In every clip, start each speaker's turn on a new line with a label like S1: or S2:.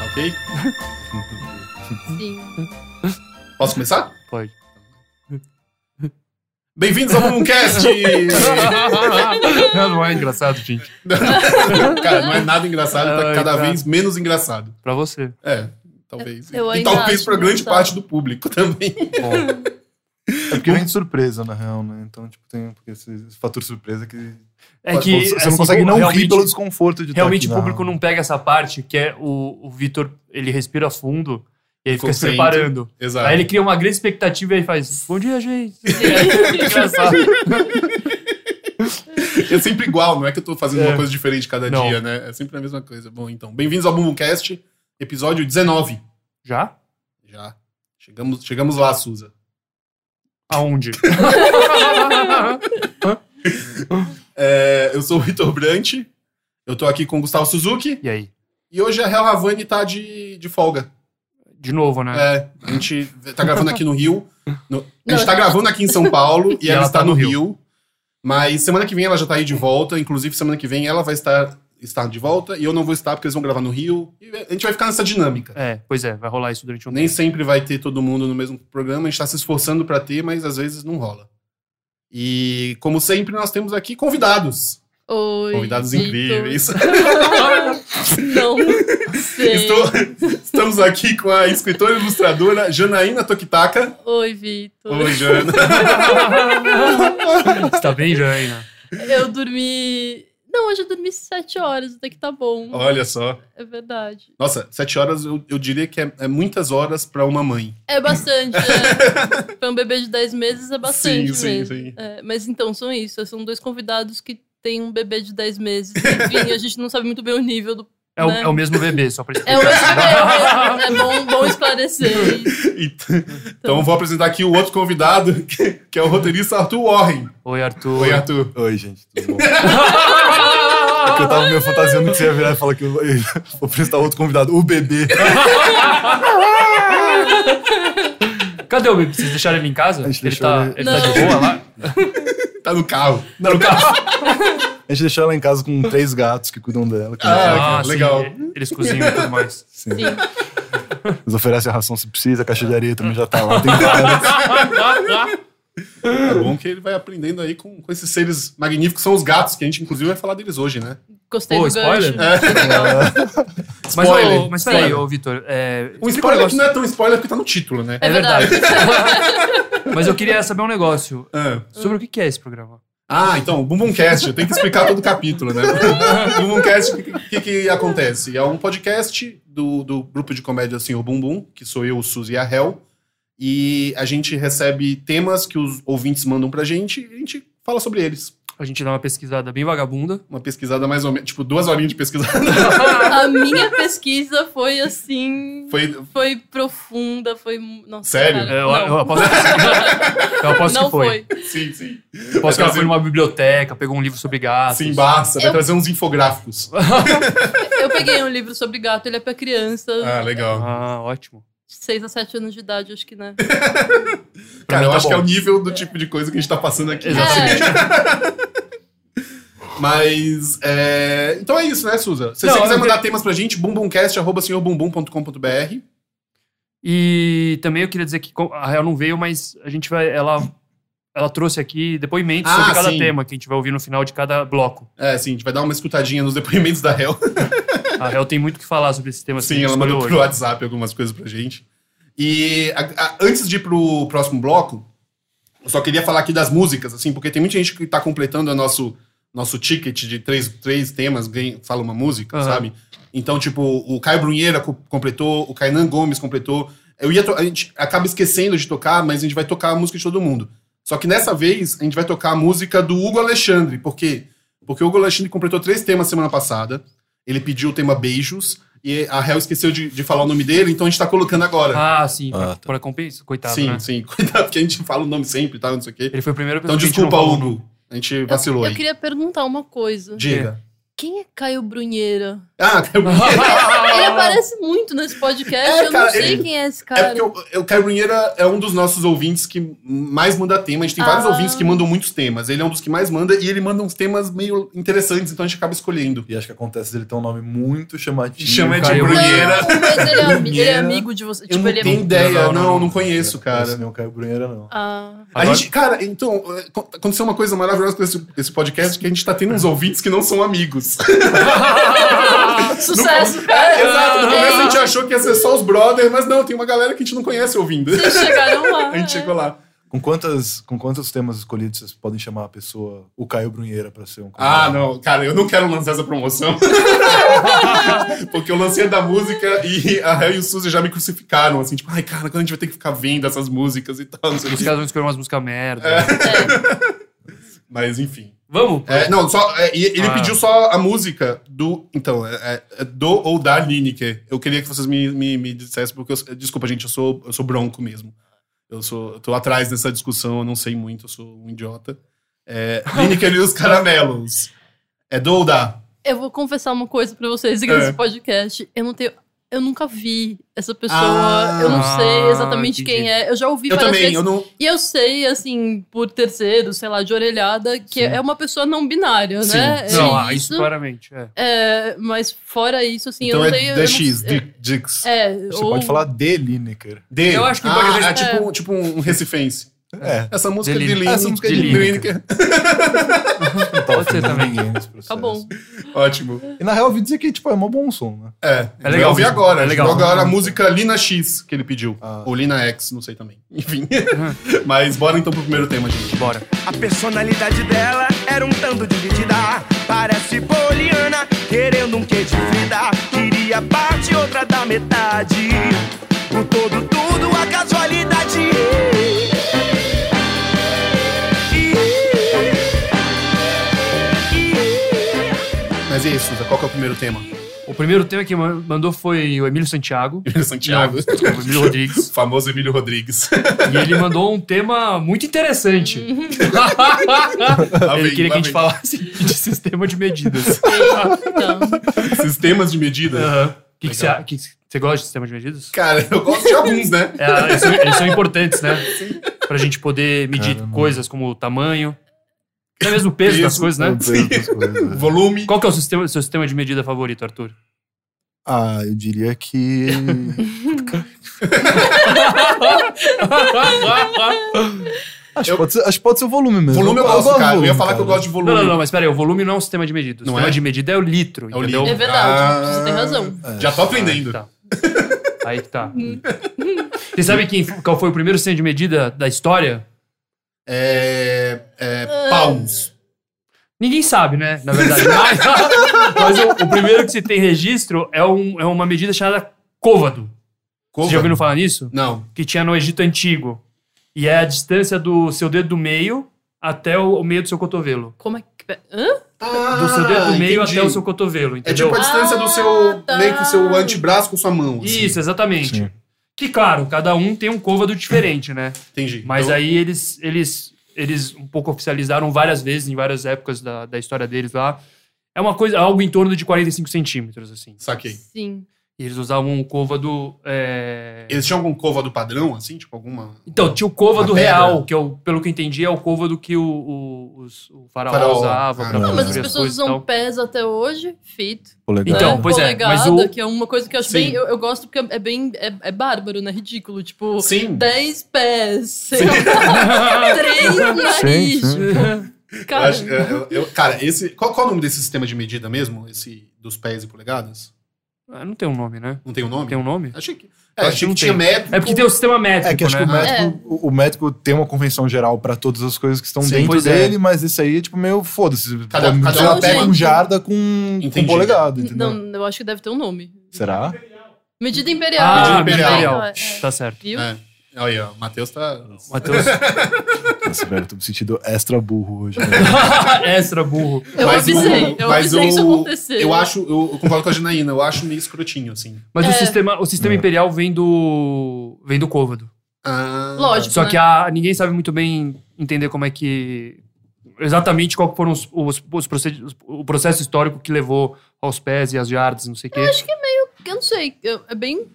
S1: Tá Ok?
S2: Sim.
S1: Posso começar?
S3: Pode.
S1: Bem-vindos ao Mumuncast!
S3: não é engraçado, gente.
S1: Cara, não é nada engraçado, tá
S3: Ai,
S1: cada
S3: cara.
S1: vez menos engraçado.
S3: Pra você.
S1: É, talvez.
S2: Eu- eu
S1: e
S2: ainda
S1: talvez
S2: acho
S1: pra grande
S2: engraçado.
S1: parte do público também.
S3: Bom,
S4: É porque vem de surpresa, na real, né? Então, tipo, tem porque esse fator surpresa que.
S3: é que
S4: você
S3: assim,
S4: não consegue não rir
S3: realmente,
S4: pelo desconforto de
S3: realmente o
S4: tá aqui,
S3: público não pega essa parte que é o, o Vitor, ele respira fundo e ele fica se
S1: Consente.
S3: preparando.
S4: É.
S1: Exato.
S3: Aí ele cria uma grande expectativa e aí faz: Bom dia, gente. É engraçado.
S1: É sempre igual, não é que eu tô fazendo uma
S3: É.
S1: coisa diferente cada
S3: Não.
S1: dia, né? É sempre a mesma coisa. Bom, então, bem-vindos ao Mumuncast, episódio 19.
S3: Já?
S1: Já. Chegamos, chegamos lá, Suza.
S3: Aonde?
S1: É, eu sou o Vitor Brant, eu tô aqui com o Gustavo Suzuki,
S3: e aí?
S1: e hoje a Hel Havani tá de, de folga.
S3: De novo, né?
S1: É, a gente tá gravando aqui no Rio. no- a gente
S2: Não,
S1: tá gravando aqui em São Paulo e
S3: E
S1: ela,
S3: ela
S1: está
S3: tá
S1: no
S3: no
S1: Rio. Mas semana que vem ela já tá aí de volta. Inclusive, semana que vem ela vai estar, estar de volta e eu não vou estar porque eles vão gravar no Rio. E a gente vai ficar nessa dinâmica.
S3: É, pois é, vai rolar isso durante um
S1: Nem
S3: tempo.
S1: sempre vai ter todo mundo no mesmo programa. A gente tá se esforçando para ter, mas às vezes não rola. E, como sempre, nós temos aqui convidados.
S2: Oi.
S1: Convidados
S2: Vitor. Ah,
S1: incríveis.
S2: Não sei.
S1: Estou- estamos aqui com a escritora e ilustradora Janaína Tokitaka.
S2: Oi, Vitor.
S1: Oi, Jana.
S3: Você tá bem, Jaina?
S2: Eu dormi. Não, hoje eu dormi sete horas, até que tá bom.
S1: Olha só.
S2: É verdade.
S1: Nossa, sete horas eu, eu diria que é, é muitas horas para uma mãe.
S2: É bastante, né? Pra um bebê de 10 meses é bastante
S1: Sim, sim,
S2: mesmo.
S1: sim.
S2: É, mas então, são isso. São dois convidados que têm um bebê de 10 meses. Enfim, a gente não sabe muito bem o nível do...
S3: É o,
S2: Né?
S3: é o mesmo bebê, só pra
S2: É
S3: explicar.
S2: o mesmo bebê. É bom, bom esclarecer isso.
S1: Então, então eu vou apresentar aqui o outro convidado, que, que é o roteirista Arthur Warren.
S3: Oi, Arthur.
S1: Oi, Arthur.
S4: Oi, gente, tudo bom? Porque eu tava meio fantasiando que você ia virar e falar que eu eu vou prestar outro convidado, o bebê.
S3: Cadê o bebê? Vocês deixaram ele em casa?
S4: A gente
S3: ele
S4: deixou
S3: tá,
S4: ele-
S3: ele tá de
S2: Não.
S3: boa lá?
S1: Tá no carro.
S3: Não, no carro.
S4: A gente deixou ela em casa com três gatos que cuidam dela. que-
S1: Ah,
S3: sim,
S1: legal.
S3: eles cozinham e tudo mais.
S4: Sim.
S2: Sim.
S4: Eles oferecem a ração se precisa, a caixa de areia também já tá lá. Tem várias.
S1: É bom que ele vai aprendendo aí com, com esses seres magníficos, são os gatos, que a gente inclusive vai falar deles hoje, né?
S2: Gostei
S3: Pô,
S2: do
S3: spoiler?
S2: gancho. É. Legal.
S3: Mas,
S1: Spoiler.
S3: ô, mas peraí,
S1: Spoiler.
S3: ô, Vitor. É,
S1: Um
S3: explica
S1: spoiler que
S3: negócio.
S1: não é tão spoiler porque tá no título, né?
S3: É
S2: É
S3: verdade.
S2: verdade.
S3: mas eu queria saber um negócio.
S1: Ah.
S3: Sobre o que que é esse programa?
S1: Ah, então, Bumbumcast, eu tenho que explicar todo o capítulo, né? Bumbumcast, o que, que, que acontece? É um podcast do, do grupo de comédia Senhor Bumbum, que sou eu, o Suzy e a Hel, e a gente recebe temas que os ouvintes mandam pra gente e a gente fala sobre eles.
S3: A gente dá uma pesquisada bem vagabunda.
S1: Uma pesquisada mais ou menos, tipo, duas horinhas de pesquisada.
S2: A minha pesquisa foi assim.
S1: Foi,
S2: Foi profunda, foi. Nossa,
S1: Sério?
S2: cara,
S3: É, Eu,
S2: não.
S3: eu aposto que sim. Eu aposto
S2: não
S3: que foi.
S2: foi.
S1: sim, sim.
S3: Eu Aposto que ela foi numa biblioteca, pegou um livro sobre gatos.
S1: Sim, basta, vai
S2: Eu-
S1: trazer uns infográficos.
S2: Eu peguei um livro sobre gato, ele é pra criança,
S1: Ah, legal.
S3: Ah, ótimo.
S2: de 6 a 7 anos de idade, acho que, né?
S1: Cara,
S3: mim
S1: eu
S3: tá
S1: acho que é
S3: bom.
S1: o nível do tipo de coisa que a gente tá passando aqui.
S2: É,
S3: Exatamente.
S1: Mas. é, Então é isso, né, Suza? Se
S3: Não,
S1: você quiser
S3: eu-
S1: mandar temas pra gente, bumbumcast.com.br.
S3: E também eu queria dizer que co- a Real não veio, mas a gente vai. Ela, ela trouxe aqui depoimentos
S1: Ah,
S3: sobre cada
S1: sim.
S3: tema que a gente vai ouvir no final de cada bloco.
S1: É, sim, a gente vai dar uma escutadinha nos depoimentos da Hel.
S3: A Real tem muito o que falar sobre esse tema.
S1: Sim, ela mandou pro WhatsApp algumas coisas pra gente. E a- a- antes de ir pro próximo bloco, eu só queria falar aqui das músicas, assim, porque tem muita gente que tá completando o nosso, nosso ticket de três, três temas, ganha, fala uma música,
S3: Aham.
S1: sabe? Então, tipo, o Caio Brunheira co- completou, o Kainan Gomes completou. Eu ia to- a gente acaba esquecendo de tocar, mas a gente vai tocar a música de todo mundo. Só que nessa vez a gente vai tocar a música do Hugo Alexandre, por quê? Porque o Hugo Alexandre completou três temas semana passada. Ele pediu o tema beijos e a Hel esqueceu de, de falar o nome dele, então a gente tá colocando agora.
S3: Ah, sim.
S4: Ah,
S3: pra,
S4: tá.
S3: pra compensar. Coitado,
S1: sim,
S3: né?
S1: sim. Cuidado, porque a gente fala o nome sempre, tá? Não sei o quê.
S3: Ele foi o primeiro
S1: Então
S3: que a gente
S1: desculpa,
S3: não falou,
S1: Hugo. A gente vacilou
S2: Eu
S1: aí.
S2: queria perguntar uma coisa.
S1: Diga.
S2: Quem é Caio Brunheira?
S1: Ah,
S3: não.
S2: Ele é aparece muito nesse podcast.
S1: É,
S2: eu
S1: cara,
S2: não sei
S1: ele-
S2: quem é esse
S1: É
S2: cara.
S1: porque o, o Caio Brunheira é um dos nossos ouvintes que mais manda tema. A gente tem vários
S2: Ah.
S1: ouvintes que mandam muitos temas. Ele é um dos que mais manda e ele manda uns temas meio interessantes, então a gente acaba escolhendo.
S4: E acho que acontece ele ter um nome muito chamativo.
S1: Chama de
S4: Caio
S2: Não,
S1: Brunheira.
S2: mas ele é, ami- ele é
S4: Brunheira.
S2: amigo de você.
S1: Eu
S2: tipo,
S1: não
S2: ele é.
S1: tenho ideia, não, não, conheço,
S4: Não
S1: cara.
S4: conheço nem o Caio Brunheira, não.
S2: Ah,
S1: A
S3: Agora-
S1: gente, cara, então, é, acon- aconteceu uma coisa maravilhosa com esse, esse podcast, que a gente tá tendo uns ouvintes que não são amigos.
S2: sucesso,
S1: É,
S2: cara.
S1: exato. No começo a gente achou que ia ser só os brothers, mas não, tem uma galera que a gente não conhece ouvindo.
S2: Vocês chegaram lá.
S1: A gente chegou lá.
S4: Com, quantas, com quantos temas escolhidos vocês podem chamar a pessoa, o Caio Brunheira, pra ser um
S1: Ah, não, cara, eu não quero lançar essa promoção. Porque eu lancei a da música e a Hel e o Suzy já me crucificaram, assim, tipo, ai, cara, quando a gente vai ter que ficar vendo essas músicas e tal, não sei o
S3: Os
S1: que.
S3: caras vão escolher umas músicas merda.
S2: É.
S1: Mas, enfim.
S3: Vamos?
S1: É, não, só. é, e ele
S3: Ah.
S1: pediu só a música do. Então, é, é, é do ou da Lineker. Eu queria que vocês me, me, me dissessem, porque eu- desculpa, gente, eu sou, eu sou bronco mesmo. Eu sou. Eu tô atrás dessa discussão, eu não sei muito, eu sou um idiota. É, Lineker e os caramelos. É do ou da?
S2: Eu vou confessar uma coisa pra vocês aqui
S1: É.
S2: nesse podcast. Eu não tenho. Eu nunca vi essa pessoa.
S1: Ah,
S2: eu não sei exatamente
S3: entendi.
S2: quem é. Eu já ouvi
S1: Eu
S2: várias
S1: também,
S2: vezes.
S1: eu não.
S2: E eu sei, assim, por terceiro, sei lá, de orelhada, que
S1: Sim.
S2: é uma pessoa não binária,
S1: Sim,
S2: né? É
S3: Não, ah, isso claramente. É.
S2: É, mas fora isso, assim,
S1: então
S2: eu não
S1: é
S2: tenho.
S1: The
S2: eu não-
S1: X,
S2: é,
S1: Di- Dix.
S2: é,
S4: Você
S2: ou
S4: pode falar de Lineker.
S1: D.
S3: Eu acho que pode
S1: ah,
S3: ser-
S1: é tipo, um- tipo um recifense.
S4: É.
S1: Essa música
S3: De
S1: é de
S3: Lineker.
S1: Lineker.
S4: Essa música é
S3: de
S1: Lineker.
S3: Pode ser também.
S4: tá Ninguém nesse processo.
S2: Tá bom.
S1: Ótimo.
S4: E na real, eu ouvi dizer que tipo, é mó bom som, né?
S1: É,
S3: É
S1: é
S3: legal
S1: legal. Eu vi
S3: mesmo,
S1: agora.
S3: é
S1: É
S3: legal.
S1: agora a música Lina X que ele pediu.
S4: Ah.
S1: Ou Lina X, não sei também. Enfim. Mas bora então pro primeiro tema, gente.
S3: Bora.
S5: A personalidade dela era um tanto dividida. Parece poliana, querendo um quê de vida. Queria parte, outra da metade. O todo, tudo, a casualidade.
S1: Mas e aí, Suza, qual que é o primeiro tema?
S3: O primeiro tema que ma- mandou foi o Emílio Santiago.
S1: Santiago.
S3: Não, desculpa, Emílio Rodrigues.
S1: O famoso Emílio Rodrigues.
S3: E ele mandou um tema muito interessante.
S1: Lá
S3: ele
S1: vem,
S3: queria
S1: lá
S3: que a gente
S1: vem.
S3: falasse de sistema de medidas.
S2: então,
S1: Sistemas de medida.
S3: O que que você que que você gosta de sistema de medidas?
S1: Cara, eu gosto de alguns, né?
S3: É, eles, são, eles são importantes, né? Pra gente poder medir coisas como o tamanho. Até mesmo o peso,
S1: Peso,
S3: das coisas, né?
S4: Meu Deus, essas coisas, né?
S1: Volume.
S3: Qual que é o sistema- seu sistema de medida favorito, Arthur?
S4: Ah, eu diria que. Acho,
S1: Eu-
S4: que pode ser, acho que pode ser o volume mesmo.
S1: Volume eu gosto,
S4: do
S1: cara. Eu ia
S4: volume,
S1: falar que eu
S4: cara.
S1: gosto de volume.
S3: não, não, não, mas peraí, o volume não é um sistema de medida. O
S1: Não
S3: sistema
S1: é?
S3: de medida é o litro,
S1: É o
S3: entendeu?
S2: é
S1: litro.
S2: verdade,
S1: Ah.
S2: você tem razão.
S1: Já tô aprendendo.
S3: Tá. Aí que tá. Aí que tá. Você sabe quem, qual foi o primeiro sistema de medida da história?
S1: É, é, Pounds.
S3: Ninguém sabe, né? Na verdade. Mas, mas o, o primeiro que se tem registro é, um- é uma medida chamada côvado. Vocês
S1: Cova?
S3: já ouviram falar nisso?
S1: Não.
S3: Que tinha no Egito Antigo. E é a distância do seu dedo do meio até o, o meio do seu cotovelo.
S2: Como é que. Hã?
S1: Ah,
S3: do seu dedo do meio
S1: entendi.
S3: até o seu cotovelo,
S1: É
S3: entendeu?
S1: tipo a distância do
S2: Ah,
S1: seu.
S2: tá.
S1: meio que seu antebraço com sua mão. assim.
S3: Isso, exatamente.
S4: Sim.
S3: Que, claro, cada um tem um côvado diferente, né?
S1: Entendi.
S3: Mas
S1: Então-
S3: aí eles, eles, eles um pouco oficializaram várias vezes, em várias épocas da, da história deles lá. É uma coisa, algo em torno de 45 centímetros, assim.
S1: Saquei.
S2: Sim.
S3: E eles usavam um côvado. É...
S1: Eles tinham algum côvado padrão, assim? Tipo, alguma.
S3: Então, tinha o côvado
S1: Uma pedra.
S3: real, que eu, pelo que eu entendi, é o côvado que o, o, os- o faraó,
S1: Faraó.
S3: usava
S1: Ah,
S3: pra
S4: não,
S2: Não,
S3: fazer
S2: mas as
S3: as
S2: pessoas
S3: coisas e
S2: usam
S3: tal.
S2: pés até hoje, feito.
S4: Polegar.
S3: Então,
S2: né?
S3: pois é, mas
S2: Polegada,
S3: o-
S2: que é uma coisa que eu acho
S1: Sim.
S2: bem. Eu, eu gosto porque é bem. É, é bárbaro, né? Ridículo. Tipo,
S1: Sim.
S2: 10 pés, sei lá, 3 nariz.
S1: né?
S2: tipo,
S1: Eu
S2: Cara,
S1: acho- é. eu- eu- eu- cara, esse. Qual, qual é o nome desse sistema de medida mesmo? Esse dos pés e polegadas?
S3: Ah, Não tem um nome, né?
S1: Não tem o um nome?
S3: Tem um nome?
S1: Achei que.
S3: Eu
S1: É,
S3: acho que
S1: achei
S3: não
S1: que tinha
S3: tem.
S1: métrico.
S3: É porque tem o sistema métrico,
S4: É que acho que
S3: né?
S1: Tipo,
S4: o
S2: Ah,
S4: médico, o- o médico tem uma convenção geral pra todas as coisas que estão
S1: Sim,
S4: dentro
S3: pois é.
S4: dele, mas isso aí é tipo meio foda-se.
S1: Cada-
S4: Pô,
S1: cada
S4: sei lá,
S2: um
S4: pega
S2: tem.
S4: um jarda com, com
S1: Entendi.
S4: polegado, entendeu?
S2: não, eu acho que deve ter um nome.
S4: Será?
S2: Medida imperial.
S3: Ah,
S1: Medida imperial.
S3: imperial.
S2: É,
S3: Tá certo.
S2: Viu?
S1: É.
S3: um-
S1: Olha aí, ó. O Matheus tá.
S3: Matheus,
S4: Nossa, velho, eu tô me sentindo extra burro hoje. Né?
S3: extra burro.
S2: Eu avisei, eu avisei que isso aconteceu.
S1: Eu acho, eu, eu concordo com a Janaína, eu acho meio escrotinho, assim.
S3: Mas
S2: É.
S3: o sistema, o sistema
S4: É.
S3: imperial vem do vem do côvado.
S1: Ah,
S2: Lógico.
S3: Só
S2: né?
S3: que a, ninguém sabe muito bem entender como é que exatamente qual que foram os, os, os procedi- os- o processo histórico que levou aos pés e às jardas, não sei o quê.
S2: Acho que é meio Eu não sei, eu- é bem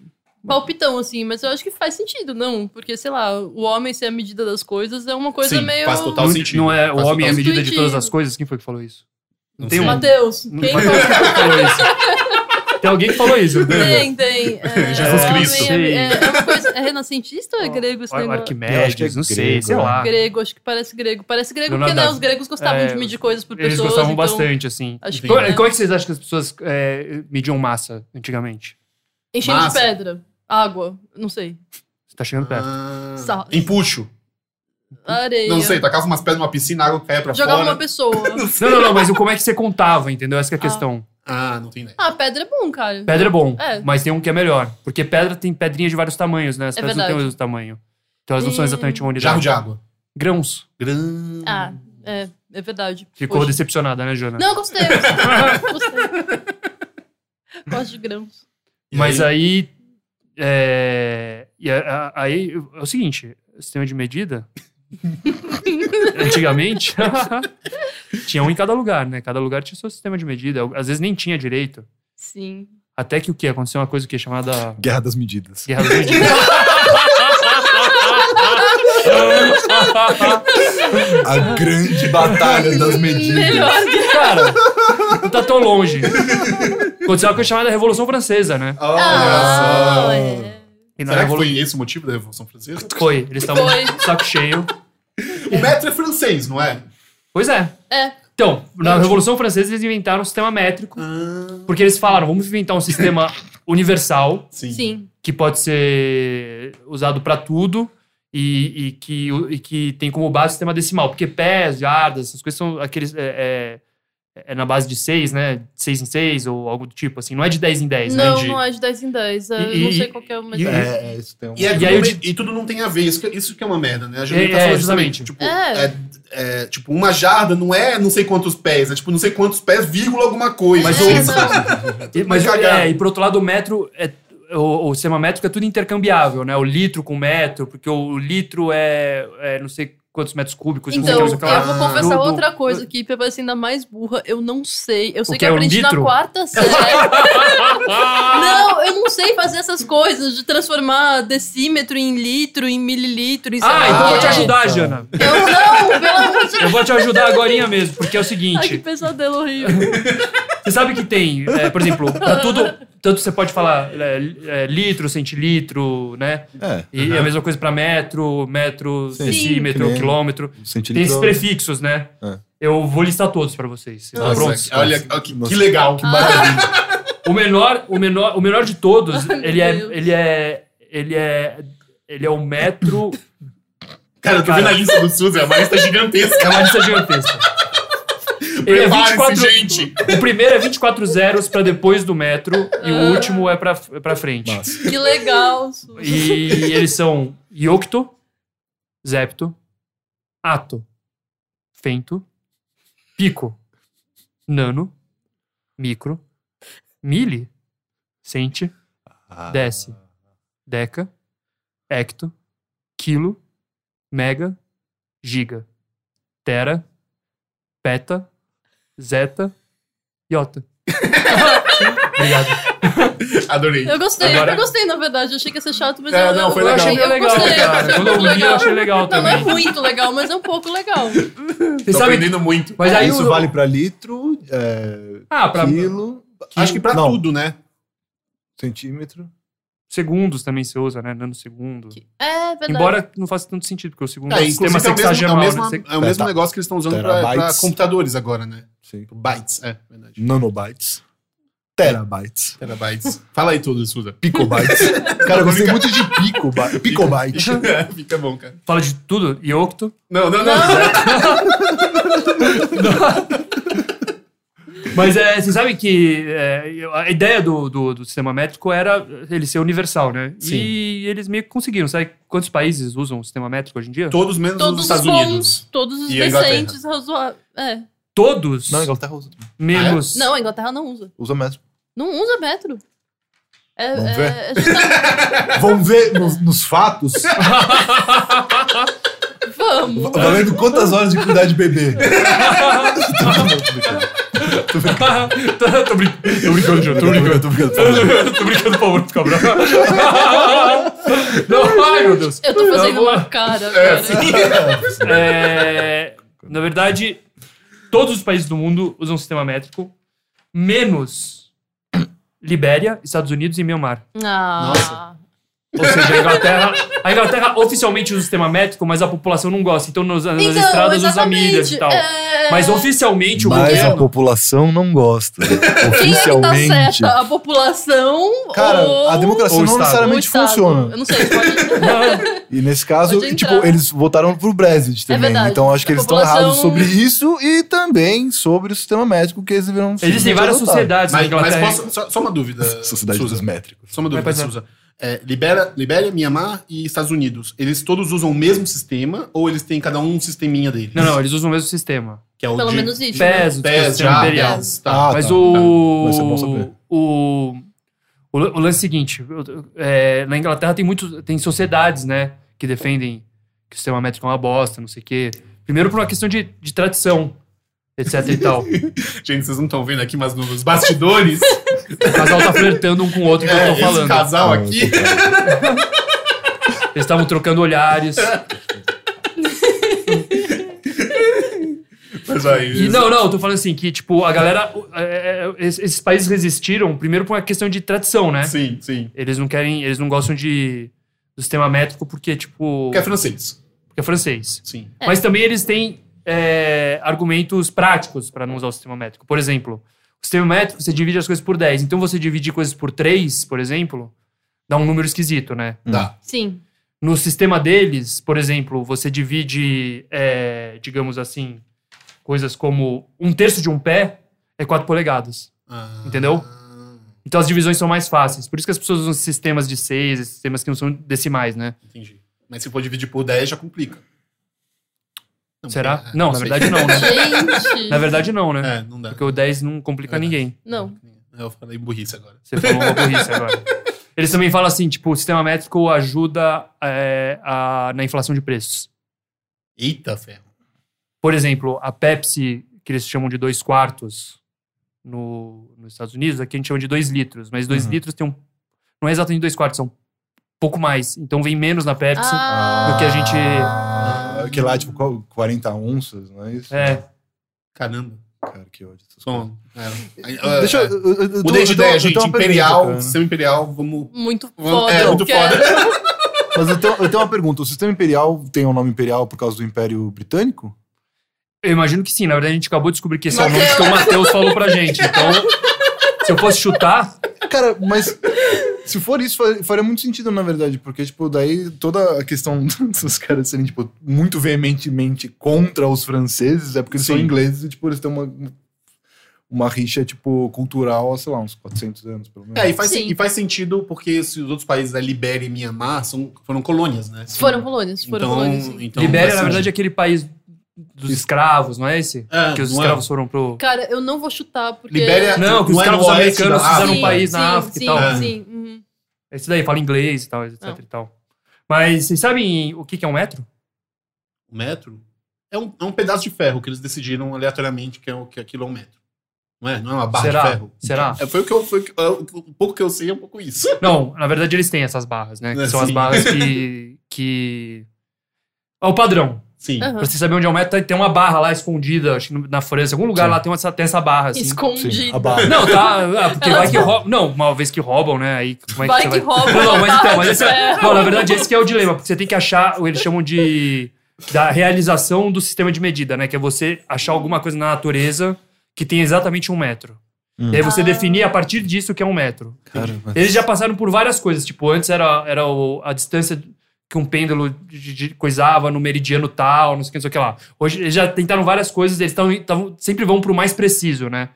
S2: palpitão, assim, mas eu acho que faz sentido, não. Porque, sei lá, o homem ser a medida das coisas é uma coisa
S1: Sim,
S2: meio.
S1: faz total
S3: Não,
S1: sentido.
S3: não é o
S1: Faz
S3: homem é a
S1: total
S3: medida de todas
S2: sentido.
S3: as coisas? Quem foi que falou isso?
S1: Não
S3: tem
S1: sei.
S3: um.
S2: Matheus,
S3: Não
S2: quem
S3: vai-
S2: falou?
S3: Quem falou isso? Tem alguém que falou isso. né?
S2: Tem, tem. É,
S1: Jesus
S2: homem
S1: Cristo.
S2: É, é uma coisa, é renascentista ou é grego esse
S3: Ar-
S2: negócio?
S4: Eu acho que é
S3: Arquimedes, não sei,
S4: grego,
S3: sei
S4: né?
S3: lá.
S2: Grego, acho que parece grego. Parece grego porque
S3: Leonardo
S2: né,
S3: da-
S2: os gregos gostavam
S3: é,
S2: de medir coisas por
S3: Eles
S2: pessoas.
S3: gostavam
S2: então,
S3: bastante, assim.
S2: Acho que
S3: Como,
S2: né,
S3: como é que vocês acham que as pessoas é, mediam massa antigamente?
S2: enchendo
S1: Massa.
S2: de pedra, água, não sei,
S3: Você tá chegando perto.
S1: Ah,
S2: Sal-
S1: Empuxo.
S2: areia.
S1: Não sei, tacava umas pedras numa piscina, a água caía pra
S2: Jogava
S1: fora.
S2: uma pessoa.
S3: Não, não, não, mas o- como é que você contava, entendeu? Essa que é a
S2: Ah.
S3: questão.
S1: Ah, não tem ideia.
S2: Ah, pedra é bom, cara.
S3: Pedra é bom,
S2: É.
S3: mas tem um que é melhor. Porque pedra tem pedrinha de vários tamanhos, né? As
S2: É
S3: pedras não têm o
S2: verdade.
S3: mesmo tamanho. Então elas não são
S2: Hum.
S3: exatamente uma unidade.
S1: Jarro de água.
S3: Grãos.
S1: Gran...
S2: Ah, é, é verdade.
S3: Ficou
S2: Hoje-
S3: decepcionada, né, Jona?
S2: Não, eu gostei. eu Gostei. Gosto de grãos.
S1: E
S3: Mas
S1: aí,
S3: aí. É, e a- a- aí é o seguinte: sistema de medida. antigamente. tinha um em cada lugar, né? Cada lugar tinha seu sistema de medida. Às vezes nem tinha direito.
S2: Sim.
S3: Até que o que? Aconteceu uma coisa que é chamada.
S4: Guerra das medidas.
S3: Guerra das Medidas.
S4: A grande batalha das medidas.
S2: Melhor.
S3: Cara, não tá tão longe. Aconteceu uma coisa chamada Revolução Francesa, né?
S1: Olha
S2: Ah,
S1: só.
S2: é.
S3: E na
S1: Será que
S3: Revolu-
S1: foi esse o motivo da Revolução Francesa?
S3: Foi, eles estavam
S2: Foi.
S3: de saco cheio.
S1: O metro é francês, não é?
S3: Pois é.
S2: É.
S3: Então, na Revolução Francesa eles inventaram um sistema métrico, porque eles falaram, vamos inventar um sistema universal
S1: Sim.
S2: Sim.
S3: que pode ser usado pra tudo e, e que, e que tem como base o sistema decimal, porque pés, jardas, essas coisas são aqueles... É, é- é na base de 6, né? 6 em 6 ou algo do tipo, assim. Não é de 10 em 10, né?
S2: Não,
S3: De-
S2: não é de 10 em 10. Eu
S3: E-
S2: não
S3: e-
S2: sei qual que é o mais.
S3: e-
S2: É.
S4: É, isso tem um.
S1: E, é
S3: E
S1: tudo
S3: aí eu
S1: bem-
S3: di-
S1: e tudo não tem a ver, isso que, isso que é uma merda, né? A
S3: É,
S1: Juliana tá
S3: é,
S1: falando
S3: justamente.
S1: Tipo,
S2: É.
S1: é, é, tipo, uma jarda não é não sei quantos pés, é tipo não sei quantos pés, vírgula alguma coisa.
S3: Mas
S1: Sim,
S3: o-
S1: sabe?
S3: E- Mas
S1: cagado.
S3: é, e por outro lado, o metro é. O, o sistema métrico é tudo intercambiável, né? O litro com metro, porque o litro é, é não sei quantos metros cúbicos.
S2: Então,
S3: não
S2: eu
S3: sei o
S2: vou
S3: que, não sei o que lá.
S2: confessar
S3: Do- do-
S2: outra coisa aqui, pra parecer ainda mais burra. Eu não sei. Eu sei que
S3: O que é
S2: eu
S3: um
S2: aprendi na
S3: litro?
S2: quarta série.
S3: Ah,
S2: não, eu não sei fazer essas coisas de transformar decímetro em litro, em mililitro, em sei lá
S3: Ah,
S2: o
S3: então eu vou te
S2: quê.
S3: ajudar, Jana.
S2: Eu não, pelo amor de
S3: Eu vou te ajudar agora mesmo, porque é o
S2: Ai, que
S3: seguinte:
S2: pesadelo horrível.
S3: você sabe que tem, é, por exemplo, pra tudo. Tanto você pode falar é, é, litro, centilitro, né?
S4: É,
S3: E é a mesma coisa pra metro, metro,
S4: Sim.
S3: decímetro,
S4: Sim, que nem-
S3: quilômetro.
S4: sentido.
S3: Tem esses prefixos, né?
S4: É. Ah,
S3: Eu vou listar todos pra vocês. Vocês estão
S1: Nossa,
S3: prontos?
S1: olha, olha que,
S4: Nossa.
S1: que legal.
S3: O menor, o menor, o menor de todos, ele é,
S2: Deus.
S3: ele é, ele é, ele é um metro.
S1: Cara, eu tô vendo a lista do SUS, é uma lista
S3: É
S1: gigantesca.
S3: uma lista gigantesca. Ele é
S1: Prepare-se,
S3: 24,
S1: gente.
S3: O primeiro é 24 zeros pra depois do metro e o último é pra para frente.
S4: Massa.
S2: Que legal. Su.
S3: E eles são iocto, zepto, ato, fento, pico, nano, micro, mili, centi,
S4: Ah.
S3: desce, deca, hecto, quilo, mega, giga, tera, peta, zeta, iota. Obrigado.
S1: Adorei.
S2: Eu gostei,
S3: Agora-
S2: eu gostei, na verdade. Eu achei que ia ser chato, mas
S1: É,
S2: eu,
S1: não,
S2: eu,
S1: foi
S2: eu
S1: legal.
S2: achei eu
S3: Foi legal,
S2: gostei. eu
S3: cara.
S2: achei
S3: Quando eu
S2: muito
S3: li, eu
S2: um legal.
S3: achei legal
S2: Não, não é
S3: também.
S2: muito legal, mas é um pouco legal.
S1: Tô
S3: Você sabe?
S1: aprendendo muito.
S3: Mas aí
S4: isso
S3: o-
S4: vale pra litro, é,
S3: Ah, pra
S4: quilo,
S1: Acho que pra
S4: não,
S1: tudo, né?
S4: Centímetro.
S3: segundos também se usa, né? Nanosegundo.
S2: É verdade.
S3: Embora não faça tanto sentido, porque o segundo é,
S1: É,
S3: o sistema
S1: inclusive é o mesmo, é o
S3: sexagemal.
S1: mesmo,
S3: né?
S1: é o mesmo
S4: Peta-
S1: negócio que eles estão usando pra, pra
S4: terabytes.
S1: computadores agora, né?
S4: Sim.
S1: Bytes, é, verdade.
S4: Nanobytes. Terabytes.
S1: Terabytes. Fala aí tudo, Suza.
S4: Picobytes. Cara, eu gostei muito de pico, picobyte.
S1: É, Fica bom, cara.
S3: Fala de tudo, iocto.
S1: Não, não, não.
S3: Mas é, você sabe que é, eu- a ideia do, do, do sistema métrico era ele ser universal, né?
S1: Sim.
S3: E eles meio que conseguiram. Sabe quantos países usam o sistema métrico hoje em dia?
S1: Todos menos
S2: todos
S1: os
S2: os
S1: Estados
S2: bons,
S1: Unidos.
S2: todos os
S1: E a Inglaterra.
S2: decentes, razoáveis. É.
S3: Todos,
S4: Não, a Inglaterra usa.
S3: menos...
S2: Não, a Inglaterra não usa.
S4: Usa mesmo.
S2: Não usa metro. É,
S4: Vamos
S2: é-
S4: ver.
S2: é justamente-
S4: Vamos ver nos, nos fatos,
S2: Vamos.
S4: Tá valendo quantas horas de cuidar de bebê.
S3: Ah, tô, tô, brin- tô brincando, Júlio. Tô
S4: Tô
S3: brincando.
S4: brincando, tô brincando.
S3: tô brincando, pô, muito cabrão. Não, ai, meu Deus.
S2: Eu tô fazendo
S3: vou-
S2: uma cara. cara.
S3: É, na verdade, todos os países do mundo usam sistema métrico, menos Libéria, Estados Unidos e Myanmar.
S2: Ah.
S1: Nossa.
S3: Ou seja, a Inglaterra, a Inglaterra oficialmente usa o sistema métrico, mas a população não gosta. Então, nas, nas estradas usa milhas e tal.
S2: é,
S3: Mas oficialmente o
S4: Mas a
S3: governo.
S4: população não gosta.
S2: Quem é que tá
S4: Oficialmente.
S2: certa? A população ou
S4: Cara, a democracia
S1: Ou
S4: não
S1: Estado.
S2: o
S4: necessariamente
S2: Estado?
S4: funciona.
S2: Eu não sei, pode...
S4: E nesse caso,
S2: Pode
S4: tipo,
S2: entrar. É
S4: eles votaram pro Brexit também.
S2: verdade.
S4: então acho que
S2: A
S4: eles estão
S2: população-
S4: errados sobre isso e também sobre o sistema médico que eles deveriam
S3: Existem
S4: simplesmente
S3: várias
S4: adotar.
S3: sociedades na
S1: Mas, mas
S3: Inglaterra.
S1: posso, só, só uma dúvida,
S4: Sociedade
S1: Suza.
S4: dos métricos.
S1: Só uma dúvida,
S3: Vai, vai, vai.
S1: Suza. É, Libéria, Libéria, Mianmar e Estados Unidos, eles todos usam o mesmo sistema ou eles têm cada um um sisteminha deles?
S3: Não, não, eles usam o mesmo sistema.
S1: Que é o
S2: Pelo
S1: de-
S2: menos isso. né?
S3: PES, o
S1: Pés,
S3: sistema
S1: já,
S3: imperial.
S1: pés, tá.
S4: Ah,
S3: Mas
S4: tá,
S3: o,
S4: Mas é bom saber.
S3: o, o. lan- o lance é o seguinte: eu- eu- é, na Inglaterra tem muitos. Tem sociedades, né? Que defendem que o sistema métrico é uma bosta, não sei o quê. Primeiro por uma questão de, de tradição, etc e tal. O
S1: Gente, vocês não estão vendo aqui, mas nos bastidores,
S3: casal tá flertando um com o outro enquanto
S1: é,
S3: eu tô
S1: esse
S3: falando.
S1: casal
S4: Ah,
S1: aqui.
S3: Eles estavam trocando olhares.
S1: Mas aí,
S3: E não, não, eu tô falando assim, que, tipo, a galera. é, é, es- esses países resistiram, primeiro por uma questão de tradição, né?
S1: Sim, sim.
S3: Eles não querem. Eles não gostam de, do sistema métrico porque, tipo.
S1: Que é francês.
S3: porque é francês.
S1: Sim.
S3: Mas também eles têm é, argumentos práticos para não usar o sistema métrico. Por exemplo, o sistema métrico você divide as coisas por 10. Então você dividir coisas por 3, por exemplo, dá um número esquisito, né?
S1: Tá.
S2: Sim.
S3: No sistema deles, por exemplo, você divide, é, digamos assim, coisas como um terço de um pé é 4 polegadas.
S1: Ah.
S3: Entendeu? Então as divisões são mais fáceis. Por isso que as pessoas usam esses sistemas de 6, esses sistemas que não são decimais, né?
S1: Entendi. Mas se for dividir por 10, já complica. Não,
S3: Será?
S1: é,
S3: não, na
S1: sei.
S3: verdade não, né?
S2: Gente.
S3: Na verdade não, né?
S1: É, não dá.
S3: Porque o 10 não complica
S1: Verdade.
S3: ninguém.
S2: Não.
S1: Eu falei burrice agora.
S3: Você falou uma burrice agora. Eles também falam assim, tipo, o sistema métrico ajuda é, a- na inflação de preços.
S1: Eita, ferro.
S3: Por exemplo, a Pepsi, que eles chamam de dois quartos no, nos Estados Unidos, aqui a gente chama de dois litros, mas dois
S4: Uhum.
S3: litros tem um... Não é exatamente dois quartos, são um pouco mais. Então vem menos na
S1: é
S3: Pepsi. do que a gente-
S4: Ah, que lá, tipo, qual- 40 onças, não é isso?
S3: É,
S1: Caramba.
S4: Cara, que ódio. essas coisas.
S1: Som. É.
S4: Deixa eu.
S1: É.
S4: eu- eu- eu tô-
S1: Mudei de
S4: eu tô-
S1: ideia,
S4: eu tenho
S1: gente.
S4: uma pergunta,
S1: Imperial,
S4: cara.
S1: sistema imperial, vamos.
S2: Muito
S1: vamos-
S2: foda.
S1: é, muito
S2: eu quero.
S1: foda.
S4: Mas eu tenho, eu tenho uma pergunta. O sistema imperial tem o nome imperial por causa do Império Britânico?
S3: eu imagino que sim. Na verdade, a gente acabou de descobrir que esse é o nome
S2: Mateus.
S3: que o Matheus falou pra gente. Então, se eu fosse chutar,
S4: Cara, mas se for isso, fa- faria muito sentido, na verdade, porque, tipo, daí toda a questão dos caras serem, tipo, muito veementemente contra os franceses é porque eles são
S1: Sim.
S4: ingleses e, tipo, eles têm uma, uma rixa, tipo, cultural há, sei lá, uns 400 anos, pelo menos.
S1: É, e faz,
S2: Sim.
S1: e faz sentido porque se os outros países, a Libéria e Mianmar, são, foram colônias, né?
S2: Foram colônias, foram colônias.
S1: então,
S2: sim.
S1: então
S3: Libéria,
S1: faz
S3: na verdade, é
S1: sentido.
S3: aquele país dos escravos, não é esse?
S1: É,
S3: que os
S1: não é?
S3: escravos foram pro...
S2: Cara, eu não vou chutar porque.
S1: Libéria-
S3: Não, que os
S1: Não é
S3: caras
S1: no oeste
S3: americanos
S1: da
S3: fizeram um
S1: África.
S3: país na
S2: Ah, sim,
S3: África
S2: sim,
S3: e tal.
S1: É.
S2: Sim, uhum.
S3: É isso daí, fala inglês e tal, etc
S2: Não.
S3: e tal. Mas vocês sabem o que, que é um metro?
S1: O metro é um, é um pedaço de ferro que eles decidiram aleatoriamente que, é, o- que aquilo é um metro. Não é? Não é uma barra
S3: Será?
S1: de ferro.
S3: Será?
S1: É, foi o que eu. Foi, o que- é, o que- um pouco que eu sei é um pouco isso.
S3: Não, na verdade eles têm essas barras, né? Que
S1: É,
S3: são as
S1: sim.
S3: barras que. que... É o padrão.
S1: Sim.
S2: Aham.
S3: Pra você saber onde é o metro, tem uma barra lá escondida, acho que no- na França, em algum lugar
S4: Sim.
S3: lá tem essa, tem essa barra, assim.
S4: Sim,
S2: Escondido.
S4: a barra.
S3: Não, tá. ah, porque vai que roubam. Não, uma vez que roubam, né? Aí como é
S2: Vai
S3: que
S2: que
S3: você vai.
S2: roubam.
S3: Não, não, mas então, mas esse é...
S2: É.
S3: Não, na verdade, esse que é o dilema, porque você tem que achar, ou eles chamam de. da realização do sistema de medida, né? Que é você achar alguma coisa na natureza que tem exatamente um metro.
S4: Hum.
S3: E aí você
S2: Ah.
S3: definir a partir disso o que é um metro.
S4: Cara, mas-
S3: Eles já passaram por várias coisas. Tipo, antes era, era o- a distância que um pêndulo de- de- coisava no meridiano tal, não sei o que, não sei o que lá. Hoje eles já tentaram várias coisas, eles tão, tavam- sempre vão pro mais preciso, né?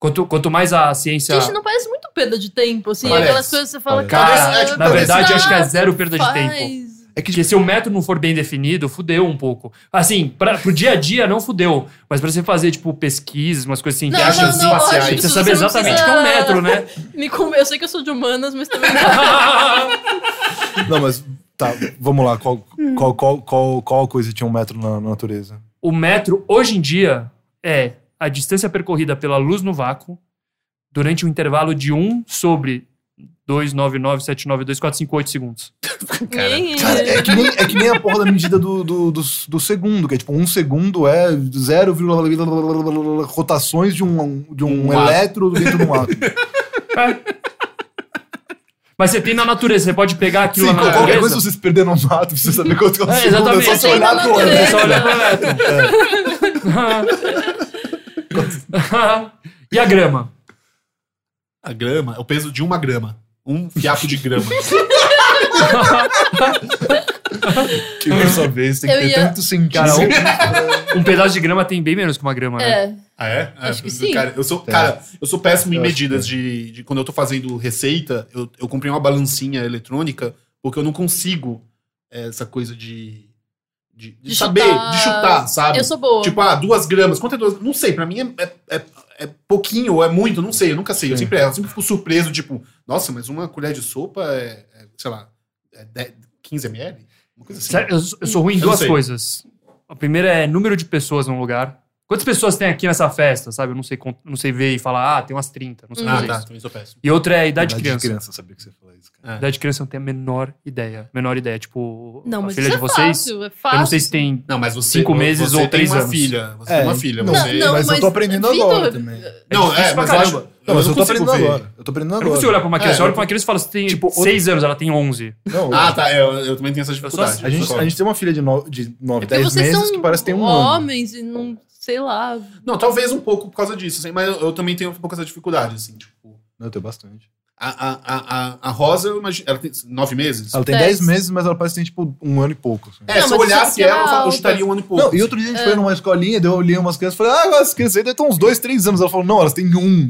S3: Quanto, quanto mais a ciência.
S2: Gente, não parece muito perda de tempo, assim.
S1: Parece.
S2: Aquelas coisas que você fala,
S1: Parece.
S2: cara.
S1: É, tipo,
S3: Na verdade,
S2: não
S3: acho que é zero perda de
S2: faz.
S3: tempo. É que, se o método não for bem definido, fudeu um pouco. Assim, pra, pro dia a dia não fudeu. Mas pra você fazer, tipo, pesquisas, umas coisas assim,
S2: Não,
S1: Viagens
S2: não, não,
S1: espaciais.
S2: acho que
S3: você
S2: você
S3: sabe
S2: não
S3: exatamente o que é um
S2: precisa-
S3: metro, né?
S2: Me com- Eu sei que eu sou de humanas, mas também não.
S4: Não, mas tá, vamos lá. Qual, qual, qual, qual, qual coisa tinha um metro na, na natureza?
S3: o metro hoje em dia é a distância percorrida pela luz no vácuo durante um intervalo de 1 sobre 299792458 segundos.
S2: Ih,
S4: Cara, é que, nem, é que nem a porra da medida do, do, do, do segundo, que é tipo, um segundo é 0, blá, blá, blá, blá, blá, blá, blá, blá, rotações de um, de um,
S1: Um átomo.
S4: elétron dentro de um átomo.
S3: Mas você tem na natureza, você pode pegar aquilo
S4: Sim,
S3: na
S4: qualquer
S3: natureza.
S4: coisa você se perder num átomo, você saber quanto que é um
S3: É,
S4: segundo,
S3: exatamente.
S4: é só você
S2: Tem na
S4: olhar pro
S2: natureza.
S3: Você só
S4: olho.
S3: olha pro
S4: É.
S3: elétron. e a grama?
S1: A grama é o peso de uma grama. Um fiapo de grama.
S4: Que por sua vez tem que
S2: Eu
S4: ter
S2: ia-
S4: é tanto sentido.
S3: Cara, um, um pedaço de grama tem bem menos que uma grama, né?
S2: É.
S1: Ah, é? Ah,
S2: Acho que sim.
S1: Cara, eu sou,
S4: Tá.
S1: cara, eu sou péssimo em
S4: Eu acho que
S1: medidas de, de- Quando eu tô fazendo receita, eu, eu comprei uma balancinha eletrônica, porque eu não consigo eh, essa coisa de. De, de
S2: De
S1: saber,
S2: chutar.
S1: de chutar, sabe?
S2: Eu sou boa.
S1: Tipo, ah, duas gramas. Quanto é duas? Não sei, pra mim é, é, é, é pouquinho ou é muito, não sei, eu nunca sei. Eu
S4: Sim.
S1: sempre erro, eu sempre fico surpreso, tipo, nossa, mas uma colher de sopa é, é, sei lá, é 10, 15 ml? Uma coisa assim.
S3: Sério, eu, eu sou ruim em
S1: Eu não
S3: duas
S1: sei.
S3: coisas. A primeira é número de pessoas num lugar. Quantas pessoas tem aqui nessa festa, sabe? Eu não sei, cont- não sei ver e falar, ah, tem umas 30, não
S2: Hum.
S3: sei
S1: Ah,
S3: fazer
S1: tá,
S3: isso.
S1: também sou péssimo.
S3: E outra é a idade, de criança.
S4: sabia que você falou isso, cara.
S1: É.
S3: Idade de criança eu não tenho a menor ideia. Menor ideia, tipo,
S2: Não,
S3: a
S2: mas
S3: filha
S2: isso
S3: de
S2: é
S3: vocês.
S2: fácil. É
S3: eu
S2: fácil.
S3: não sei se tem.
S1: Não, mas você,
S3: Cinco meses
S1: você
S3: ou
S1: tem
S3: três
S1: uma
S3: anos.
S1: filha. Você
S4: É,
S1: tem uma filha.
S4: não,
S1: você...
S2: Não,
S4: mas, eu tô
S2: mas,
S4: aprendendo
S2: Vitor,
S4: agora também.
S1: Não,
S3: difícil
S1: é,
S3: pra
S1: mas eu acho.
S3: caramba.
S4: Não, mas eu tô
S1: consigo
S4: aprendendo
S1: ver.
S4: agora. Eu tô aprendendo
S3: Eu não
S4: agora.
S3: consigo olhar pra uma
S1: É,
S3: criança. eu olho
S1: eu-
S3: pra uma criança e falo, você tem
S4: Tipo,
S3: seis anos, ela tem 11.
S4: Não,
S1: Ah, tá, é, eu, eu também tenho essas
S3: só-
S1: dificuldades.
S4: A gente, a gente tem uma filha de 9, de nove,
S2: Porque
S4: 10
S2: vocês
S4: meses
S2: são
S4: que parece que tem um ano.
S2: homens e não sei lá.
S1: Não, talvez um pouco por causa disso, assim, mas eu, eu também tenho um pouco essa dificuldade, assim, tipo.
S4: Não, eu tenho bastante.
S1: A, a, a, a- a Rosa, eu imagino. Ela tem nove meses?
S4: Ela tem
S2: Dez.
S4: 10 meses, mas ela parece que tem tipo um ano e pouco. assim.
S1: É,
S2: Não,
S1: se eu
S2: mas isso é Ah.
S1: olhasse ela, eu fa- eu
S2: alta.
S1: chutaria um ano e pouco.
S4: Não, e outro dia a gente foi numa escolinha, daí eu olhei umas crianças e falei, ah, as crianças aí devem ter uns dois, três anos. Ela falou, não, elas têm um,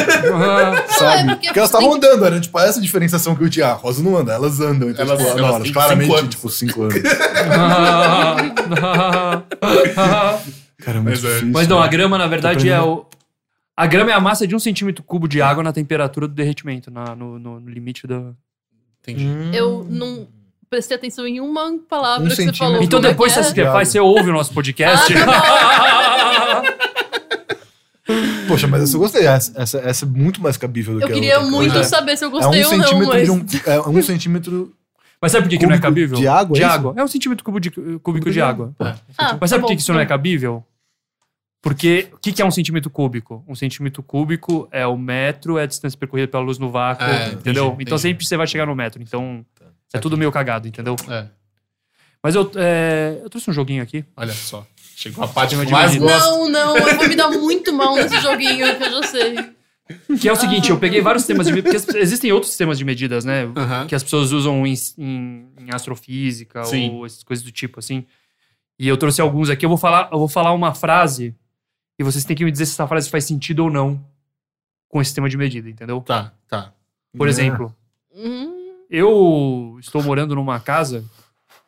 S3: Ah,
S4: sabe?
S2: é porque
S4: porque, elas
S2: você
S4: estavam
S2: tem
S4: andando, era tipo essa diferenciação que eu tinha. Ah, Rosa não anda, elas andam. Então,
S1: Elas- elas
S4: tipo, não,
S1: têm
S4: elas
S1: cinco
S4: claramente,
S1: anos.
S4: tipo, cinco anos.
S3: ah, ah, ah.
S4: Cara, é muito
S1: Mas é.
S4: difícil.
S3: Mas não, a
S4: cara.
S3: grama, na verdade, é o. A grama é a massa de um centímetro cubo de água na temperatura do derretimento, na- no, no- no limite da.
S1: Entendi.
S3: Hum.
S2: Eu não prestei atenção em uma palavra
S4: Um
S2: que você
S4: centímetro.
S2: falou.
S3: Então
S2: Como é
S3: depois
S2: que
S3: você,
S2: é? Ah, tá.
S3: se faz, você ouve o nosso podcast.
S4: Poxa, mas essa eu gostei. Essa, essa, essa é muito mais cabível do
S2: Eu
S4: que a
S2: queria
S4: outra, cara.
S2: muito
S1: É.
S2: saber se eu
S4: É um
S2: gostei ou não,
S4: centímetro
S2: mas.
S4: de um, é um centímetro
S3: Mas sabe por que, que não é
S4: Cúbico
S3: cabível?
S4: de água,
S3: De
S4: é isso?
S3: água. É um centímetro cubo de, cúbico de
S4: de
S3: água.
S2: Ah, tá
S3: Mas sabe por que
S2: bom.
S3: que isso não é cabível? Porque o que, que é um centímetro cúbico? Um centímetro cúbico é o metro, é a distância percorrida pela luz no vácuo,
S1: É,
S3: entendeu?
S1: entendi,
S3: então
S1: entendi.
S3: sempre você vai chegar no metro. Então é tudo meio cagado, entendeu?
S1: É,
S3: Mas eu, é, eu trouxe um joguinho aqui.
S1: olha só. Chegou a parte que
S3: Cima
S1: eu
S3: de
S1: mais
S3: menino.
S1: gosto.
S2: Não, não, eu vou me dar muito mal nesse joguinho que eu já sei.
S3: Que é o seguinte, eu peguei vários temas de medidas, porque as- existem outros sistemas de medidas, né?
S1: Aham.
S3: Que as pessoas usam em, em- em astrofísica
S1: Sim.
S3: ou essas coisas do tipo, assim. E eu trouxe alguns aqui. Eu vou falar, eu vou falar uma frase e vocês têm que me dizer se essa frase faz sentido ou não com esse sistema de medida, entendeu?
S1: Tá, tá.
S3: Por
S4: É.
S3: exemplo,
S2: Hum,
S3: eu estou morando numa casa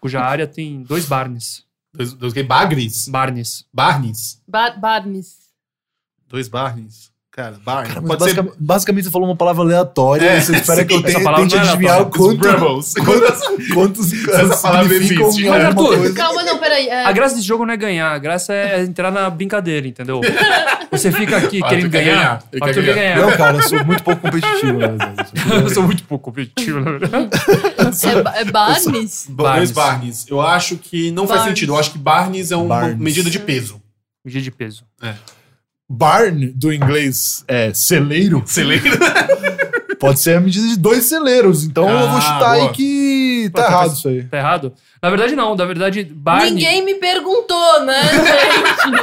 S3: cuja área tem dois barnes.
S1: Dois, dois gay- Bagres?
S3: Barnes.
S1: Barnes?
S2: Bar Barnes.
S1: Dois Barnes? Cara, Barnes.
S4: Cara, mas
S1: Pode ser.
S4: basicamente, é, basicamente você falou uma palavra aleatória
S1: É,
S4: e você espera que eu
S1: sim,
S4: tenha,
S3: essa palavra
S4: tente
S3: não é
S4: adivinhar o
S1: Os
S4: quanto,
S1: Brevels.
S4: quantos, quantos
S1: Essa palavra
S4: significam
S1: existe.
S4: em
S3: Mas,
S4: alguma
S3: Arthur,
S4: coisa.
S2: Calma, não, peraí. É,
S3: A graça desse jogo não é ganhar, a graça é entrar na brincadeira, entendeu? Você fica aqui
S1: Arthur
S3: querendo
S1: quer
S3: ganhar,
S1: ganhar, ele quer
S3: Arthur quer ganhar.
S4: Não, cara, eu sou muito pouco competitivo, né, na verdade. Eu sou-
S3: Eu sou muito pouco competitivo, na verdade.
S2: é, ba- é Barnes?
S1: Ba- Dois Barnes. Eu acho que não faz
S2: Barnes.
S1: sentido. Eu acho que Barnes é um- uma
S4: Barnes.
S1: medida de peso.
S3: Medida de peso.
S4: Barn, do inglês, é celeiro.
S1: Você lembra?
S4: Pode ser a medida de dois celeiros. Então eu
S1: Ah,
S4: vou
S1: boa.
S4: chutar aí que tá
S3: Pô, tá
S4: errado
S3: faz-
S4: isso aí.
S3: Tá errado? Na verdade, não. Na verdade, Barney.
S2: Ninguém me perguntou, né, gente?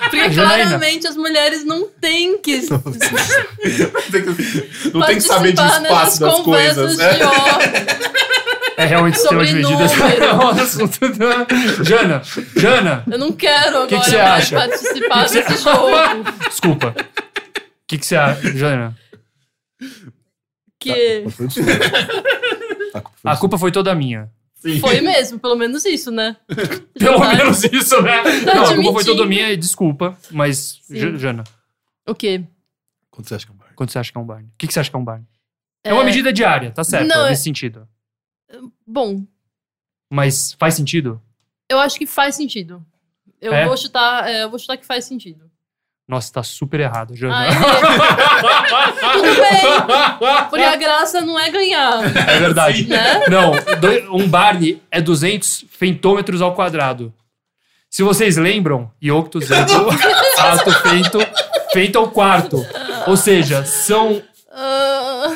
S2: Porque
S3: Janaína.
S2: claramente as mulheres não têm que
S1: Tem que- não tem que saber de
S2: participar nessas
S1: espaço das
S2: conversas
S1: coisas. né?
S2: de homem.
S3: É realmente sistema de medidas.
S2: Sobrenome.
S3: É um assunto. Jana, Jana,
S2: Eu não quero agora
S3: Que que você
S2: mais
S3: acha?
S2: participar
S3: Que que
S2: desse
S3: você-
S2: jogo.
S3: desculpa. O que, que você acha, Jana?
S4: Tá,
S2: Que
S3: Tá.
S4: Foi desculpa. A culpa foi
S3: A culpa foi toda minha.
S1: Sim. É
S2: foi mesmo, pelo menos isso, né?
S3: Pelo
S2: Vai.
S3: menos isso, né? Não, a culpa foi
S2: Tá admitindo.
S3: toda minha e desculpa. Mas,
S2: Sim.
S3: Ja- Jana,
S2: O quê?
S4: Quanto você acha que é um Barn?
S3: quando você acha que é um Barney? O que, que você acha que é um Barney? É, uma medida diária, tá certo,
S2: Não,
S3: nesse sentido.
S2: Bom,
S3: Mas faz sentido?
S2: eu acho que faz sentido. Eu
S3: É?
S2: vou chutar, é, eu vou chutar que faz sentido.
S3: Nossa, tá super errado, Jana.
S2: Ah, é. Tudo bem. Porque a graça não é ganhar,
S3: É verdade.
S2: né?
S3: Não, doi- um Barney é 200 fentômetros ao quadrado. Se vocês lembram, Yoctus é do ato fento, fento ao quarto. Ou seja, são
S2: Ah,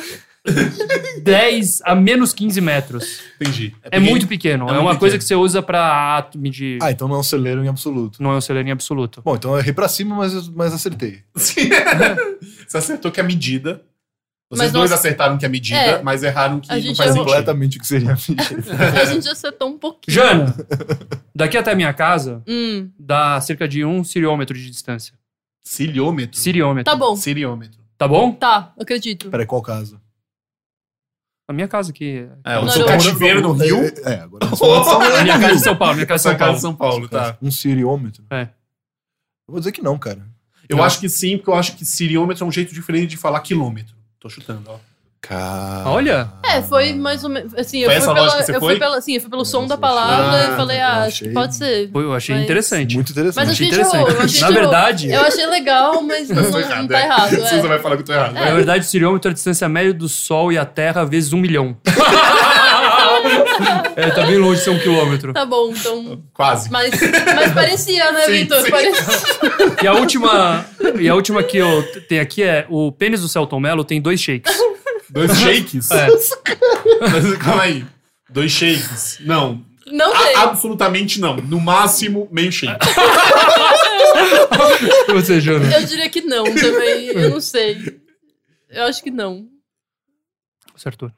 S3: 10 a menos 15 metros.
S1: Entendi.
S3: É muito pequeno.
S1: É
S3: É,
S1: muito
S3: uma coisa
S1: pequeno.
S3: que você usa pra ato medir.
S4: Ah, então não é um celeiro em absoluto.
S3: Não é um celeiro em absoluto.
S4: Bom, então eu errei pra cima, mas, mas acertei.
S1: Sim. Você acertou que é medida. Vocês
S2: Mas
S1: dois
S2: nós-
S1: acertaram que é medida,
S2: É.
S1: mas erraram que
S2: A
S1: não
S2: gente
S1: faz
S2: errou.
S1: sentido.
S4: Completamente o que seria a medida.
S2: a gente acertou um pouquinho.
S3: Jana, daqui até a minha casa
S2: Hum,
S3: dá cerca de um ciriômetro de distância.
S1: Ciliômetro.
S3: Ciriômetro.
S2: tá bom.
S1: Ciliômetro.
S3: Tá bom?
S2: Tá, acredito.
S4: Peraí, qual caso?
S3: A minha casa aqui.
S1: É, o
S2: Não,
S1: seu
S2: não.
S1: cativeiro no Rio.
S4: É, é, agora nós vamos
S2: Tá
S4: falar
S3: A minha casa de São Paulo. Minha casa
S1: Essa
S3: de São
S1: casa
S3: Paulo.
S1: de São Paulo, tá.
S4: Um ciriômetro?
S3: É.
S4: Eu vou dizer que não, cara.
S1: Eu
S3: Não.
S1: acho que sim, porque eu acho que ciliômetro é um jeito diferente de falar quilômetro. Tô chutando, ó.
S4: Cara.
S3: Olha.
S2: É, foi mais ou menos. Assim, eu
S1: Foi
S2: fui,
S1: essa a
S2: pela,
S1: lógica que você
S2: eu fui
S1: foi?
S2: pela. Sim, eu fui pelo som
S4: Nossa,
S2: da palavra
S1: achei-
S2: e falei,
S4: Ah,
S2: ah, acho que
S4: achei-
S2: pode ser.
S3: Pô, eu achei
S2: Mas-
S3: interessante.
S4: Muito
S2: Mas
S4: interessante.
S2: a
S3: achei
S2: gente errou, eu
S3: interessante.
S2: achei
S3: Na
S2: errou.
S3: verdade-
S2: Eu achei legal, mas não,
S1: Tô
S2: não tá
S1: é.
S2: errado. é.
S1: Susan vai falar que eu tô errado.
S3: Na verdade, o ciriômetro é a distância média do Sol e a Terra vezes um milhão. é, tá bem longe de ser um quilômetro.
S2: Tá bom, então.
S1: Quase.
S2: Mas, mas parecia, né,
S1: Sim,
S2: Vitor?
S1: sim.
S2: Parecia.
S3: E a última, e a última que eu t- tenho aqui é o pênis do Celton Mello tem dois shakes.
S1: Dois shakes?
S3: É.
S1: Mas Calma aí. Dois shakes. Não.
S2: Não
S1: A-
S2: sei.
S1: absolutamente não. No máximo, meio shake.
S3: E Você, Jana?
S2: Eu diria que não também. Eu não sei. Eu acho que não.
S3: Acertou.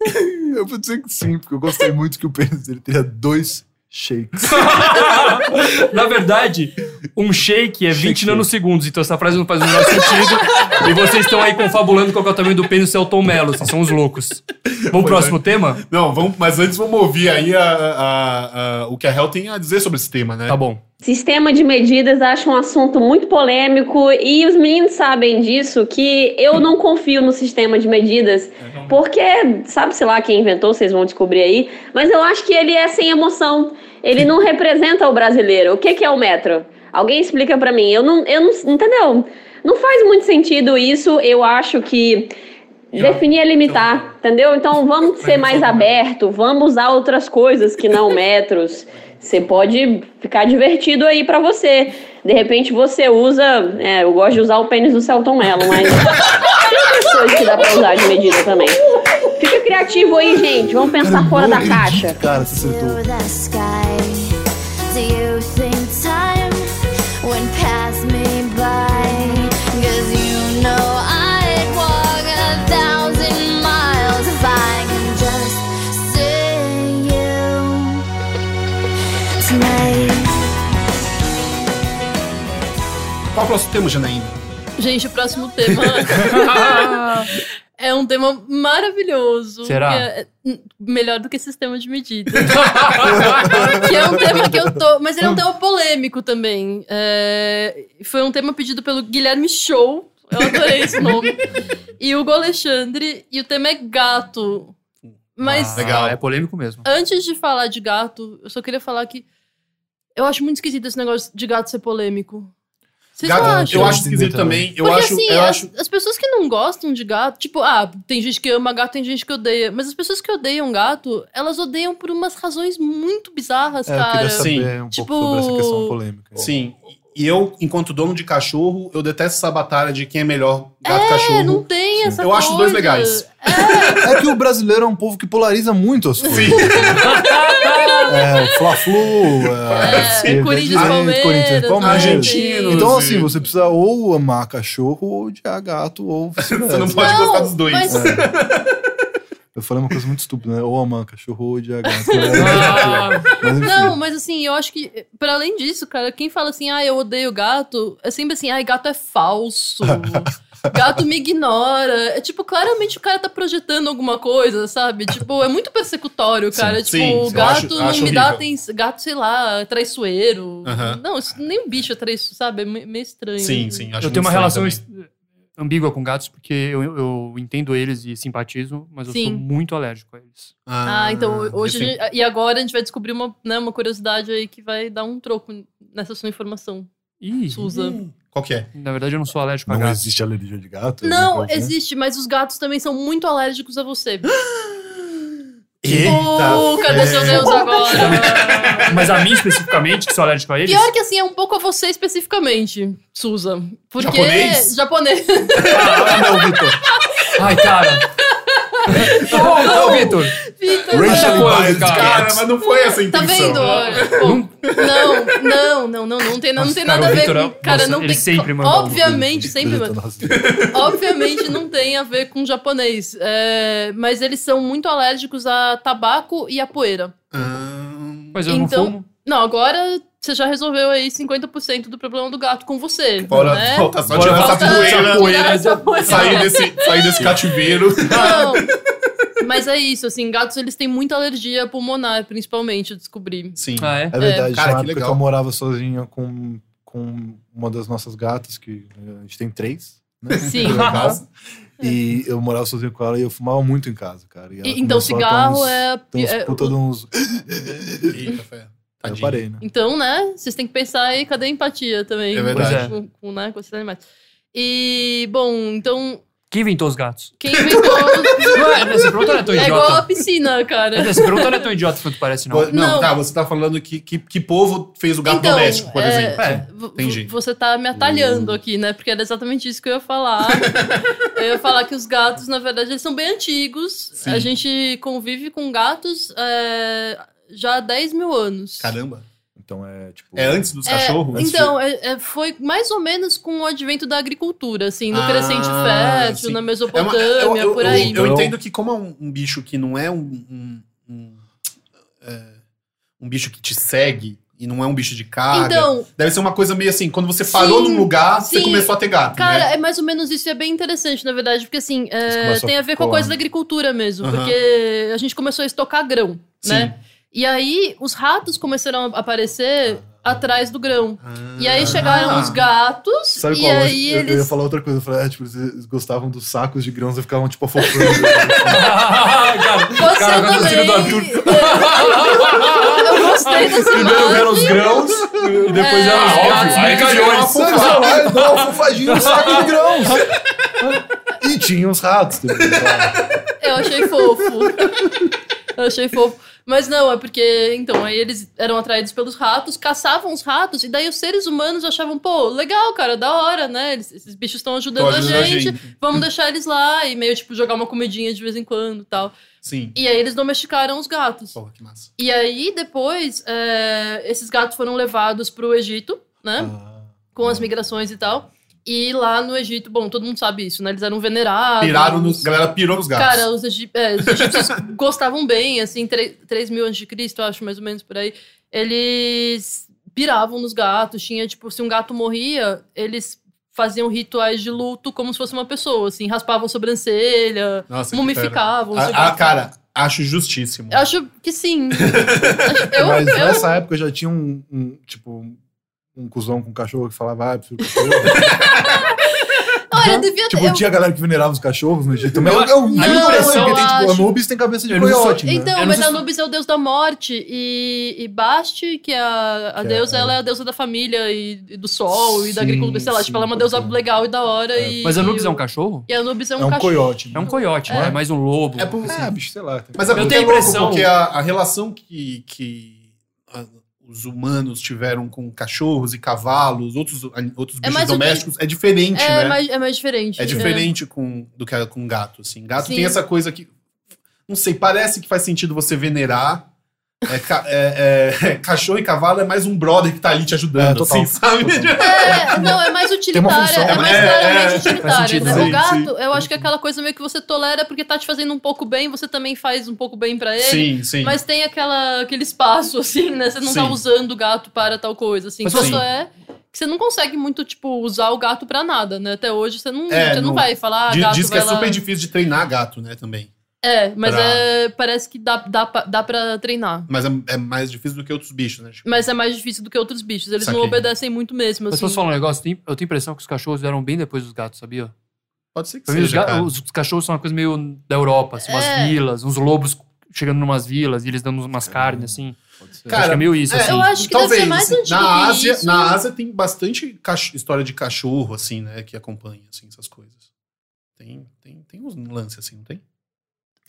S4: Eu vou dizer que sim, porque eu gostei muito que o Pedro ele teria dois shakes.
S3: Na verdade, um shake é 20
S4: Shake.
S3: nanosegundos, então essa frase não faz o menor sentido. E vocês estão aí confabulando qual que é o tamanho do pênis do Celton Mello. Vocês são os loucos. Vamos pro próximo tema?
S1: Não, vamos, mas antes vamos ouvir aí a, a- a- o que a Hel tem a dizer sobre esse tema, né?
S3: Tá bom.
S6: Sistema de medidas acho um assunto muito polêmico e os meninos sabem disso que eu não confio no sistema de medidas porque sabe se lá quem inventou, vocês vão descobrir aí, mas eu acho que ele é sem emoção. Ele não representa o brasileiro. O que que é o metro? Alguém explica pra mim. Eu não, eu não, entendeu? Não faz muito sentido isso. Eu acho que definir é limitar, entendeu? Então vamos ser mais aberto, vamos usar outras coisas que não metros. Você pode ficar divertido aí pra você. De repente você usa. é, eu gosto de usar o pênis do Celton Mello, mas tem outras coisas que dá pra usar de medida também. Fica criativo aí, gente. Vamos pensar Tá fora da caixa.
S4: Cara, você acertou.
S7: Through the sky. Do you think time went past me by? Cause you know I'd walk a thousand miles if I can just see you tonight.
S1: Qual o próximo tema, Janaína?
S2: Gente, o próximo tema é um tema maravilhoso.
S3: Será?
S2: que é- é melhor do que sistema de medida. que é um tema que eu tô. Mas ele é um tema polêmico também. É, foi um tema pedido pelo Guilherme Show. Eu adorei esse nome. E o Alexandre. E o tema é gato. Mas
S3: Ah,
S1: Legal.
S3: É polêmico mesmo.
S2: antes de falar de gato, eu só queria falar que eu acho muito esquisito esse negócio de gato ser polêmico. Vocês não
S1: Gato,
S2: acham?
S1: eu acho
S4: Entender
S1: esquisito também. Eu
S2: Porque
S1: acho,
S2: assim,
S1: eu
S2: as,
S1: acho.
S2: as pessoas que não gostam de gato, tipo, ah, tem gente que ama gato, tem gente que odeia. Mas as pessoas que odeiam gato, elas odeiam por umas razões muito bizarras,
S4: É, eu
S2: cara.
S4: queria saber um
S2: tipo-
S4: pouco sobre essa questão polêmica.
S1: Sim. E eu, enquanto dono de cachorro, eu detesto essa batalha de quem é melhor gato e
S2: É,
S1: cachorro.
S2: não tem essa
S1: Eu acho os dois
S2: coisa.
S1: legais.
S4: É que o brasileiro é um povo que polariza muito as coisas.
S1: Sim.
S4: É, o Fla-Flu, é,
S2: É, Corinthians,
S4: Verde,
S2: Palmeiras, né?
S4: Corinthians, Palmeiras.
S1: Argentinos.
S4: Então, assim, você precisa ou amar cachorro, ou odiar gato, ou
S1: Você não
S4: vice-versa.
S1: pode
S2: Não,
S1: gostar dos dois. É.
S2: mas-
S4: Eu falei uma coisa muito estúpida, né? Ou amar cachorro, ou odiar gato.
S3: Ah,
S4: Mas, enfim.
S2: Não, mas assim, eu acho que, para além disso, cara, quem fala assim, ah, eu odeio gato, é sempre assim, ai, gato é falso. Gato me ignora. É tipo, claramente o cara tá projetando alguma coisa, sabe? Tipo, é muito persecutório, cara. tipo,
S1: sim,
S2: o
S1: eu
S2: gato
S1: acho-
S2: não
S1: acho
S2: me dá
S1: horrível.
S2: atenção. Gato, sei lá, é traiçoeiro.
S1: Aham.
S2: Não, isso, nem o bicho é traiçoeiro, sabe? É me- meio estranho.
S1: Sim, sim. acho
S3: eu tenho uma
S1: muito
S3: relação
S1: estranho
S3: est- ambígua com gatos, porque eu, eu entendo eles e simpatizo, mas eu
S2: Sim.
S3: sou muito alérgico a eles.
S1: também.
S2: Ah, então hoje.
S1: recém-
S2: a gente- e agora a gente vai descobrir uma, né, uma curiosidade aí que vai dar um troco nessa sua informação.
S3: Ih,
S2: Suza.
S1: Qual que é?
S3: na verdade eu não sou alérgico a
S4: Não
S3: gato.
S4: existe alergia de gato? é né,
S2: Não,
S4: qualquer.
S2: existe, mas os gatos também são muito alérgicos a você.
S1: Eita!
S2: Uh, cadê
S1: é.
S2: seu Deus agora?
S3: Mas a mim especificamente, que sou alérgico a eles?
S2: Pior que assim, é um pouco a você especificamente, Suza. Porque.
S1: Japonês?
S2: Japonês.
S4: Ah, não, Vitor.
S3: Ai, cara. Não, não, Vitor.
S2: Vitor,
S4: Racially
S3: Não,
S4: biased
S3: cara,
S1: é Cara,
S4: cats.
S1: mas não foi essa a
S2: Tá
S1: intenção.
S2: vendo? Olha, pô,
S3: Não-
S2: Não, não, não, não, não tem, não
S3: Nossa,
S2: tem
S3: cara,
S2: nada
S3: o
S2: a ver
S3: Vitor é-
S2: com. Cara,
S3: nossa,
S2: não
S3: ele
S2: tem.
S3: sempre manda alguma coisa.
S2: obviamente, sempre manda.
S4: Nossa.
S2: Obviamente não tem a ver com japonês. é, mas eles são muito alérgicos a tabaco e a poeira.
S1: Ah,
S3: Mas eu
S2: Então-
S3: não fumo.
S2: Não, agora você já resolveu aí 50% do problema do gato com você.
S1: Fora,
S2: né?
S1: Falta só
S3: Bora
S1: tirar essa
S3: falta
S1: poeira,
S3: essa poeira,
S2: Tirar essa
S3: essa-
S2: poeira.
S1: sair desse, sair desse cativeiro.
S2: Não. Mas é isso, assim, gatos eles têm muita alergia pulmonar, principalmente, eu descobri.
S1: Sim.
S3: Ah, é?
S4: É
S1: Cara,
S4: verdade, tinha uma
S1: que
S4: época que
S1: legal.
S4: eu morava sozinho com, com uma das nossas gatas, que eh, a gente tem três, né?
S2: Sim.
S1: um
S4: Em casa. E eu morava sozinho com ela e eu fumava muito em casa, cara. E ela
S2: E- então,
S4: começou a dar
S2: cigarro
S4: uns-
S2: é,
S4: dar uns
S2: é-
S4: puta de uns-
S1: Eita, fé.
S4: Eu
S1: Tadinho.
S4: parei, né?
S2: Então, né? Vocês têm que pensar aí, cadê a empatia também?
S1: É verdade.
S2: Com, com, né, com esses animais. E, bom, então,
S3: Quem inventou os gatos?
S2: quem inventou.
S3: Não é, essa pergunta não é tão
S2: é igual a
S3: idiota.
S2: piscina, cara.
S3: Essa pergunta não é tão idiota quanto parece, não.
S1: Não,
S2: Não.
S1: tá, você tá falando que, que, que povo fez o gato
S2: Então,
S1: doméstico, por
S2: é,
S1: exemplo.
S3: É.
S2: V-
S1: Entendi.
S2: Você tá me atalhando aqui, né? Porque era exatamente isso que eu ia falar. eu ia falar que os gatos, na verdade, eles são bem antigos.
S1: Sim.
S2: A gente convive com gatos é, já há 10 mil anos.
S1: Caramba.
S4: Então é tipo.
S1: É antes dos cachorros?
S2: Então, é- é, foi mais ou menos com o advento da agricultura, assim, no
S1: Ah,
S2: Crescente Fértil,
S1: sim.
S2: na
S1: É uma-
S2: Mesopotâmia,
S1: eu, eu-
S2: por
S1: eu-
S2: aí.
S1: eu
S4: Então-
S1: entendo que como é um, um bicho que não é um... um, um, é, um bicho que te segue e não é um bicho de carga,
S2: Então,
S1: deve ser uma coisa meio assim, quando você parou
S2: Sim,
S1: num lugar, você
S2: sim.
S1: começou a ter gato,
S2: Cara,
S1: né?
S2: é mais ou menos isso, e é bem interessante, na verdade, porque assim, é,
S4: Vocês começam
S2: tem a ver com a
S4: com a-
S2: coisa da agricultura mesmo,
S1: Aham.
S2: porque a gente começou a estocar grão,
S1: Sim.
S2: né? E aí os ratos começaram a aparecer atrás do grão. E aí chegaram
S1: Ah.
S2: os gatos,
S4: Sabe
S2: e
S4: qual? Eu-
S2: aí
S4: eu, eu ia
S2: eles.
S4: falar outra coisa. Eu falei, ah, tipo, eles gostavam dos sacos de grãos e ficavam, tipo, afofando.
S3: cara,
S2: Você
S3: cara, agora eu tô
S2: também.
S3: tirando do Arthur.
S2: eu gostei dessa
S4: Primeiro
S2: imagem.
S4: eram os grãos e depois
S2: É,
S4: eram os
S2: óbvio,
S4: gatos.
S3: aí
S4: Eles
S3: caiu
S4: iam
S3: a
S4: afofar. Eles davam uma fofadinha no saco de grãos. E tinha os ratos também. né? claro.
S2: Eu achei fofo. Eu achei fofo. Mas não, é porque, então, aí eles eram atraídos pelos ratos, caçavam os ratos, e daí os seres humanos achavam, pô, legal, cara, da hora, né? Eles- esses bichos estão ajudando
S1: Tô
S2: a
S1: ajudando
S2: gente, vamos deixar eles lá, e meio tipo jogar uma comidinha de vez em quando e tal.
S1: Sim.
S2: E aí eles domesticaram os gatos.
S1: Porra, que massa.
S2: E aí depois, é, esses gatos foram levados pro Egito, né?
S1: Ah.
S2: Com as migrações e tal. E lá no Egito, bom, todo mundo sabe isso, né? Eles eram venerados.
S1: Piraram nos... Galera pirou nos gatos.
S2: Cara, os, egip- é, os egípcios gostavam bem, assim, 3 mil antes de Cristo, eu acho, mais ou menos por aí. Eles piravam nos gatos, tinha, tipo, se um gato morria, eles faziam rituais de luto como se fosse uma pessoa, assim, raspavam a sobrancelha,
S1: Nossa, que
S2: mumificavam.
S1: fera.
S2: sei
S1: Ah,
S2: lá.
S1: ah, cara, acho justíssimo.
S2: Eu acho que sim. Acho- eu,
S4: Mas
S2: eu-
S4: nessa época já tinha um, um, tipo, um cuzão com cachorro que falava, ah, preciso de cachorro.
S2: olha, devia ter...
S4: Tipo,
S2: eu-
S4: tinha galera que venerava os cachorros no Egito. Mas
S3: Eu
S4: eu, eu,
S2: não,
S4: juro por Deus,
S2: eu
S4: porque tem,
S2: acho-
S4: tipo, Anubis tem cabeça de
S3: Eu não
S4: coiote, né?
S2: Então,
S3: não
S2: mas
S3: sei se-
S2: Anubis é o deus da morte e, e Basti, que é a, a
S4: Que é-
S2: deusa, ela é a deusa da família e, e do sol e da
S4: Sim,
S2: agricultura, sei lá,
S4: sim,
S2: tipo, ela é uma
S4: pode
S2: deusa
S4: ser.
S2: legal e da hora e...
S3: Mas Anubis é um
S2: e-
S3: cachorro?
S2: E Anubis é
S4: é
S2: um,
S4: um
S2: cachorro.
S4: coiote.
S3: É um coiote,
S2: É.
S3: né? É mais um lobo.
S1: É por-
S4: Ah, bicho, sei lá.
S1: Mas é
S3: Eu
S1: porque
S3: tenho
S1: é louco,
S3: impressão.
S1: porque a, a relação que, que ah, os humanos tiveram com cachorros e cavalos, outros, an- outros
S2: É
S1: bichos
S2: mais o que-
S1: domésticos, é diferente,
S2: É,
S1: né?
S2: mais, é mais diferente.
S1: É diferente com, do que é com gato, assim. Gato
S2: Sim.
S1: tem essa coisa que... Não sei, parece que faz sentido você venerar. É ca- é- é- cachorro e cavalo é mais um brother que tá ali te
S4: É,
S1: ajudando,
S4: total.
S1: assim, sabe?
S2: É. É, não, é mais utilitária,
S4: função.
S2: é mais
S1: É,
S2: claramente
S1: é,
S2: utilitária.
S1: faz sentido,
S2: né?
S1: sim,
S2: o gato, eu acho que é aquela coisa meio que você tolera porque tá te fazendo um pouco bem, você também faz um pouco bem pra ele.
S1: Sim, sim.
S2: Mas tem aquela, aquele espaço, assim, né? Você não tá
S1: Sim.
S2: usando o gato para tal coisa, assim.
S3: Mas,
S2: Só
S3: sim.
S2: é que você não consegue muito, tipo, usar o gato pra nada, né? Até hoje você não,
S1: É,
S2: você não
S1: no-
S2: vai falar, ah,
S1: Di-
S2: gato
S1: Diz que
S2: vai
S1: é
S2: lá...
S1: super difícil de treinar gato, né, também.
S2: É, mas
S1: pra-
S2: é, parece que dá, dá, pra- dá pra treinar.
S1: Mas é, é mais difícil do que outros bichos, né? Chico?
S2: Mas é mais difícil do que outros bichos. Eles não
S1: Saquei.
S2: obedecem muito mesmo,
S3: Mas se
S2: assim.
S3: fosse falar um negócio, tem- eu tenho a impressão que os cachorros vieram bem depois dos gatos, sabia?
S1: Pode ser que
S3: Pra mim, os,
S1: seja,
S3: ga-
S1: cara.
S3: os cachorros são uma coisa meio da Europa, assim, umas
S2: É.
S3: vilas, uns lobos chegando numas vilas e eles dando umas carnes, assim.
S4: Pode ser.
S1: É. Cara,
S3: acho que é meio isso,
S1: é,
S3: assim.
S2: Eu acho que deve ser mais
S1: assim,
S2: antigo
S1: na
S2: que
S1: Ásia,
S2: isso.
S1: na Ásia tem bastante cach- história de cachorro, assim, né? Que acompanha, assim, essas coisas. Tem, tem, tem uns lances, assim, não tem?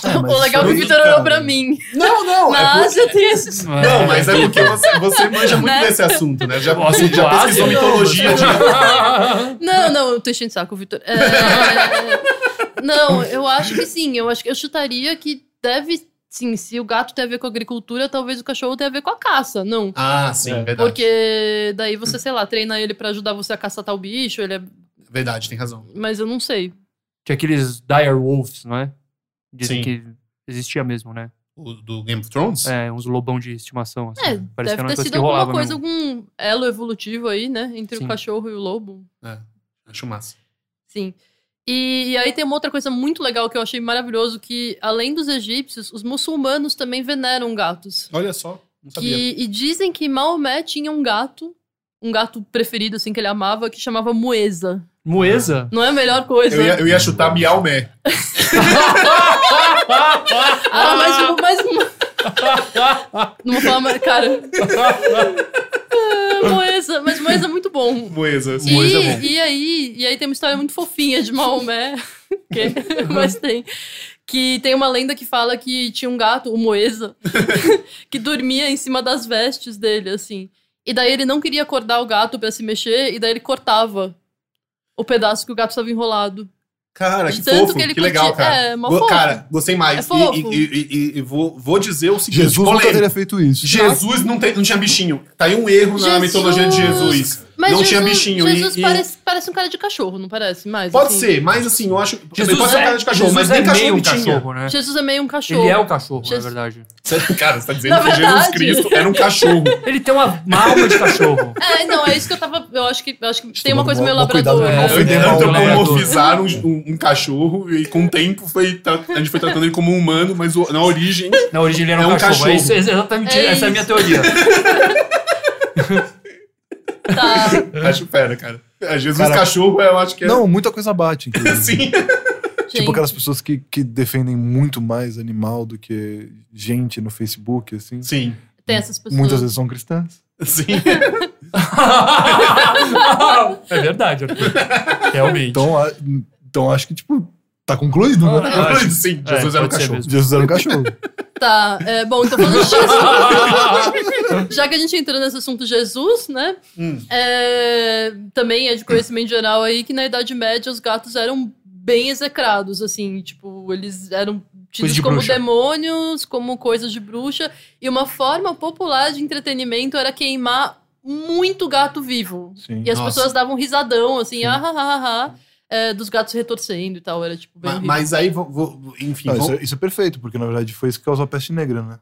S4: É, mas
S2: o legal é que o
S4: isso é
S2: Vitor olhou
S4: complicado.
S2: pra mim.
S1: Não, não. é
S2: Na Ásia tem esses.
S1: Não, mas é porque você, você manja muito
S2: Né?
S1: desse assunto, né? Já,
S3: O assunto
S1: já
S3: Ásia? né?
S1: pesquisou mitologia tipo. de
S2: Não, não, eu tô enchendo o saco, Vitor. É, Não, eu acho que sim. Eu acho que eu chutaria que deve. Sim, se o gato tem a ver com a agricultura, talvez o cachorro tenha a ver com a caça, não.
S1: Ah, sim,
S4: É.
S1: verdade.
S2: Porque daí você, sei lá, treina ele pra ajudar você a caçar tal bicho, ele é...
S1: Verdade, tem razão.
S2: mas eu não sei.
S3: Tinha é aqueles Dire Wolves, não é? Dizem
S1: Sim.
S3: que existia mesmo, né?
S1: O do Game of Thrones?
S3: É, uns lobão de estimação. Assim.
S2: É,
S3: Parece que
S2: deve
S3: era uma
S2: ter
S3: coisa
S2: sido
S3: que
S2: alguma
S3: rolava.
S2: coisa,
S3: mesmo.
S2: algum elo evolutivo aí, né? Entre
S3: Sim.
S2: o cachorro e o lobo.
S1: Acho massa.
S2: Sim. E, e aí tem uma outra coisa muito legal que eu achei maravilhoso, que além dos egípcios, os muçulmanos também veneram gatos.
S1: Olha só, não sabia.
S2: Que, e dizem que Maomé tinha um gato, um gato preferido, assim, que ele amava, que chamava Moesa.
S3: Moesa?
S2: Não é a melhor coisa?
S1: Eu ia, eu ia chutar Miaumé.
S2: Ah, mas tipo, mais uma... Não vou falar mais... Cara... Ah, Moesa, mas Moesa é muito bom.
S1: Moesa. assim.
S2: E,
S3: Moesa é bom.
S2: e aí, e aí tem uma história muito fofinha de Maomé, que- mas tem, que tem uma lenda que fala que tinha um gato, o Moesa, que dormia em cima das vestes dele, assim. E daí ele não queria acordar o gato pra se mexer, e daí ele cortava o pedaço que o gato estava enrolado.
S1: Cara,
S2: De
S1: Ah, que
S2: tanto
S1: fofo,
S2: que
S1: que,
S2: ele
S1: legal,
S2: curtia-
S1: cara.
S2: é, mó
S1: Go-
S2: fofo.
S1: Cara, gostei mais.
S2: É
S1: E-
S2: fofo.
S1: e e- e- e vou, vou dizer o seguinte:
S4: Jesus nunca
S1: polêmico.
S4: teria feito isso.
S1: Jesus não, tem, não tinha bichinho. Tá aí um erro na
S2: Jesus.
S1: mitologia de Jesus.
S2: Mas
S1: não
S2: Jesus,
S1: tinha bichinho. e-
S2: Jesus
S1: e-
S2: parece, parece um cara de cachorro, não parece? Mais,
S1: Pode
S2: assim.
S1: ser, mas assim, eu acho.
S3: Jesus
S1: pode ser um cara de cachorro,
S3: Jesus
S1: mas nem
S3: é
S1: cachorro
S3: meio um
S1: tinha.
S3: cachorro, né?
S2: Jesus é meio um cachorro.
S3: Ele é o cachorro,
S2: Jesus-
S3: na verdade.
S1: Você- Cara, você tá dizendo
S2: Na
S1: que Jesus
S2: verdade.
S1: Cristo era um cachorro.
S3: Ele tem uma uma alma de cachorro.
S2: É, não, é isso que eu tava. Eu acho que, eu acho que tem uma
S4: tomando
S2: coisa
S1: um
S4: mó-
S2: meio
S4: mó cuidado
S2: labrador.
S4: pra não
S1: Foi
S4: ofender
S3: É,
S4: mal.
S3: o labrador.
S1: antropomorfizaram um, um- um cachorro e com o tempo foi tra- a gente foi tratando ele como um humano, mas o- na origem.
S3: Na origem ele era
S1: É
S3: um,
S1: um
S3: cachorro.
S1: cachorro.
S3: É isso, é exatamente,
S2: É
S3: essa é
S2: isso.
S3: a minha teoria.
S2: Tá.
S1: Acho fera, cara. É, Jesus
S4: Cara,
S1: cachorro, eu acho que é.
S4: Não, muita coisa bate, inclusive.
S1: Sim.
S2: gente.
S4: Tipo aquelas pessoas que, que defendem muito mais animal do que gente no Facebook, assim.
S1: Sim.
S2: Tem essas pessoas.
S4: Muitas vezes são cristãs.
S1: Sim.
S3: é verdade, Arthur. Realmente.
S4: Então, a- então acho que, tipo, tá concluído, né?
S3: Eu acho-
S1: Sim,
S3: é,
S1: Jesus era um
S3: pode ser
S2: Ah.
S1: cachorro.
S3: mesmo.
S4: Jesus era um cachorro.
S2: Tá, é, bom, então falando de Jesus. Já que a gente entrou nesse assunto Jesus, né?
S1: Hum.
S2: é, também é de conhecimento geral aí que na Idade Média os gatos eram bem execrados, assim, tipo, eles eram tidos
S3: Coisa de
S2: como
S3: bruxa.
S2: demônios, como coisas de bruxa, e uma forma popular de entretenimento era queimar muito gato vivo.
S4: Sim.
S2: E as
S1: Nossa.
S2: pessoas davam risadão, assim, ah, ah, ah, ah, é, dos gatos retorcendo e tal, era tipo bem
S1: Ma-
S2: horrível.
S1: Mas aí, vou- vou- enfim.
S4: Não,
S1: vou-
S4: isso, é, isso é perfeito, porque na verdade foi isso que causou a peste negra, né?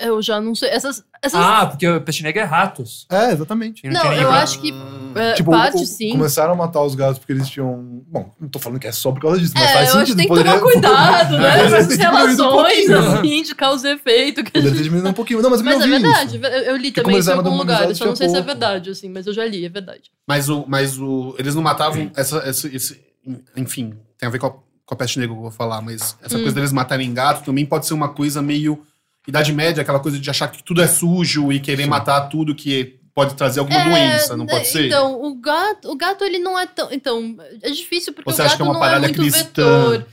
S2: Eu já não sei, essas... essas
S3: Ah, porque o peixe negra é ratos.
S4: É, exatamente.
S3: E
S2: Não,
S3: tinha nem
S2: eu
S3: pra-
S2: acho que é,
S4: Tipo,
S2: parte
S4: o- o-
S2: sim.
S4: começaram a matar os gatos porque eles tinham. Bom, não tô falando que é só por causa disso, mas
S2: É,
S4: faz
S2: eu acho
S4: sentido.
S2: que tem que
S4: poderia-
S2: tomar cuidado, né?
S4: Poderia
S2: Nas
S4: ter diminuído um
S2: relações,
S4: pouquinho.
S2: assim, de causa e efeito. que-
S4: Poderia ter diminuído um pouquinho. Não, mas, eu
S2: Mas é
S4: não vi
S2: verdade,
S4: isso.
S2: eu- eu li
S4: Porque
S2: também isso em
S4: começaram a
S2: algum
S4: demonizar
S2: lugar, eu
S4: isso
S2: só não
S4: a
S2: sei se é
S4: pouco.
S2: verdade, assim, mas eu já li, é verdade.
S1: Mas o, mas o, eles não matavam essa, essa- esse, enfim, tem a ver com a, com a peste negra que eu vou falar, mas
S2: Hum.
S1: essa coisa deles matarem gato também pode ser uma coisa meio idade média, aquela coisa de achar que tudo é sujo e querer matar tudo que pode trazer alguma doença, não
S2: É,
S1: pode ser?
S2: Então, o gato, o gato, ele não é tão... Então, é difícil porque
S1: Ou você
S2: o
S1: acha que
S2: gato
S1: é uma
S2: não é
S1: parada
S2: muito
S1: cristã?
S2: vetor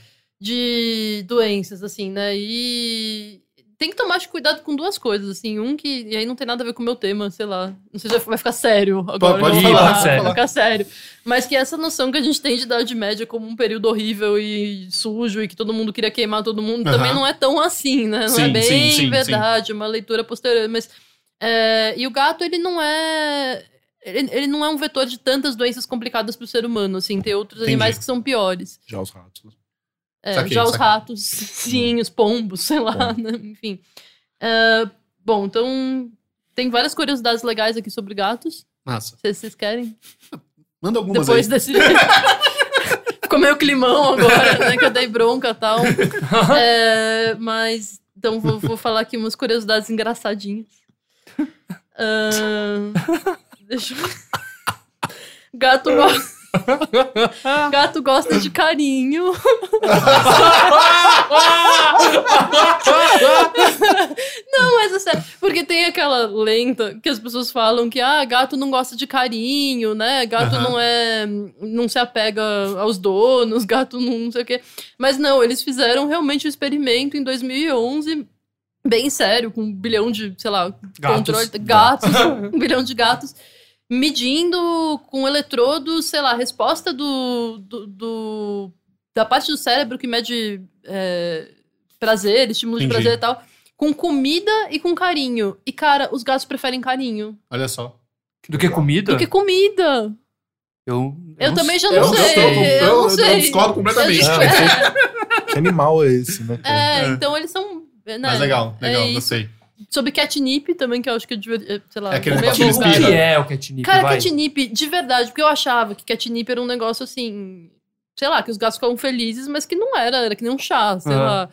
S2: de doenças, assim, né? E tem que tomar acho, cuidado com duas coisas, assim. Um que... E aí não tem nada a ver com o meu tema, sei lá. Não sei se vai ficar sério agora.
S1: pode
S2: eu vou
S3: ir,
S2: falar,
S3: pode sério.
S2: Vai ficar sério. Mas que essa noção que a gente tem de Idade Média como um período horrível e sujo e que todo mundo queria queimar todo mundo
S1: Aham.
S2: também não é tão assim, né? Não é
S1: Sim,
S2: bem
S1: sim, sim, sim.
S2: verdade, é uma leitura posterior, mas... é, e o gato, ele não é... Ele, ele não é um vetor de tantas doenças complicadas pro ser humano, assim. Tem outros
S1: Entendi.
S2: animais que são piores.
S4: Já os ratos. né?
S2: É,
S1: Saquei,
S2: já os
S1: saquei.
S2: ratos, sim, os pombos, sei lá, né? enfim. É, bom, então... Tem várias curiosidades legais aqui sobre gatos,
S1: Massa.
S2: se vocês querem.
S1: Manda algumas
S2: Depois
S1: aí.
S2: desse... Ficou meio climão agora, né? Que eu dei bronca e tal. É, mas, então, vou, vou falar aqui umas curiosidades engraçadinhas. Ahn, deixa eu... Gato, go... Gato gosta de carinho.
S3: Ah,
S2: Não, mas é sério. Porque novela lenta que as pessoas falam que ah, gato não gosta de carinho, né? Gato
S1: Aham.
S2: não é não se apega aos donos, gato não, não sei o quê. Mas não, eles fizeram realmente o experimento em 2011 bem sério, com um bilhão de, sei lá, controle, gatos, um bilhão de gatos, medindo com eletrodos, sei lá, a resposta do, do, do- da parte do cérebro que mede é, prazer, estímulo de
S1: Entendi.
S2: prazer e tal, com comida e com carinho. E, cara, os gatos preferem carinho
S1: Olha só.
S3: Do que comida?
S2: do
S1: É.
S2: que comida.
S3: Eu,
S2: Eu,
S3: não
S2: também
S3: sei.
S2: já não
S1: eu
S2: sei.
S1: discordo,
S2: eu,
S1: eu-
S2: não
S1: eu
S2: sei.
S1: discordo completamente.
S2: Eu discordo.
S4: Que animal é esse, né? cara?
S2: É,
S1: É.
S2: então eles são... Né?
S1: Mas legal,
S2: É
S1: legal,
S2: isso.
S1: gostei.
S2: Sobre catnip também, que eu acho que é, diver- é, sei lá,
S1: É aquele
S2: meio
S1: que eles
S2: vulgar.
S3: O que
S1: Cara.
S3: é o catnip?
S2: Cara,
S3: vai?
S2: catnip, de verdade, porque eu achava que catnip era um negócio assim. Sei lá, que os gatos ficavam felizes, mas que não era, era que nem um chá, sei
S3: Aham.
S2: lá.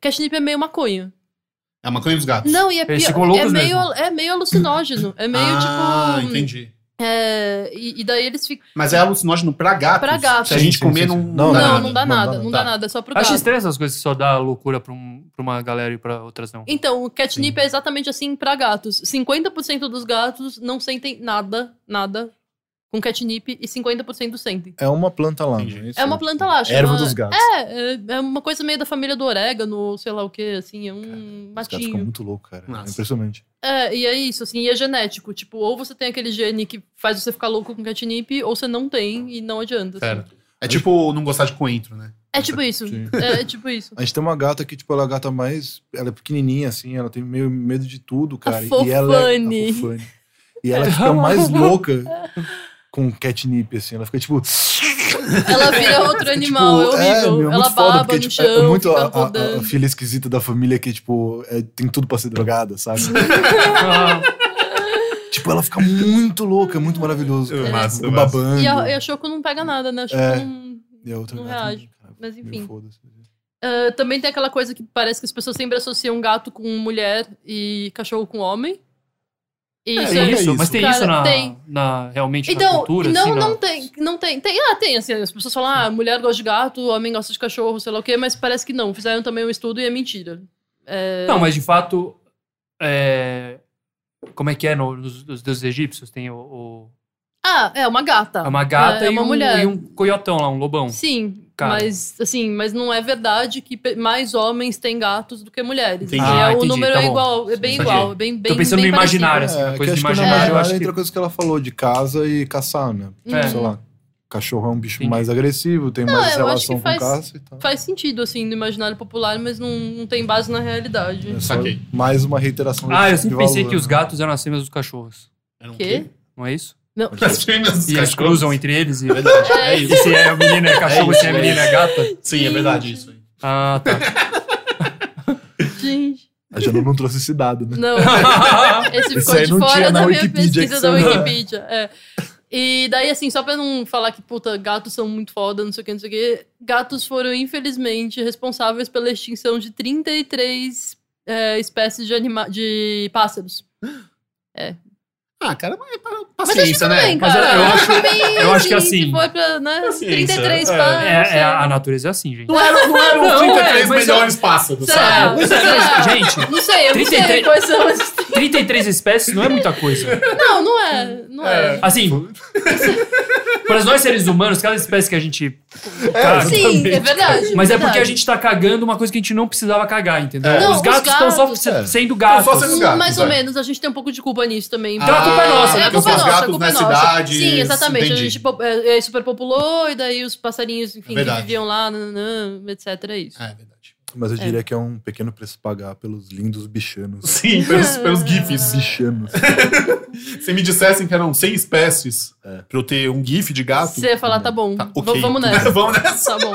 S2: Catnip é meio maconha.
S1: É a maconha dos gatos.
S2: Não, e é
S3: Eles
S2: pior.
S3: ficam
S2: É
S3: loucos
S2: meio,
S3: mesmo.
S2: é meio alucinógeno. É meio
S1: ah,
S2: tipo.
S1: entendi.
S2: é, e, e daí eles ficam.
S1: Mas é alucinógeno pra gatos.
S2: Pra gatos.
S1: Se a gente
S4: Sim, sim,
S1: comer,
S4: sim.
S1: não,
S4: Não
S2: Não,
S4: dá
S2: não, dá
S4: nada, não
S2: nada,
S4: dá,
S2: não dá
S1: tá.
S2: nada, é só pro
S3: Acho
S2: gato.
S3: estranho essas coisas que só dá loucura pra, um- pra uma galera e pra outras não.
S2: Então, o catnip é exatamente assim pra gatos. 50% dos gatos não sentem nada, nada com catnip e 50% sentem.
S4: É uma planta lá.
S1: Entendi.
S4: não isso?
S2: É uma planta lá, chama...
S4: Erva dos gatos.
S2: É, é- é uma coisa meio da família do orégano, ou sei lá o que, assim, é um
S4: Os gatos ficam
S2: matinho.
S4: muito loucos, cara.
S1: Nossa.
S4: É impressionante.
S2: É, e é isso, assim, e é genético. Tipo, ou você tem aquele gene que faz você ficar louco com catnip, ou você não tem e não adianta. assim.
S1: Certo. É tipo não gostar de coentro, né?
S2: É tipo isso.
S4: Sim.
S2: É, é tipo isso.
S4: A gente tem uma gata que, tipo, ela é a gata mais. Ela é pequenininha, assim, ela tem meio medo de tudo, cara. E ela é.
S2: Fofane.
S4: a Fofane. E ela fica mais louca com catnip, assim. Ela fica, tipo.
S2: Ela vira outro animal,
S4: tipo,
S2: é horrível.
S4: meu,
S2: ela
S4: muito foda,
S2: baba
S4: porque,
S2: no
S4: tipo,
S2: chão,
S4: é muito
S2: fica
S4: a, a- a,
S2: rodando.
S4: filha esquisita da família que, tipo, é- tem tudo pra ser drogada, sabe?
S3: Ah,
S4: tipo, ela fica muito louca, é muito maravilhoso.
S1: Eu
S4: cara.
S1: massa,
S4: Fica
S1: eu massa.
S4: babando.
S2: E a, e a Choco não pega nada, né? A Choco
S4: É.
S2: não...
S4: E a outra
S2: não
S4: gata,
S2: reage,
S4: cara,
S2: mas
S4: meio
S2: enfim.
S4: foda-se.
S2: Ah, também tem aquela coisa que parece que as pessoas sempre associam gato com mulher e cachorro com homem. E
S1: É,
S2: isso
S3: tem
S1: olha
S2: é,
S3: isso, mas tem
S2: Cara,
S3: isso na,
S2: tem.
S3: na- realmente na
S2: Então,
S3: cultura?
S2: não,
S3: assim, na-
S2: não tem, não tem, tem, ah, tem, assim, as pessoas falam, ah, mulher gosta de gato, homem gosta de cachorro, sei lá o quê, mas parece que não, fizeram também um estudo e é mentira. É,
S3: Não, mas de fato, é, como é que é no- nos, nos deuses egípcios? Tem o, o-
S2: Ah, é uma gata.
S3: uma gata
S2: é, é
S3: e,
S2: uma
S3: um,
S2: mulher.
S3: e um coiotão lá, um lobão.
S2: Sim,
S3: Cara.
S2: mas assim, mas não é verdade que pe- mais homens têm gatos do que mulheres.
S1: Entendi.
S2: Assim,
S3: Ah,
S2: é, o
S3: entendi,
S2: número
S3: tá
S2: é
S3: bom.
S2: igual, é bem
S1: Entendi.
S2: igual, é bem, bem
S3: Tô pensando
S2: bem
S3: no
S2: parecido.
S3: imaginário, assim,
S4: É,
S3: na
S4: que
S3: coisa
S4: eu
S3: de
S4: acho que no
S3: imaginário. eu
S4: imaginário
S3: acho que-
S4: entra a coisa que ela falou, de casa e caçar, né? Tipo,
S2: Uhum.
S3: É.
S4: Sei lá, cachorro é um bicho
S3: Entendi.
S4: mais agressivo, tem
S2: eu
S4: mais
S2: acho
S4: relação
S2: que
S4: com
S2: faz-
S4: caça e tal.
S2: Faz sentido, assim, no imaginário popular, mas não, não tem base na realidade.
S4: É só
S1: Saquei.
S4: Mais uma reiteração.
S3: Ah, eu
S4: desse
S3: sempre
S4: valor,
S3: pensei que os
S4: né?
S3: gatos eram as fêmeas dos cachorros.
S1: Era um
S2: Quê?
S3: Não é isso?
S2: Não.
S1: As fêmeas dos
S3: E eles
S1: cachorros.
S3: cruzam entre eles e,
S1: Verdade.
S2: É.
S1: É
S3: e
S1: isso.
S3: se é a menina é cachorro,
S1: É isso,
S3: se é a
S1: é
S3: menina é gata.
S1: Sim, é verdade isso. aí.
S3: Ah,
S2: Gente.
S4: A Jana não trouxe esse dado, né?
S2: Não,
S3: tá.
S2: esse
S4: Esse
S2: ficou
S4: aí
S2: de
S4: não
S2: fora
S4: tinha
S2: da
S4: na
S2: minha
S4: Wikipedia,
S2: pesquisa da
S4: que você não-
S2: Wikipedia. é. E daí, assim, só pra não falar que, puta, gatos são muito foda, não sei o que, não sei o que, gatos foram, infelizmente, responsáveis pela extinção de 33 é, espécies de, anima de pássaros.
S1: Ah, cara, mas é pra-
S2: Mas acho que
S1: paciência,
S2: tudo
S1: né?
S2: bem,
S3: Ah, Mas
S2: cara.
S3: eu acho-
S2: bem,
S3: eu acho que
S2: Se
S3: assim-
S2: for pra, né,
S1: Paciência,
S2: 33
S1: é.
S2: pássaros.
S3: É, é, a natureza é assim, gente.
S1: Não eram, não eram
S3: Não,
S1: os 33
S3: é, mas
S1: melhores pássaros,
S2: Será?
S1: sabe?
S3: Mas, mas, gente,
S2: Não sei, eu não sei
S3: 33
S2: quais são as...
S3: 33 espécies não é muita coisa.
S2: Não, não é, não é.
S3: Assim, para nós seres humanos, cada espécie que a gente.
S2: Sim, é verdade.
S3: Mas é
S2: verdade.
S3: porque a gente tá cagando uma coisa que a gente não precisava cagar, entendeu?
S1: É.
S2: Não,
S3: os
S2: os
S3: gatos estão só
S2: gatos,
S3: se-
S4: é.
S3: sendo gatos.
S1: Tão só sendo-
S2: Hum,
S1: gatos,
S2: Mais ou
S1: é.
S2: menos, a gente tem um pouco de culpa nisso também.
S1: Então a culpa é nossa, né?
S2: é
S1: Porque
S2: culpa
S1: os
S2: nossa,
S1: gatos
S2: a culpa é
S1: nas
S2: nossa.
S1: cidades-
S2: Sim, exatamente.
S1: Entendi.
S2: A gente pop- é, é, superpopulou e daí os passarinhos, enfim, que
S1: Verdade.
S2: viviam lá, nananã, etc. É isso.
S1: É verdade.
S4: Mas eu diria que é um pequeno preço pagar pelos lindos bichanos.
S1: Sim, pelos, pelos GIFs.
S4: Bichanos.
S1: Se me dissessem que eram 100 espécies
S4: É.
S1: pra eu ter um GIF de gato.
S2: Você ia falar, tá bom,
S1: Tá,
S2: v-
S1: ok. é
S2: vamos nessa.
S1: vamos né? nessa.
S2: Tá bom.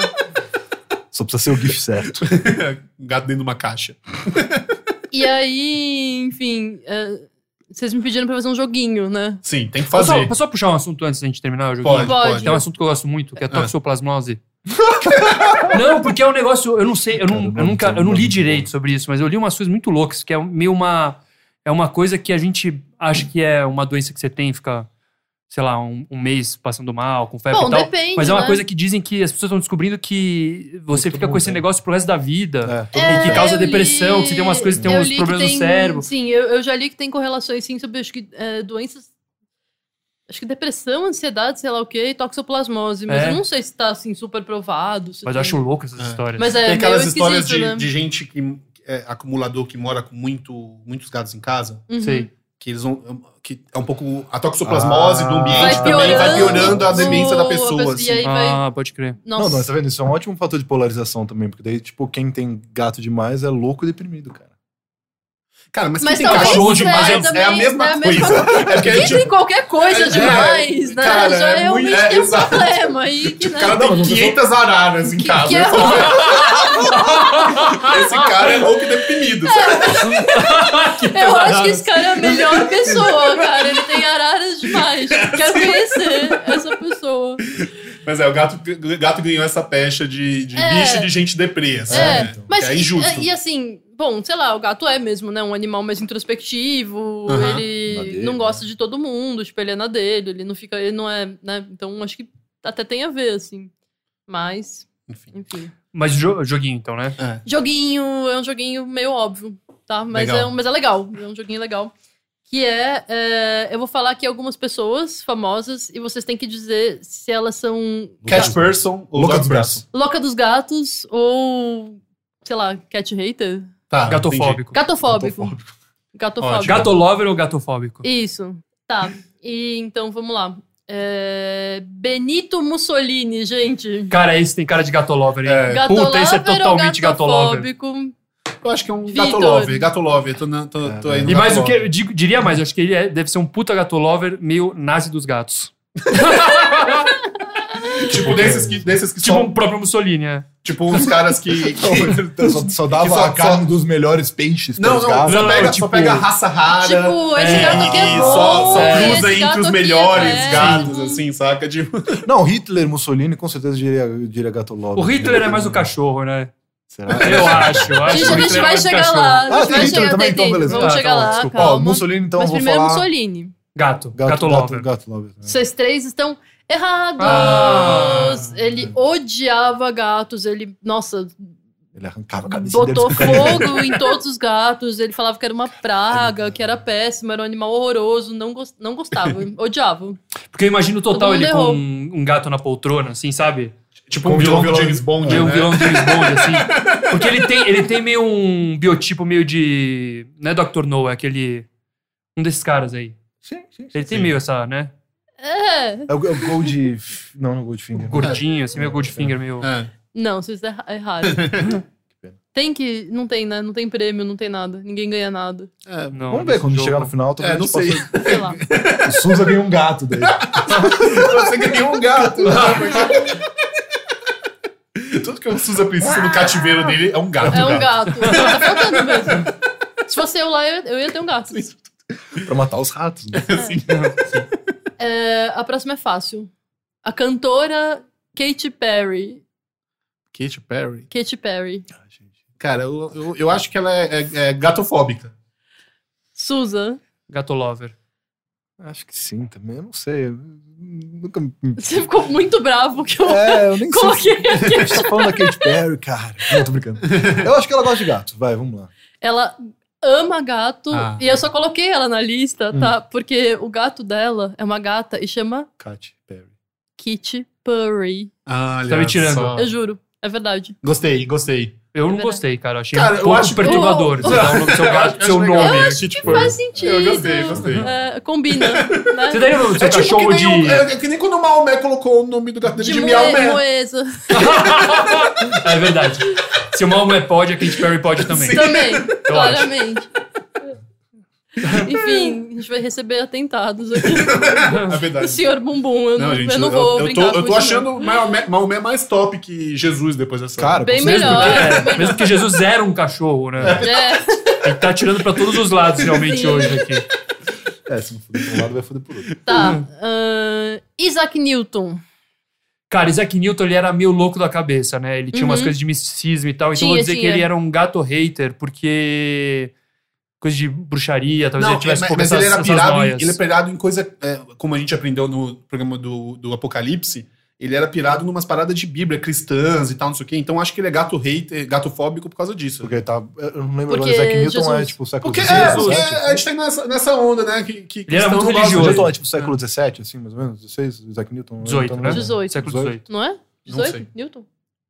S4: Só precisa ser o GIF certo.
S1: Gato dentro de uma caixa.
S2: E aí, enfim, é, vocês me pediram pra fazer um joguinho, né?
S1: Sim, tem que
S3: Posso,
S1: fazer.
S3: posso só puxar um assunto antes da gente terminar o joguinho?
S1: Pode, Ah.
S2: Pode.
S1: pode.
S3: Tem um assunto que eu gosto muito, que é toxoplasmose. não, porque é um negócio. Eu não sei, eu, não-
S4: Cara,
S3: eu nunca.
S4: não,
S3: Eu não li
S4: não.
S3: direito sobre isso, mas eu li umas coisas muito loucas, que é meio uma. É uma coisa que a gente acha que é uma doença que você tem, fica sei lá, um, um mês passando mal, com febre
S2: Bom,
S3: e
S1: tá
S3: tal.
S2: depende,
S3: mas é uma
S2: né?
S3: coisa que dizem que as pessoas estão descobrindo que você
S4: Muito
S3: fica
S4: bom,
S3: com esse
S4: né?
S3: negócio pro resto da vida.
S4: É.
S3: E que causa
S2: eu li-
S3: depressão, que você tem umas coisas, tem
S2: eu
S3: uns
S2: li que
S3: problemas no
S2: tem-
S3: cérebro.
S2: Sim, eu, eu já li que tem correlações, sim, sobre acho que, é, doenças. Acho que depressão, ansiedade, sei lá o quê, e toxoplasmose. Mas
S3: É.
S2: eu não sei se tá assim super provado. se
S3: Mas eu
S2: tem-
S3: acho louco essas
S1: É.
S3: histórias.
S2: Mas é
S1: Tem aquelas
S2: meio
S1: histórias de,
S2: esquisito, né?
S1: de gente que é acumulador que mora com muito, muitos gatos em casa.
S2: Uhum.
S3: Sei.
S1: Que eles vão. Que é um pouco. A toxoplasmose
S4: Ah.
S1: do
S2: Vai
S1: ambiente
S2: piorando,
S1: também vai piorando a demência da pessoa.
S2: E
S1: Assim.
S2: aí vai.
S3: Ah, pode crer.
S4: Não, não,
S2: Nossa.
S4: tá vendo? Isso é um ótimo fator de polarização também, porque daí, tipo, quem tem gato demais é louco e deprimido, cara.
S1: Cara, mas,
S2: Mas
S1: quem tem
S2: talvez,
S1: cachorro
S2: é,
S1: demais é,
S2: também,
S1: a mesma
S2: é a mesma
S1: coisa. é porque a
S2: Quem
S1: gente.
S2: tem qualquer coisa
S1: É,
S2: demais, né?
S1: cara,
S2: já
S1: é
S2: realmente
S1: muito- é,
S2: tem um
S1: exato.
S2: problema aí que, né?
S1: O cara tem 500 araras em
S2: que,
S1: casa. né?
S2: que é ruim.
S1: Esse cara é louco e deprimido. sabe?
S2: Eu acho que esse cara é a melhor pessoa, cara. Ele tem araras demais. Quero conhecer essa pessoa.
S1: Mas é, o gato, o gato ganhou essa pecha de, de
S2: É.
S1: bicho de gente depressa.
S2: É,
S1: né?
S2: mas
S1: é injusto.
S2: E, e assim, bom, sei lá, o gato é mesmo, né? Um animal mais introspectivo,
S1: Aham. né?
S2: ele
S4: Na dele,
S2: não gosta de todo mundo, tipo, ele é na dele, ele não fica, ele não é, né? Então acho que até tem a ver, assim. Mas,
S1: Enfim.
S2: enfim.
S3: Mas jo- joguinho, então, né?
S1: É.
S2: Joguinho, é um joguinho meio óbvio, tá? Mas,
S1: Legal.
S2: É, um- mas é legal, é um joguinho legal. Que é, é, eu vou falar aqui algumas pessoas famosas e vocês têm que dizer se elas são
S1: Cat person ou
S4: Louca
S1: dog
S4: dos
S1: person.
S4: braços.
S2: louca dos gatos ou, sei lá, cat hater?
S3: Ah,
S1: Tá, entendi.
S3: Gatofóbico.
S2: Gatofóbico. Gatofóbico.
S1: Ótimo.
S3: Gato lover ou gatofóbico?
S2: Isso. Tá. E então vamos lá. É, Benito Mussolini, gente.
S3: Cara, esse tem cara de gato lover, hein?
S1: É.
S3: Puta, esse é
S2: Gatolover ou
S3: totalmente gato lover.
S2: gatofóbico?
S1: Eu acho que é um
S2: Vitor.
S1: gato lover. Gato lover. Tô, na- tô, tô aí no
S3: É, E
S1: gato
S3: mais o que
S1: lover.
S3: eu digo- diria mais, eu acho que ele é- deve ser um puta gato lover meio nazi dos gatos.
S1: Tipo, desses que, desses que
S3: Tipo
S1: são.
S3: o próprio Mussolini, é.
S1: Tipo, uns caras que. que-
S4: Então, só, só dava
S1: Que só-
S4: a carne
S1: só-
S4: dos melhores peixes tá
S1: Não,
S4: pros
S1: não,
S4: gatos.
S1: só
S3: Não,
S1: pega, só
S4: tipo-
S1: pega raça rara.
S2: tipo, esse
S3: é,
S2: gato que é
S1: e
S2: bom.
S1: só, só
S2: esse
S1: cruza entre
S2: gato
S1: os
S2: aqui
S1: melhores
S2: é-
S1: gatos, assim, saca? Tipo,
S4: Não, Hitler, Mussolini, com certeza diria, diria gato lobo.
S3: O Hitler é mais o cachorro, né?
S4: Será?
S3: Eu acho. Eu acho
S2: Gente,
S3: que o
S2: a gente
S3: Hitler é
S2: vai
S3: mais o
S2: chegar
S3: cachorro.
S2: lá. a
S4: Ah,
S2: gente
S4: tem
S2: vai
S4: Hitler
S2: chegar,
S4: também,
S2: tem,
S4: então
S2: tem.
S4: beleza.
S2: Vamos
S3: Tá,
S2: chegar
S3: tá bom,
S2: lá,
S3: desculpa.
S4: Ó,
S2: calma.
S4: Mussolini, então,
S2: Mas
S4: eu vou
S2: primeiro é
S4: falar...
S2: Mussolini.
S3: Gato. Gato,
S4: Gato, gato,
S3: lover.
S4: Gato lover. né?
S2: Vocês três estão errados.
S3: Ah.
S2: ele odiava gatos. Ele, nossa,
S4: Ele arrancava a cabeça
S2: botou
S4: deles.
S2: fogo em todos os gatos. Ele falava que era uma praga, que era péssimo, era um animal horroroso. Não, gos- não gostava, odiava.
S3: Porque eu imagino
S2: Todo
S3: total
S2: mundo
S3: ele com
S2: errou.
S3: um, um gato na poltrona, assim, sabe?
S1: tipo um vilão do James Bond.
S3: Meio um
S1: né?
S3: vilão de James Bond, assim. Porque ele tem, ele tem meio um biotipo meio de... Não é Dr. No, é aquele... Um desses caras aí.
S4: Sim, sim, sim.
S3: Ele tem meio essa, né?
S2: É.
S4: É o, é o Gold... Não, não é o Goldfinger.
S3: Gordinho, assim, meio Goldfinger, meio...
S1: É.
S2: Não, vocês erra- erraram.
S4: pena.
S2: tem que. Não tem, né? Não tem prêmio, não tem nada. Ninguém ganha nada.
S3: Não,
S4: Vamos ver,
S3: nesse
S4: quando
S3: jogo-
S4: chegar no final...
S1: É,
S4: talvez a
S1: não
S4: gente possa-
S1: sei.
S2: Sei lá.
S4: O Souza ganhou um gato daí.
S1: Você ganhou um gato. Tudo que o Suza precisa no cativeiro dele é um gato.
S2: Ah. É um gato. Tá faltando mesmo. Se fosse eu lá, eu, eu ia ter um gato.
S4: pra matar os ratos. né?
S1: assim.
S2: É, a próxima é fácil. A cantora Katy Perry.
S1: Katy Perry.
S2: Katy Perry.
S4: Ah, gente.
S1: Cara, eu, eu, eu acho que ela é, é- é gatofóbica.
S2: Susan.
S3: Gato lover.
S4: Acho que sim também. Eu não sei. eu Nunca me.
S2: Você ficou muito bravo que eu
S4: É, eu nem sei. se-
S2: coloquei.
S4: A gente tá falando da Katy Perry, cara. Não, tô brincando. Eu acho que ela gosta de gato. Vai, vamos lá.
S2: Ela ama gato
S1: Ah.
S2: e eu só coloquei ela na lista, tá? Porque o gato dela é uma gata e chama
S4: Katy Perry.
S2: Kitty Perry.
S1: Ah, Olha
S3: Tá me tirando.
S1: só.
S2: Eu juro, é verdade.
S1: Gostei, gostei.
S3: Eu não
S2: Verdade.
S3: gostei, cara. Eu Achei
S1: Cara,
S3: um
S1: eu
S3: pouco
S1: acho que-
S3: perturbador. Você dá o nome do seu gato, seu
S1: legal. né? Tipo, é
S3: nome.
S1: Eu acho que
S2: Faz sentido.
S1: Eu gostei, gostei.
S2: É, combina, né?
S3: Você daria o nome do seu
S1: É tipo
S3: cachorro
S1: que
S3: de...
S1: nem, o- é, é que nem quando o Maomé colocou o nome do gato dele de,
S2: de moe-
S1: Miaomé.
S2: moeza.
S3: é verdade. Se o Malmo é pode, a Katy Perry pode também.
S2: Também,
S3: acho.
S2: claramente. Enfim, a gente vai receber atentados aqui.
S1: É
S2: O
S1: verdade.
S2: senhor Bumbum, eu não, eu não
S1: eu-
S2: vou
S1: eu,
S2: brincar
S1: tô, eu
S2: com
S1: tô
S2: isso,
S1: achando o Maomé, Maomé mais top que Jesus depois dessa.
S4: Cara,
S2: não. Bem
S4: com certeza.
S2: melhor.
S3: É, mesmo que Jesus era um cachorro, né?
S2: É,
S3: Ele tá tirando pra todos os lados, realmente,
S2: Sim.
S3: hoje aqui.
S4: É, se não fuder por um lado, vai fuder por outro.
S2: tá. Ahn, Isaac Newton.
S3: Cara, Isaac Newton, ele era meio louco da cabeça, né? Ele tinha umas coisas de misticismo e tal. Então, eu
S2: Uhum.
S3: vou
S2: Tinha,
S3: dizer que
S2: tinha.
S3: ele era um gato hater, porque coisa de bruxaria, talvez ele
S1: Não, é,
S3: tivesse
S1: mas, mas
S3: começado
S1: ele era
S3: essas
S1: pirado, em,
S3: noias.
S1: ele é pirado em coisa, é, como a gente aprendeu no programa do, do Apocalipse, ele era pirado numas paradas de Bíblia, cristãs e tal, não sei o quê. Então acho que ele é gato hater, gato fóbico por causa disso.
S4: Porque tá. Eu não lembro
S2: Porque
S4: agora. Zack Newton é
S2: Jesus.
S4: tipo século
S1: Porque,
S4: XVII.
S1: é,
S4: né?
S1: porque
S4: Tipo,
S1: a gente tá nessa, nessa onda, né? Que, que
S3: Ele era
S1: cristãos
S3: muito
S1: não gostam
S4: Zack
S3: religioso.
S1: de-
S4: Newton é tipo século XVII, assim, mais ou menos? 16? Zack Newton. né?
S3: 18,
S4: Então,
S3: né?
S2: 18.
S3: Século XVIII.
S2: Não é?
S1: Não
S2: 18?
S1: sei.
S2: Newton?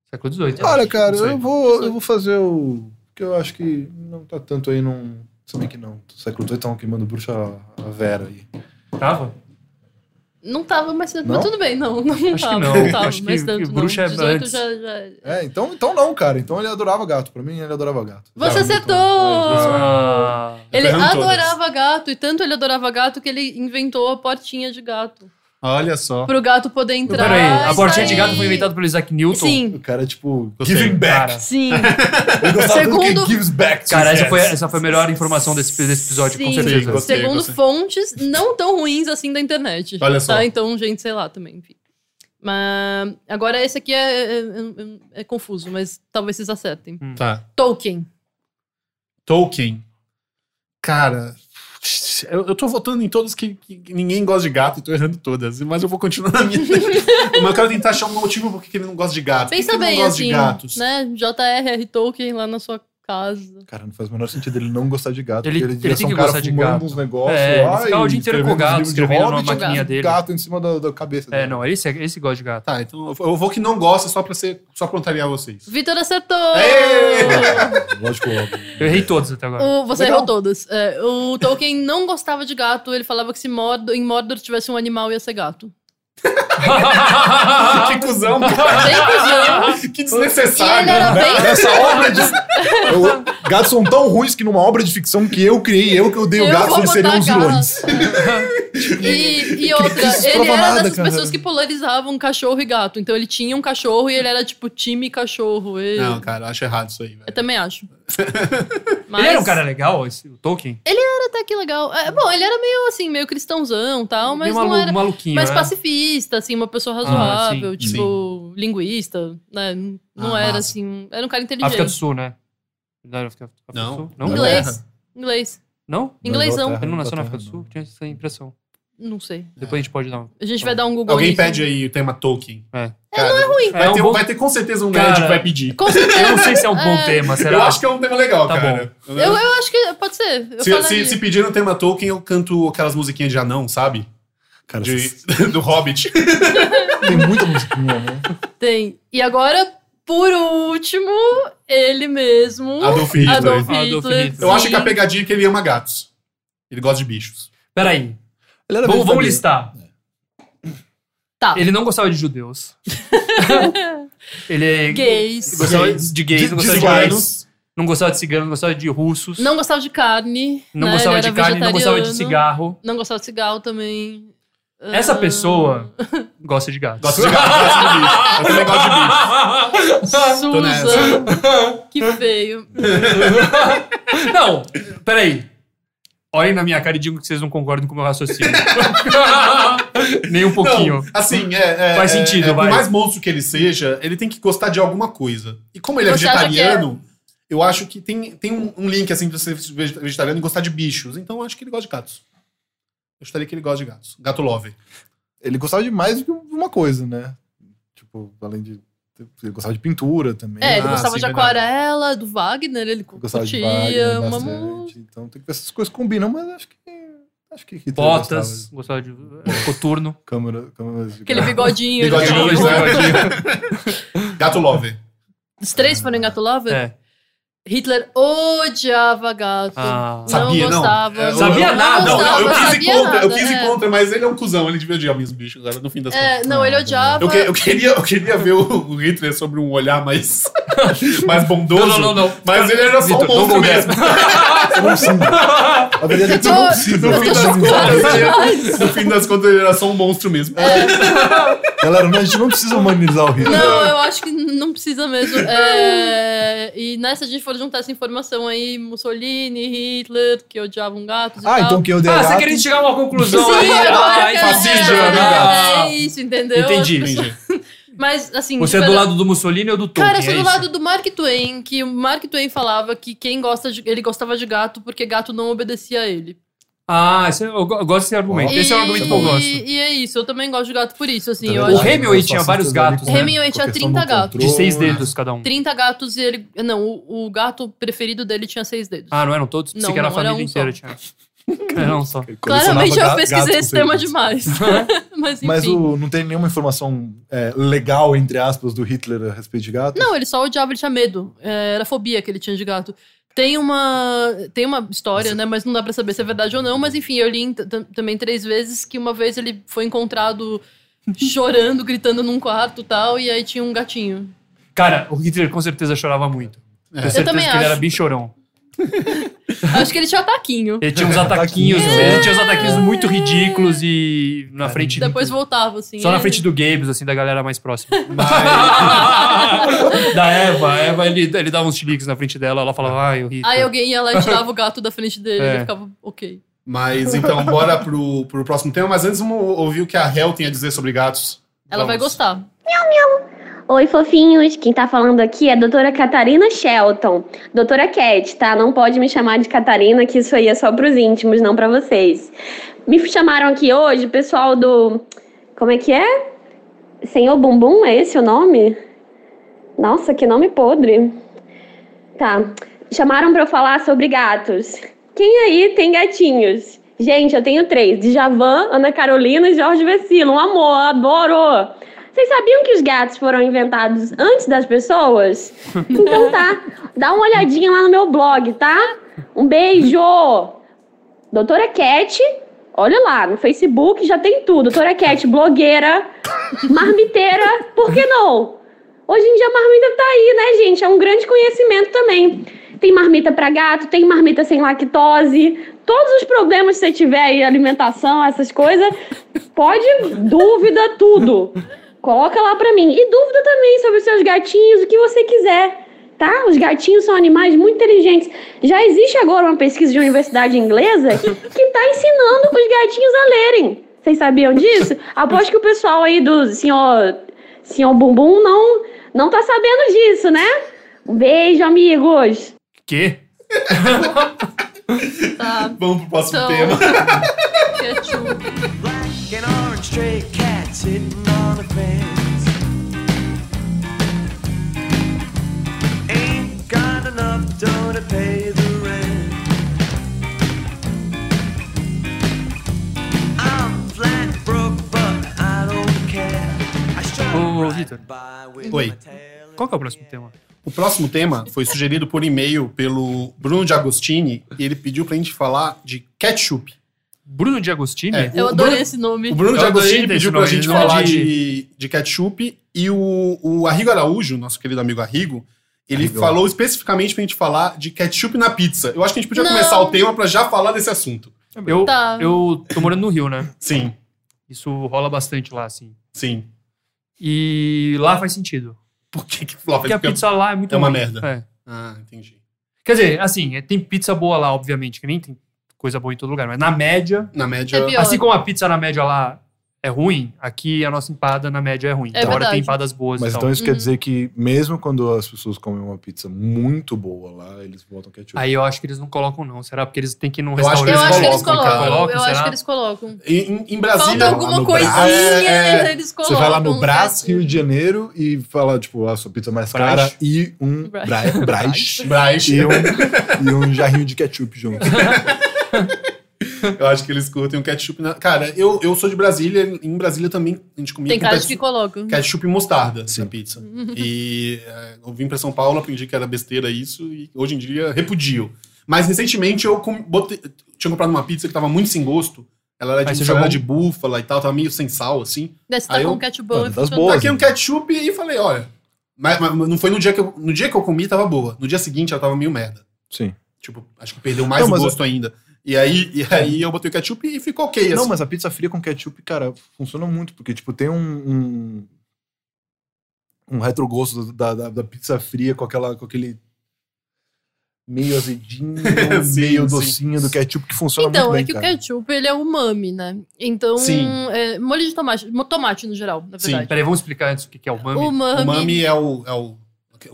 S3: Século XVIII.
S4: Olha, cara,
S1: Não sei.
S4: eu vou, eu vou fazer o. que eu acho que não tá tanto aí num. Se bem que não. do Século XVIII estão queimando bruxa a Vera aí.
S3: Tava?
S2: Não tava, mas,
S4: Não?
S2: mas tudo bem, não. Não
S3: Acho que
S2: tava,
S3: não.
S2: tava,
S3: Acho
S2: mas
S3: que-
S2: tanto
S3: que bruxa é
S2: não. 18
S3: antes.
S2: já, já-
S4: É, então, então não, cara. Então ele adorava gato. Pra mim, ele adorava gato. é
S2: Você
S4: Zack Newton. é.
S2: acertou!
S3: Ah,
S2: Ele
S1: Errando todas.
S2: adorava gato, e tanto ele adorava gato que ele inventou a portinha de gato.
S1: Olha só.
S2: Pro gato poder entrar.
S3: peraí, a
S2: e
S3: portinha de
S2: sair.
S3: gato foi inventada pelo Isaac Newton?
S4: O
S2: Sim,
S4: cara, tipo.
S1: Gostei.
S3: Cara,
S2: sim.
S4: Eu gostava do que
S2: Segundo-
S4: gives back.
S3: cara essa, foi, essa foi a melhor informação desse, desse episódio, com
S2: Sim.
S3: certeza.
S1: Sim, Gostei,
S2: Segundo
S1: gostei.
S2: fontes não tão ruins assim da internet.
S1: Olha só.
S2: Tá? Então, gente, sei lá também, enfim. Mas agora esse aqui é, é- é- é confuso, mas talvez vocês acertem.
S1: Tá.
S2: Tolkien.
S1: Tolkien. Cara, eu, eu tô votando em todos que, que ninguém gosta de gato e tô errando todas, mas eu vou continuar na minha. mas eu quero tentar achar um motivo por que que ele não gosta de gato. Por que
S2: Pensa
S1: que ele
S2: bem,
S1: não gosta
S2: assim,
S1: de gatos.
S2: né? J.R.R. Tolkien lá na sua casa.
S4: Cara, não faz o menor sentido ele não gostar de gato.
S3: Ele-
S4: porque
S3: ele
S4: devia
S3: tem
S4: ser um
S3: que
S4: cara
S3: gostar de
S4: fumando
S3: gato.
S4: uns negócios
S3: É, ele
S4: lá
S3: ficava
S4: e
S3: o dia inteiro com
S4: escrevendo
S3: gato,
S4: uns livros de
S3: escrevendo na
S4: Hobbit,
S3: maquininha
S4: um
S3: dele.
S4: gato em cima da, da cabeça
S3: É,
S4: dele.
S3: não, esse, esse gosta de gato.
S1: Tá, então eu vou- eu vou que não gosta só pra ser só pra contrariar vocês.
S2: Vitor acertou!
S1: Ê!
S4: Lógico, óbvio.
S3: Eu errei todos até agora.
S2: O- você
S4: Tá. Legal.
S2: errou todas. É, o Tolkien não gostava de gato, ele falava que se Mordor, em Mordor tivesse um animal ia ser gato.
S3: Ah,
S1: que cuzão, cara.
S2: Bem cuzão.
S1: que
S2: E ele
S1: desnecessário.
S2: era bem
S4: Essa obra de. Eu- gatos são tão ruins que numa obra de ficção que eu criei, eu que odeio
S2: Eu
S4: gatos,
S2: vou
S4: eles
S2: botar
S4: seriam os
S2: gato.
S4: vilões.
S2: E, e outra,
S4: isso
S2: ele
S4: prova
S2: era
S4: nada,
S2: dessas
S4: cara.
S2: pessoas que polarizavam cachorro e gato. Então ele tinha um cachorro e ele era tipo time cachorro. Ele-
S1: Não, cara, eu acho errado isso aí, velho.
S2: Eu também acho. Mas
S3: Ele era um cara legal, esse, o Tolkien?
S2: até que legal. É, bom, ele era meio assim, meio cristãozão e tal, mas
S3: Meio malu-
S2: não era.
S3: maluquinho,
S2: Mas
S3: né?
S2: pacifista, assim, uma pessoa razoável,
S1: é. Ah, sim,
S2: tipo, linguista, né? Não
S1: Ah,
S2: era
S1: massa.
S2: assim. Era um cara
S3: África do
S2: inteligente.
S3: Sul, né? Não, era África, África
S1: Não.
S3: do Sul?
S1: Não.
S3: Não?
S2: Inglês. Inglês.
S3: Não?
S2: Inglêsão.
S4: Inglaterra,
S3: Ele não nasceu na
S4: Inglaterra,
S3: África do Sul? Tinha essa impressão.
S2: Não sei.
S3: Depois a gente pode dar um...
S2: A gente vai dar um Google.
S1: Tá Alguém
S2: nisso.
S1: pede aí o tema Tolkien.
S3: É.
S1: Cara, não é ruim. Vai,
S3: É um
S1: ter,
S3: bom-
S1: vai ter com certeza um nerd
S3: Cara,
S1: que vai pedir.
S2: Com certeza.
S3: Eu não sei se é um bom
S2: É.
S3: tema, será?
S1: Eu acho que é um tema legal,
S3: Tá
S1: cara.
S2: Eu, eu acho que pode ser. Eu
S1: Se, se,
S2: falaria.
S1: se pedir no tema Tolkien, eu canto aquelas musiquinhas de anão, sabe?
S4: Cara,
S1: De- do Hobbit.
S4: tem muita musiquinha, né?
S2: Tem. E agora, por último, ele mesmo.
S1: Adolf Hitler.
S2: Uh, Adolf Hitler.
S3: Adolf Hitler.
S1: Eu acho que a
S2: sim.
S1: pegadinha é que ele ama gatos. Ele gosta de bichos.
S3: Peraí,
S4: Ele era
S3: vamos, vamos
S4: verdadeiro.
S3: listar.
S2: Tá.
S3: Ele não gostava de judeus. ele é
S2: Gays.
S3: gostava
S1: Gays.
S3: de gays,
S1: De-
S3: não gostava de
S1: desiguais.
S3: gays. Não gostava de cigano, não gostava de russos.
S2: Não gostava de carne.
S3: não
S2: né?
S3: gostava
S2: Ele
S3: de
S2: era
S3: carne, não gostava de
S2: vegetariano.
S3: cigarro.
S2: Não gostava de cigarro também.
S3: Essa
S2: Ah,
S3: pessoa gosta de gatos.
S1: Gosta de gatos, gosta de bicho. Eu também gosto de bicho.
S2: Susan. que feio.
S3: Não, peraí. Olhem na minha cara e digam que vocês não concordam com o meu raciocínio. Nem um pouquinho.
S1: Não, assim, é, é-
S3: Faz
S1: é-
S3: sentido,
S1: é,
S3: vai.
S1: Por mais monstro que ele seja, ele tem que gostar de alguma coisa. E como ele é
S2: Você acha que
S1: vegetariano, eu acho que tem, tem um, um link assim pra ser vege- vegetariano e gostar de bichos. Então eu acho que ele gosta de gatos. Eu gostaria que ele gosta de gatos. Gato love.
S4: Ele gostava de mais do que uma coisa, né? Tipo, além de. Ele gostava de pintura também.
S2: É, ele
S1: Ah,
S2: gostava
S1: sim,
S2: de
S1: verdade.
S2: aquarela, do Wagner, ele
S4: Eu gostava de
S2: curtia.
S4: Wagner
S2: uma
S4: bastante.
S2: mu-
S4: Então tem que ver se essas coisas combinam, mas acho que. Acho que Hitler
S3: Botas, gostava de é, coturno.
S4: gostava. Câmera, câmeras de
S2: Aquele
S4: gás.
S2: bigodinho.
S1: Bigodinho,
S2: ele-
S1: né?
S2: um.
S1: Gato love.
S2: Os três foram em gato lover?
S3: É.
S2: Hitler odiava gato.
S3: Ah.
S1: Sabia, não.
S2: não gostava.
S1: É, eu-
S3: Sabia nada.
S1: Não, não, eu
S2: gostava,
S1: quis ir
S2: sabia
S1: contra, eu
S2: nada,
S1: quis ir
S2: é.
S1: contra, mas ele é um cuzão, ele devia odiar mesmo bicho agora, no fim das contas.
S2: É, não, ele odiava.
S1: Eu, que- eu queria, eu queria ver o, o Hitler sobre um olhar mais, mais bondoso.
S3: Não, não, não, não. Ah,
S1: Mas ele era só um
S3: Vitor, não
S1: monstro
S3: vou
S1: mesmo.
S4: A verdade é que
S2: Eu tô-
S4: não precisa.
S1: No fim, das contas, ele era, no fim das contas, ele era só um monstro mesmo.
S2: É.
S4: Galera, não, a gente não precisa humanizar o Hitler.
S2: Não, eu acho que não precisa mesmo. É, E né, se a gente for juntar essa informação aí, Mussolini, Hitler, que odiavam gatos e
S4: Ah,
S2: tal.
S4: então que eu dei
S3: Ah, você
S4: gato.
S3: queria chegar a uma conclusão
S2: Sim, é
S3: aí.
S2: eu
S3: Ah,
S2: acho que
S3: fascista,
S2: é,
S3: né?
S2: é isso, entendeu?
S3: Entendi.
S1: Entendi.
S2: Mas, assim...
S3: Você é
S2: tipo,
S3: do
S2: ela-
S3: lado do Mussolini ou do Tolkien?
S2: Cara, eu sou
S3: é
S2: do
S3: isso?
S2: lado do Mark Twain, que o Mark Twain falava que quem gosta de... Ele gostava de gato porque gato não obedecia a ele.
S3: Ah, esse é- eu go- eu gosto desse argumento. Esse é um argumento que eu gosto.
S2: E é isso, eu também gosto de gato por isso, assim. Eu
S3: O
S2: acho...
S3: rei- Hemingway tinha vários gatos, né?
S2: Hemingway tinha 30 gatos.
S3: De seis dedos cada um.
S2: 30 gatos e ele... Não, o, o gato preferido dele tinha seis dedos.
S3: Ah, não eram todos?
S2: Não,
S3: Pensei que era a
S2: não, era
S3: família
S2: um só.
S3: inteira. Tinha... Era um só.
S2: Claramente eu pesquisei esse tema demais. Mas enfim.
S4: Mas o- não tem nenhuma informação é, legal, entre aspas, do Hitler a respeito de gato?
S2: Não, ele só odiava, ele tinha medo. É, Era a fobia que ele tinha de gato. Tem uma, tem uma história, né? Mas não dá pra saber se é verdade ou não. Mas enfim, eu li em t- tam- também três vezes que uma vez ele foi encontrado chorando, gritando num quarto e tal. E aí tinha um gatinho.
S3: Cara, o Hitler com certeza chorava muito. Com certeza
S2: É. também
S3: que ele era
S2: acho.
S3: bem chorão.
S2: Acho que ele tinha taquinho.
S3: Ele tinha uns ataquinhos,
S4: Ataquinhos,
S1: É.
S3: ele tinha uns ataquinhos muito ridículos e na frente.
S2: Depois voltava, assim.
S3: Só na
S2: Ele-
S3: frente do Gables, assim, da galera mais próxima. da Eva. A Eva, ele, ele dava uns chiliques na frente dela, ela falava, ai, eu ri.
S2: Aí alguém ia lá e tirava o gato da frente dele.
S3: É.
S2: Ele ficava, ok.
S1: Mas então, bora pro, pro próximo tema. Mas antes, vamos ouvir o que a Hel tem a dizer sobre gatos.
S2: Ela vai
S1: Vamos.
S2: gostar.
S6: Oi, fofinhos. Quem tá falando aqui é a doutora Catarina Shelton. Doutora Cat, tá? Não pode me chamar de Catarina, que isso aí é só pros íntimos, não pra vocês. Me chamaram aqui hoje, o pessoal do. Como é que é? Senhor Bumbum, é esse o nome? Nossa, que nome podre. Tá. Chamaram pra eu falar sobre gatos. Quem aí tem gatinhos? Gente, eu tenho três: Djavan, Ana Carolina e Jorge Vecilo. Um amor, adoro! Vocês sabiam que os gatos foram inventados antes das pessoas? Então tá, dá uma olhadinha lá no meu blog, tá? Um beijo! Doutora Cat, olha lá, no Facebook já tem tudo. Doutora Cat, blogueira, marmiteira, por que não? Hoje em dia a marmita tá aí, né, gente? É um grande conhecimento também. Tem marmita pra gato, tem marmita sem lactose. Todos os problemas que você tiver aí, alimentação, essas coisas, pode dúvida tudo. Coloca lá pra mim. E dúvida também sobre os seus gatinhos, o que você quiser. Tá? Os gatinhos são animais muito inteligentes. Já existe agora uma pesquisa de universidade inglesa que tá ensinando os gatinhos a lerem. Vocês sabiam disso? Aposto que o pessoal aí do senhor, senhor Bumbum não, não tá sabendo disso, né? Um beijo, amigos!
S3: Quê?
S2: Tá.
S1: Vamos pro próximo
S2: Então.
S1: tema.
S2: Ketchup.
S5: Black and orange stray cats sitting on a fence. Ain't got enough dough to pay the rent. I'm flat broke, but I don't care. I strut
S3: Ô,
S5: right
S3: Vitor.
S5: by with
S1: Oi.
S5: my tail
S3: Qual que é o próximo tema?
S1: O próximo tema foi sugerido por e-mail pelo Bruno de Agostini e ele pediu pra gente falar de ketchup.
S3: Bruno de Agostini?
S1: É.
S2: Eu
S1: O
S2: adorei
S1: Bruno-
S2: esse nome.
S1: O Bruno de
S3: Eu adorei
S1: Agostini
S3: esse
S1: pediu pra
S3: nome,
S1: gente
S3: ele não
S1: falar
S3: de-
S1: de, de ketchup e o, o Arrigo Araújo, nosso querido amigo Arrigo, ele
S4: Arrigo.
S1: falou especificamente pra gente falar de ketchup na pizza. Eu acho que a gente podia
S2: Não.
S1: começar o tema pra já falar desse assunto.
S3: Eu,
S2: Tá.
S3: eu tô morando no Rio, né?
S1: Sim,
S3: Isso rola bastante lá, assim.
S1: sim.
S3: E lá faz sentido.
S1: Por que que Flávio?
S3: Porque a pizza lá é muito
S1: é uma
S3: ruim.
S1: merda.
S3: É.
S1: Ah, entendi.
S3: Quer dizer, assim, é- tem pizza boa lá, obviamente, que nem tem coisa boa em todo lugar, mas na média,
S1: Na média...
S2: É pior.
S3: assim como a pizza na média lá é ruim, aqui a nossa empada na média é ruim.
S2: É
S3: Agora
S2: verdade.
S3: tem empadas boas
S4: Mas
S3: e tal.
S4: então isso quer
S2: Uhum.
S4: dizer que, mesmo quando as pessoas comem uma pizza muito boa lá, eles botam ketchup.
S3: Aí eu acho que eles não colocam, não. Será? Porque eles têm que ir num
S1: é- Eu acho
S3: restaurante.
S2: Eu acho que eles
S1: colocam, cara.
S2: colocam. eu
S3: será?
S2: acho que eles colocam.
S1: Em, em
S2: Falta
S1: Brasília...
S4: lá
S2: alguma
S4: no
S2: coisinha, né,
S4: Brás.
S1: É,
S2: eles
S4: Você
S2: colocam. um né?
S4: vai lá no Brás,
S2: ketchup.
S4: Rio de Janeiro, e fala, tipo, a sua pizza mais cara
S3: Brás.
S4: e um
S2: Brás.
S4: Brás, Brás,
S1: Brás.
S4: e, um, e um jarrinho de ketchup junto.
S1: Eu acho que eles curtem o ketchup na... Cara, eu, eu sou de Brasília, em Brasília também a gente comia
S2: Tem
S1: com
S2: caras
S1: ketchup-
S2: que colocam.
S1: ketchup e mostarda
S4: Sim.
S1: na pizza. E eh, eu vim pra São Paulo, aprendi que era besteira isso, e hoje em dia repudio. Mas recentemente eu com- botei- tinha comprado uma pizza que tava muito sem gosto. Ela era
S4: Ah,
S3: Aí
S1: de
S3: você
S1: mussarela
S4: um-
S3: jogou?
S1: de búfala e tal, tava meio sem sal, assim.
S2: Daí você
S1: Aí
S2: tá com
S1: eu-
S2: um ketchup
S4: Mano,
S2: e
S4: das
S2: funciona.
S4: boas.
S1: Taquei um ketchup e falei, olha. Mas, mas não foi no dia que eu. No dia que eu comi, tava boa. No dia seguinte ela tava meio merda.
S4: Sim.
S1: Tipo, acho que perdeu mais
S4: Não,
S1: o
S4: mas-
S1: gosto ainda. E aí, e aí eu botei o ketchup e ficou ok.
S4: Não,
S1: assim.
S4: mas a pizza fria com ketchup, cara, funciona muito, porque, tipo, tem um. um um retrogosto da, da, da pizza fria com, aquela, com aquele meio azedinho,
S1: Sim,
S4: meio
S1: sim.
S4: docinho do ketchup, que funciona
S2: Então,
S4: muito bem,
S2: é que
S4: cara.
S2: o ketchup, ele é umami, né? Então,
S1: Sim.
S2: é, molho de tomate, mo- tomate no geral, na
S1: Sim.
S2: verdade.
S3: Peraí, vamos explicar antes o que que é o mami.
S2: Umami,
S1: O mami é o, é o,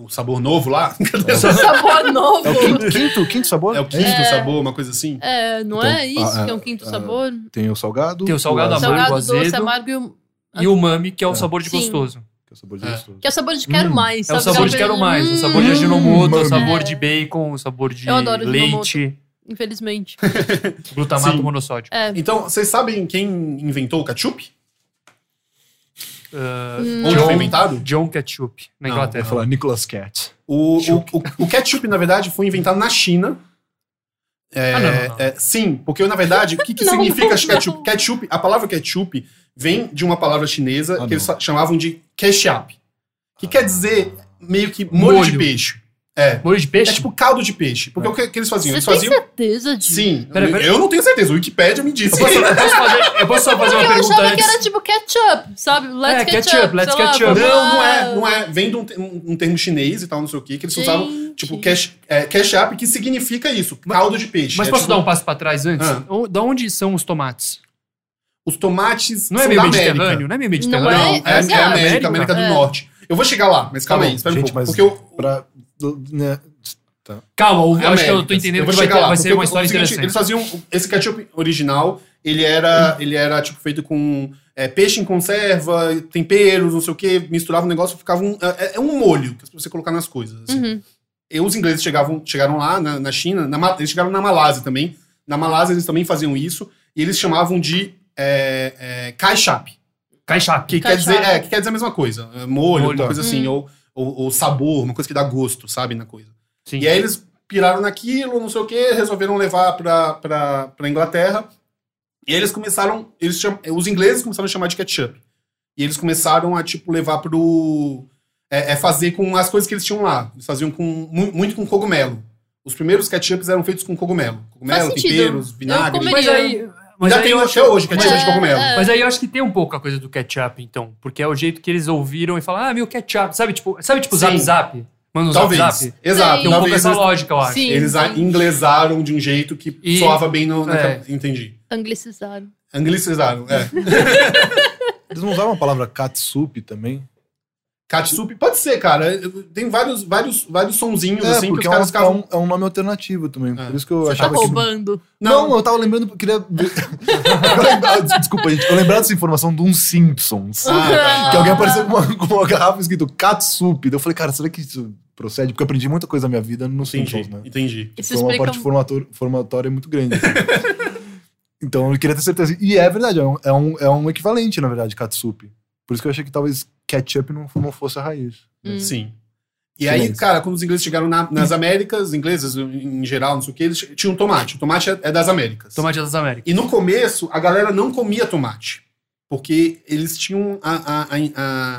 S1: o sabor novo lá.
S2: sabor novo.
S4: É o É quinto, quinto, quinto sabor?
S1: É o quinto
S4: isso?
S1: sabor, uma coisa assim.
S2: É, não
S4: Então,
S2: é isso
S4: ah,
S2: que é um quinto
S4: ah,
S2: sabor?
S4: Tem o salgado.
S3: Tem o salgado,
S4: ácido,
S3: amargo,
S2: Salgado, doce,
S3: azedo.
S2: amargo e um...
S3: E o mami, que é o
S4: É.
S3: sabor de
S2: Sim.
S3: gostoso.
S4: que é o sabor
S1: É.
S4: gostoso.
S2: Que é o sabor de quero mais.
S3: É o
S2: sabe?
S3: sabor de
S2: Aquela
S3: quero
S2: coisa,
S3: mais, o
S2: hum,
S3: sabor de aginomoto, o
S4: mami.
S3: sabor de bacon, o sabor de
S2: Eu adoro
S3: leite,
S2: Infelizmente.
S3: glutamato
S1: Sim.
S3: monossódio.
S2: É.
S1: Então, vocês sabem quem inventou o ketchup?
S3: Ah,
S1: Onde foi inventado?
S3: John Ketchup,
S1: Não,
S3: na
S4: Eu ia
S3: Inglaterra.
S4: falar Nicolas Cat.
S1: O, o,
S4: Chup.
S1: o- o ketchup, na verdade, foi inventado na China. É,
S3: Ah, não, não, não.
S1: é, sim, porque na verdade, o que, que
S2: Não,
S1: significa
S2: não,
S1: ketchup?
S2: não.
S1: Ketchup, a palavra ketchup vem de uma palavra chinesa
S4: Ah,
S1: que eles
S4: não. Ah.
S1: fa- chamavam de ketchup, que quer dizer meio que molho,
S3: Molho.
S1: de peixe. É,
S3: Molho de
S1: é
S3: peixe?
S1: tipo caldo de peixe. Porque
S4: É.
S1: o que, que eles faziam?
S2: Você
S1: Eles
S2: tem
S1: faziam.
S2: certeza disso?
S1: um- Sim,
S3: Pera, pera.
S1: eu não tenho certeza, o Wikipédia me
S3: Eu
S1: disse.
S3: posso, eu posso fazer, eu posso só fazer uma
S2: Porque eu
S3: pergunta
S2: achava que
S3: antes?
S2: era tipo ketchup, sabe? Let's
S3: É,
S2: ketchup,
S3: ketchup, let's
S2: sei lá,
S3: ketchup.
S1: Não,
S2: vamos
S1: não
S2: lá.
S1: é, não é. Vem de um, te- um- um termo chinês e tal, não sei o que, que eles usavam,
S2: Gente.
S1: tipo, cash, é, ketchup, que significa isso, caldo de peixe.
S3: Mas
S1: É,
S3: posso
S1: tipo,
S3: dar um passo pra trás antes?
S1: Ah.
S3: O- Da onde são os tomates?
S1: Os tomates
S3: Não é
S1: são
S3: meio
S1: da América.
S3: mediterrâneo? Não é meio
S1: Não,
S3: mediterrâneo?
S1: é, é,
S2: Essa é a
S1: América, América do
S2: É.
S1: Norte. Eu vou chegar lá, mas calma
S4: Tá bom,
S1: aí, espera
S4: gente,
S1: um pouco.
S4: mas-
S1: Porque eu,
S4: Pra. do- né,
S3: Calma, eu acho que eu tô
S1: Américas.
S3: entendendo
S1: Eu
S3: que
S1: vou
S3: vai,
S1: chegar
S3: ter-
S1: lá.
S3: vai ser
S1: porque
S3: uma
S1: o
S3: história
S1: seguinte,
S3: interessante.
S1: Eles faziam esse ketchup original, ele era, ele era tipo feito com é, peixe em conserva, temperos, não sei o que, misturava um negócio, ficava um é, é um molho que você colocar nas coisas. assim.
S2: Uhum.
S1: E os ingleses chegavam, chegaram lá na, na China, na Ma- eles chegaram na Malásia também. Na Malásia eles também faziam isso e eles chamavam de é, é, ketchup.
S3: Caixap.
S1: Que quer,
S2: Ketchup. Hum.
S1: dizer, é, que quer dizer a mesma coisa. é, Molho,
S3: Molho.
S1: uma coisa assim. Ou, ou, ou sabor, uma coisa que dá gosto, sabe, na coisa.
S3: Sim.
S1: E aí eles piraram naquilo, não sei o quê, resolveram levar pra, pra, pra Inglaterra. E eles começaram... Eles cham- os ingleses começaram a chamar de ketchup. E eles começaram a, tipo, levar pro... É, é fazer com as coisas que eles tinham lá. Eles faziam com, mu- muito com cogumelo. Os primeiros ketchups eram feitos com cogumelo.
S2: Faz
S1: Cogumelo,
S2: sentido.
S1: temperos, vinagre.
S2: comeria.
S3: Mas aí... Mas
S1: Ainda
S3: aí
S1: tem
S3: eu
S1: até
S3: acho-
S1: hoje ketchup de cogumelo.
S2: É.
S3: Mas aí eu acho que tem um pouco a coisa do ketchup, então. Porque é o jeito que eles ouviram e falaram, ah, meu ketchup. Sabe, tipo, sabe, tipo, zap
S1: Sim.
S3: zap? Manda um zap
S1: Talvez.
S3: zap.
S1: Exato.
S2: Sim.
S3: Tem um pouco
S1: Talvez
S3: essa
S1: eles-
S3: lógica, eu acho.
S2: Sim,
S1: Eles a-
S2: sim.
S1: inglesaram de um jeito que
S3: E-
S1: soava bem no. na
S3: é.
S1: ca- Entendi.
S2: Anglicizaram.
S1: Anglicizaram, é.
S4: Eles não usavam a palavra katsup também?
S1: Katsup pode ser, cara. Eu- Tem vários, vários, vários sonzinhos, assim, que os
S4: porque é um,
S1: caras ficavam.
S4: é um- é um nome alternativo também.
S1: É.
S4: Por isso que eu
S2: Você tá
S4: achava que. Não,
S2: roubando.
S1: Não,
S4: eu tava lembrando, eu queria. Eu lembrava- Desculpa, gente. Eu lembrava dessa informação de um Simpsons.
S1: Ah,
S4: tá. Que alguém apareceu com uma, com uma garrafa escrito Katsup. Daí eu falei, cara, será que isso procede? Porque eu aprendi muita coisa na minha vida no Simpsons,
S1: entendi, um-
S4: né?
S1: entendi.
S2: Isso
S4: Foi uma
S2: explica
S4: parte formator, formatória muito grande. assim. então eu queria ter certeza. E é verdade, é um, é um, é um equivalente, na verdade, Katsup. Por isso que eu achei que talvez ketchup não, não fosse a raiz.
S2: Hum.
S1: Sim. E
S4: Sim,
S1: aí,
S4: é isso.
S1: cara, quando os ingleses chegaram na- nas Américas, os ingleses em geral, não sei o que, eles tinham tomate. O tomate é, é das Américas.
S3: Tomate das Américas.
S1: E no começo, a galera não comia tomate. Porque eles tinham a, a, a,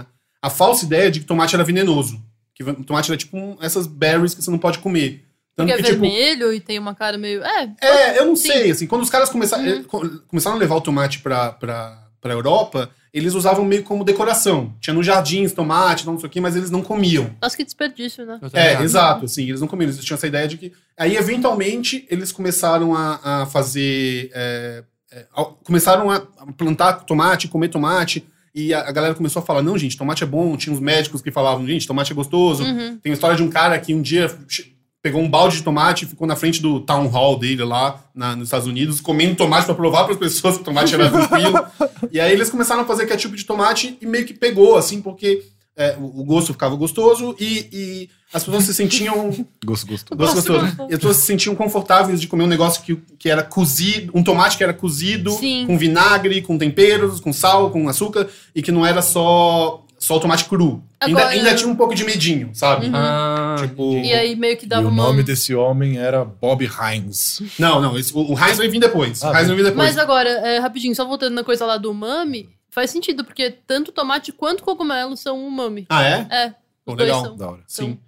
S1: a- a falsa ideia de que tomate era venenoso. Que v- tomate era tipo um- essas berries que você não pode comer. Tanto
S2: Porque é
S1: que, tipo,
S2: vermelho e tem uma cara meio... É,
S1: é, eu não
S2: Sim.
S1: sei, assim, quando os caras começaram, eh, co- começaram a levar o tomate pra, pra, pra Europa, eles usavam meio como decoração. Tinha nos jardins tomate, não sei o quê, mas eles não comiam.
S2: nossa, que desperdício, né?
S3: Eu tô
S1: É,
S3: Tá ligado.
S1: exato, assim, eles não comiam, eles tinham essa ideia de que. Aí, eventualmente, eles começaram a, a fazer. é, é, ao- começaram a plantar tomate, comer tomate, e a, a galera começou a falar: não, gente, tomate é bom. Tinha uns médicos que falavam: gente, tomate é gostoso.
S2: Uhum.
S1: Tem a história de um cara que um dia che- pegou um balde de tomate e ficou na frente do town hall dele lá na- nos Estados Unidos, comendo tomate pra provar para as pessoas que tomate era tranquilo. e aí eles começaram a fazer ketchup de tomate e meio que pegou, assim, porque é, o o gosto ficava gostoso e, e as pessoas se sentiam.
S4: Gosto, gosto.
S1: gosto gostoso. E as pessoas se sentiam confortáveis de comer um negócio que, que era cozido, um tomate que era cozido,
S2: Sim.
S1: com vinagre, com temperos, com sal, com açúcar, e que não era só, só o tomate cru. Ainda,
S2: Agora- Uhum.
S1: ainda tinha um pouco de medinho, sabe?
S3: Ah,
S1: Tipo,
S2: E aí meio que
S4: E
S2: dava
S4: o
S2: uma...
S4: nome desse homem era Bob Hines.
S1: Não, não, esse- o, o Heinz vai vir depois.
S4: Ah,
S1: o Heinz vai vir depois.
S2: Mas agora, é, rapidinho, só voltando na coisa lá do umami, faz sentido, porque tanto tomate quanto cogumelo são umami.
S1: Ah, é?
S2: É, os
S1: Pô,
S2: dois
S1: legal.
S2: são.
S4: Da hora.
S1: Sim.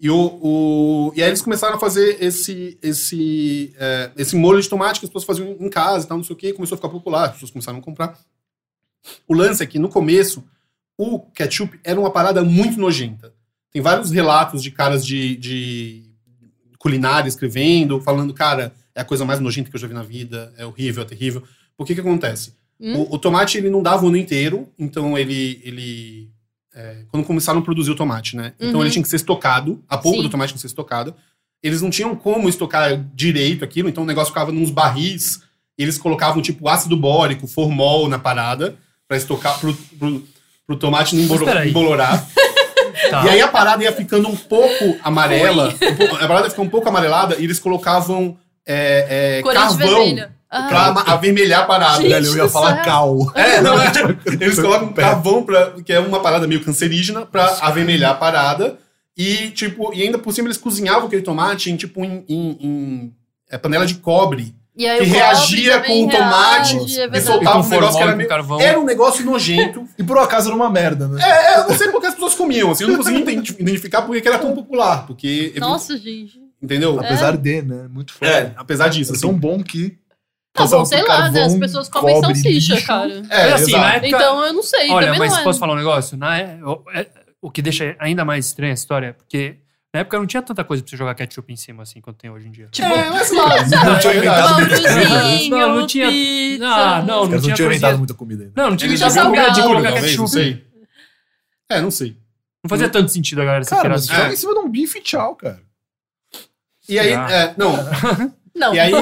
S1: E, o, o- e aí eles começaram a fazer esse, esse, é, esse molho de tomate que as pessoas faziam em casa e tal, não sei o quê, começou a ficar popular, as pessoas começaram a comprar. O lance é que no começo, o ketchup era uma parada muito nojenta. Tem vários relatos de caras de, de culinária escrevendo, falando, cara, é a coisa mais nojenta que eu já vi na vida, é horrível, é terrível. Por que que acontece?
S2: Hum.
S1: O, o tomate, ele não dava o ano inteiro, então ele... ele é, quando começaram a produzir o tomate, né? Então
S2: Uhum.
S1: ele tinha que ser estocado, a polpa
S2: Sim.
S1: do tomate tinha que ser estocada. Eles não tinham como estocar direito aquilo, então o negócio ficava nos barris eles colocavam tipo ácido bórico, formol na parada, pra estocar pro, pro, pro tomate não embolo-
S3: Peraí.
S1: embolorar.
S3: Tá.
S1: E aí a parada ia ficando um pouco amarela, um pouco- a parada ficou um pouco amarelada e eles colocavam é, é,
S2: Corante
S1: carvão
S2: vermelho. Ah,
S1: pra ama- avermelhar a parada.
S2: Gente
S4: Velho, eu ia
S2: do
S4: falar
S2: céu.
S4: cal.
S1: É, não, é, eles colocam
S4: Pera.
S1: carvão, pra, que é uma parada meio cancerígena, pra avermelhar a parada. E, tipo, e ainda por cima eles cozinhavam aquele tomate em, tipo, em, em- em, é, panela de cobre.
S2: e aí
S1: que
S2: o cobre
S1: reagia
S2: também
S1: com o tomate
S2: reage, é
S1: e
S2: verdade.
S1: soltava um
S3: Com
S1: negócio que
S3: formol e
S1: era
S3: com
S1: meio...
S3: carvão.
S1: Era um negócio nojento.
S4: E por um acaso era uma merda, né?
S1: É, eu não sei porque as pessoas comiam, assim. Eu não consegui identi- identificar porque que era tão popular. Porque... É.
S2: Nossa, gente.
S1: Entendeu?
S4: Apesar de, né? Muito foda.
S1: É, apesar disso,
S4: Isso é
S1: assim.
S4: tão bom que.
S2: Tá
S4: Casal
S2: bom, sei
S4: com
S2: lá, né? As
S4: é um carvão,
S2: pessoas comem
S4: cobre,
S2: salsicha,
S4: lixo.
S2: cara.
S1: É,
S3: Mas assim,
S1: exato.
S3: na época-
S2: Então eu não sei,
S3: Olha,
S2: também
S3: mas
S2: não é.
S3: posso falar um negócio? Na, é- é- o que deixa ainda mais estranha a história é porque na época não tinha tanta coisa pra você jogar ketchup em cima assim quanto tem hoje em dia.
S2: Tipo,
S1: É, mas lógico.
S4: Não tinha
S1: É
S4: inventado.
S1: verdade.
S2: pãozinho,
S3: Não, não tinha-
S2: pizza.
S3: Ah, não,
S4: Os
S3: não
S4: caras não
S3: tinha
S4: tinham
S3: coisa.
S4: inventado muita comida ainda.
S3: Não, não tinha
S1: Eles
S2: já
S1: deviam
S2: salgado,
S1: comer de
S3: colocar
S1: cura, talvez, assim. não
S3: ketchup.
S1: sei. É, não sei.
S3: Não fazia tanto sentido a galera ser
S4: Cara, mas
S3: pirata.
S4: joga
S1: É.
S4: em cima de um bife e tchau, cara.
S1: E aí,
S3: Ah.
S1: é, não,
S2: Não.
S1: E aí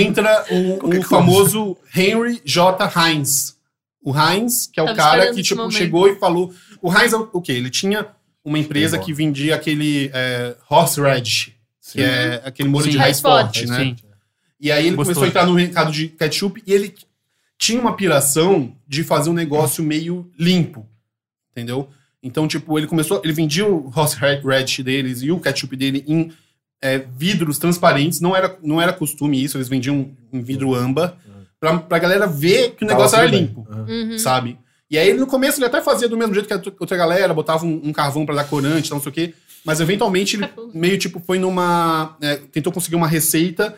S1: entra o,
S4: Qualquer
S1: o famoso Henry J. Heinz. O Heinz, que é o
S2: Tava
S1: cara
S2: esperando
S1: que
S2: esse
S1: tipo,
S2: momento.
S1: chegou e falou. O Heinz é o o quê? Ele tinha uma empresa
S4: Sim.
S1: que vendia aquele é, horse red, que é aquele molho
S3: Sim.
S1: de raiz
S2: Raiz forte.
S1: forte,
S3: Sim.
S1: né? E aí ele
S3: Gostoso.
S1: começou a entrar no mercado de ketchup e ele tinha uma piração de fazer um negócio meio limpo, entendeu? Então, tipo, ele começou, ele vendia o Ross Red deles e o ketchup dele em é, vidros transparentes, não era, não era costume isso, eles vendiam em vidro âmbar, pra, pra galera ver que o negócio
S4: Tava
S1: era
S4: tudo bem.
S1: limpo,
S4: Aham.
S2: Uhum.
S1: sabe? E aí, no começo, ele até fazia do mesmo jeito que a tu- outra galera, botava um, um carvão pra dar corante, tal, não sei o quê, mas eventualmente ele meio tipo foi numa. é, tentou conseguir uma receita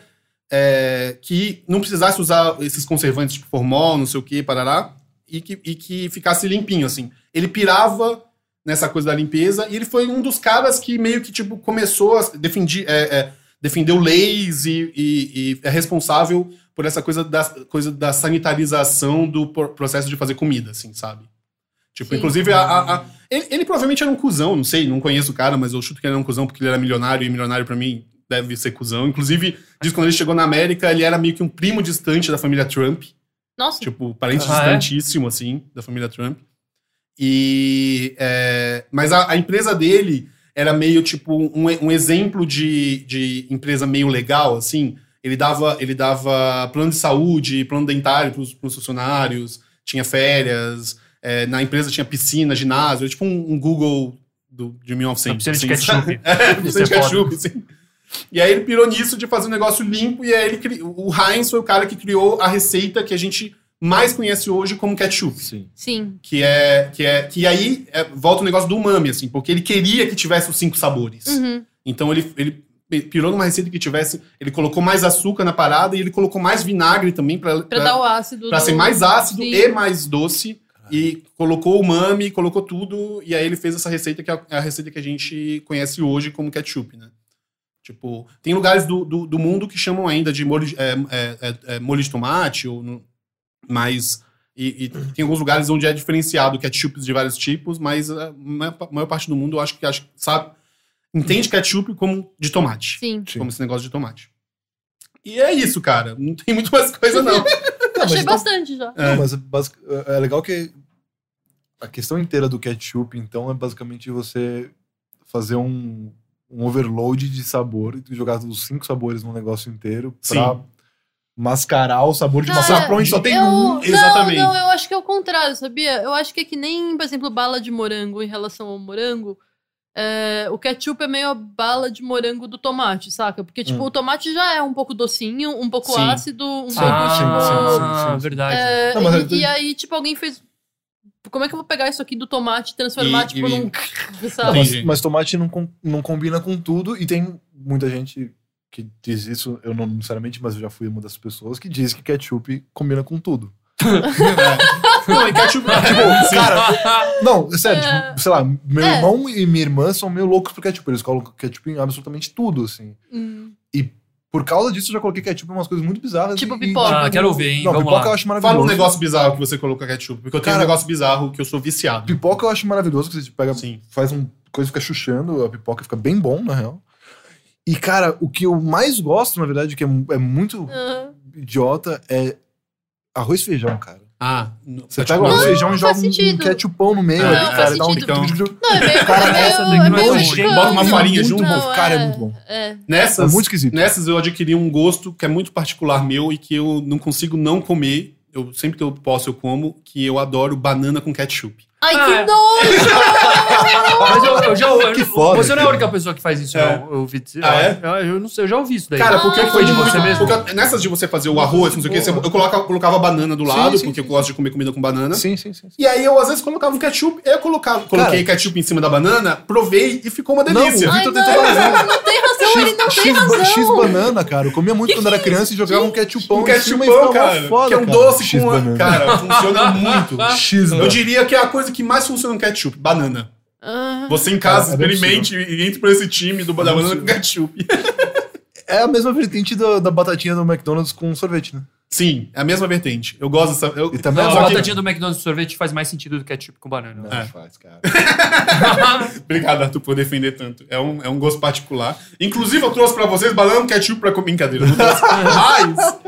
S1: é, que não precisasse usar esses conservantes tipo formol, não sei o que, parará, e que, e que ficasse limpinho, assim. Ele pirava nessa coisa da limpeza e ele foi um dos caras que meio que tipo começou a defender, é, é, defendeu leis e, e- e é responsável por essa coisa da, coisa da sanitarização do por- processo de fazer comida, assim, sabe? Tipo,
S2: Sim.
S1: inclusive a- a- a, ele, ele provavelmente era um cuzão, não sei, não conheço o cara, mas eu chuto que ele era um cuzão porque ele era milionário e milionário pra mim deve ser cuzão. Inclusive, diz que quando ele chegou na América, ele era meio que um primo distante da família Trump,
S2: Nossa,
S1: tipo, parente
S3: Ah, é?
S1: distantíssimo, assim, da família Trump. E. é, mas a, a empresa dele era meio tipo um, e- um exemplo de, de empresa meio legal, assim. Ele dava, ele dava plano de saúde, plano dentário para os funcionários, tinha férias, é, na empresa tinha piscina, ginásio, era tipo um, um Google do, de 1900.
S3: Não precisa de
S1: assim, sabe?
S3: ketchup.
S1: É, piscina de
S3: Isso é foda.
S1: ketchup, sim. E aí ele pirou nisso de fazer um negócio limpo e aí ele cri... o Heinz foi o cara que criou a receita que a gente mais conhece hoje como ketchup,
S4: Sim.
S2: sim.
S1: que é que é que aí é, volta o negócio do umami assim, porque ele queria que tivesse os cinco sabores.
S2: Uhum.
S1: Então ele, ele pirou numa receita que tivesse, ele colocou mais açúcar na parada e ele colocou mais vinagre também para
S2: Pra dar o ácido.
S1: Pra
S2: do-
S1: ser mais ácido
S2: Sim.
S1: e mais doce. E colocou umami, colocou tudo. E aí ele fez essa receita que é a receita que a gente conhece hoje como ketchup, né? Tipo, tem lugares do, do, do mundo que chamam ainda de molho, de- é, é, é, é, molho de tomate, ou no- mas. E, e tem alguns lugares onde é diferenciado ketchup de vários tipos, mas a maior, pa- maior parte do mundo eu acho que acho, que sabe, entende ketchup como de tomate.
S2: Sim.
S4: Sim.
S1: Como esse negócio de tomate. E é isso, cara. Não tem muito mais coisa, não.
S2: Achei
S4: mas-
S2: bastante já.
S1: É.
S4: Não, mas é, basic- é- é legal que a questão inteira do ketchup, então, é basicamente você fazer um, um overload de sabor e tu jogar os cinco sabores num negócio inteiro pra
S1: Sim.
S4: mascarar o sabor de uma
S2: Cara,
S4: coisa pra onde só tem
S2: eu-
S4: um.
S2: não,
S1: exatamente.
S2: Não, eu acho que é o contrário, sabia? Eu acho que é que nem, por exemplo, bala de morango em relação ao morango. é, o ketchup é meio a bala de morango do tomate, saca? Porque, tipo, o tomate já é um pouco docinho, um pouco
S1: Sim.
S2: ácido, um
S4: Sim,
S2: pouco,
S4: sim,
S2: tipo,
S4: sim, sim.
S3: Ah, verdade.
S2: É,
S4: Não, mas
S2: e-
S4: eu tô-
S2: e, aí, tipo, alguém fez. Como é que eu vou pegar isso aqui do tomate e transformar,
S1: E-
S2: tipo,
S1: e-
S2: num.
S4: Não,
S2: Sabe?
S4: mas,
S1: Entendi.
S4: mas tomate não, com- não combina com tudo e tem muita gente que diz isso, eu não necessariamente, mas eu já fui uma dessas pessoas que diz que ketchup combina com tudo.
S1: Não, e ketchup. tipo, cara,
S4: Não, é sério,
S2: É.
S4: tipo, sei lá, meu
S2: É.
S4: irmão e minha irmã são meio loucos por ketchup. Eles colocam ketchup em absolutamente tudo, assim.
S2: Hum.
S4: E por causa disso eu já coloquei ketchup em umas coisas muito bizarras.
S2: Tipo
S4: e-
S2: pipoca.
S3: Ah, quero ver,
S4: E...
S3: hein?
S4: Não,
S3: Vamos
S4: pipoca eu
S3: lá.
S4: acho
S1: Fala
S4: maravilhoso.
S1: um negócio bizarro que você colocou ketchup, porque eu tenho
S4: Cara-
S1: um negócio bizarro que eu sou viciado.
S4: Pipoca eu acho maravilhoso, que você pega,
S1: Sim.
S4: faz um coisa fica chuchando, a pipoca fica bem bom, na real. E, cara, o que eu mais gosto, na verdade, que é, mu- é muito
S2: Aham.
S4: idiota, é arroz e feijão, cara.
S1: Ah,
S4: Você pega o arroz e feijão e joga
S2: faz
S4: um, um
S2: sentido.
S4: ketchupão no meio
S1: Não,
S4: ali,
S1: faz então.
S4: cara. Dá um
S2: sentido.
S4: picão.
S2: Não, é meio,
S4: Cara,
S2: é meio,
S3: essa daqui
S2: é
S3: não é
S2: meio
S3: boa, hein?
S4: um
S2: mexicano.
S1: Bota uma farinha junto.
S2: Não,
S4: Cara, é muito bom.
S2: É.
S4: É
S1: Nessas,
S4: muito esquisito.
S1: nessas eu adquiri um gosto que é muito particular meu e que eu não consigo não comer. Eu sempre que eu posso eu como, que eu adoro banana com ketchup.
S2: Ai,
S3: Ah, é.
S2: que nojo!
S3: Mas eu, eu já ouvi.
S4: Que foda,
S3: Você não é a
S4: cara.
S3: única pessoa que faz isso.
S1: É.
S3: Eu, eu ouvi dizer.
S1: Ah, é?
S3: eu, eu não sei, eu já ouvi isso daí. Ah,
S1: Cara, porque
S3: foi de você mesmo?
S1: Ah, porque eu- nessas de você fazer o arroz, não sei o que, eu colocava, colocava banana do
S4: Sim,
S1: lado,
S4: sim,
S1: porque
S4: sim.
S1: eu gosto de comer comida com banana.
S4: Sim, sim, sim.
S1: E aí eu às vezes colocava um ketchup, eu colocava, coloquei ketchup em cima da banana, provei e ficou uma delícia.
S4: Não,
S2: Ai,
S4: Vitor
S2: não,
S4: tentou fazer.
S2: não tem razão, ele não tem
S4: X,
S2: razão. é
S4: X banana, cara. Eu comia muito quando era criança e jogava um ketchupão
S1: um
S4: em cima e
S1: ketchupão,
S4: ficava
S1: cara,
S4: foda,
S1: que é um
S4: cara.
S1: doce
S4: X
S1: com
S4: banana.
S1: a... Cara, funciona muito.
S4: X
S1: Eu
S4: banana.
S1: diria que é a coisa que mais funciona no ketchup, banana.
S2: Ah,
S1: Você em casa,
S4: Cara, é
S1: experimente e entre pra esse time do da banana com ketchup.
S4: É a mesma vertente da, da batatinha do McDonald's com sorvete, né?
S1: Sim, é a mesma vertente. Eu gosto dessa. Eu,
S4: E também
S3: Não,
S4: é
S3: a
S1: só que-
S3: batatinha do McDonald's de sorvete faz mais sentido do que ketchup com banana.
S1: É.
S4: faz, cara.
S1: Obrigado, Arthur, por defender tanto. É um, é um gosto particular. Inclusive, eu trouxe pra vocês banana com ketchup pra comer. Brincadeira, eu não trouxe.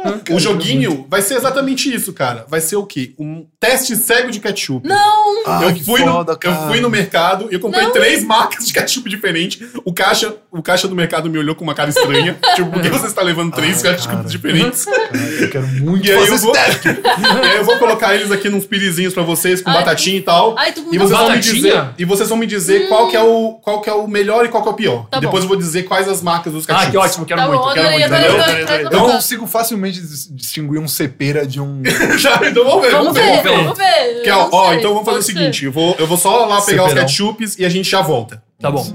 S1: Mas o joguinho vai ser exatamente isso, cara. Vai ser o quê? Um teste cego de ketchup.
S2: não!
S4: Ah,
S1: eu,
S4: que
S1: fui
S4: foda,
S1: no, eu
S4: cara.
S1: fui no mercado e eu comprei
S2: Não.
S1: três marcas de ketchup diferentes. O caixa, o caixa do mercado me olhou com uma cara estranha. tipo, por que você está levando três
S4: Ai,
S1: ketchup
S4: Ah, cara.
S1: diferentes?
S4: Cara, eu quero muito
S1: E aí,
S4: fazer
S1: eu
S4: esse
S1: vou,
S4: teste.
S1: e aí eu vou colocar eles aqui nos pirizinhos pra vocês, com
S2: Ai.
S1: batatinha e tal.
S2: Ai, tô com
S1: E
S2: vontade.
S1: vocês, vão me
S3: Batatinha?
S1: dizer, e vocês vão me dizer qual, que é o, qual que é o melhor e qual que é o pior.
S2: Tá
S1: E depois eu vou dizer quais as marcas dos ketchups.
S3: Ah, que ótimo, quero
S2: Tá bom,
S3: muito. quero
S2: adorei,
S3: muito.
S2: adorei,
S3: Entendeu?
S2: adorei, adorei.
S4: Eu não consigo facilmente dis- distinguir um cepeira de um.
S1: Já, então vamos ver.
S2: Vamos ver, vamos ver.
S1: Que,
S2: eu
S1: ó,
S2: não
S1: ó,
S2: sei,
S1: então vamos fazer o
S2: pode ser.
S1: seguinte: eu vou, eu vou só lá pegar os
S4: Ceperão.
S1: ketchups e a gente já volta.
S3: Tá bom.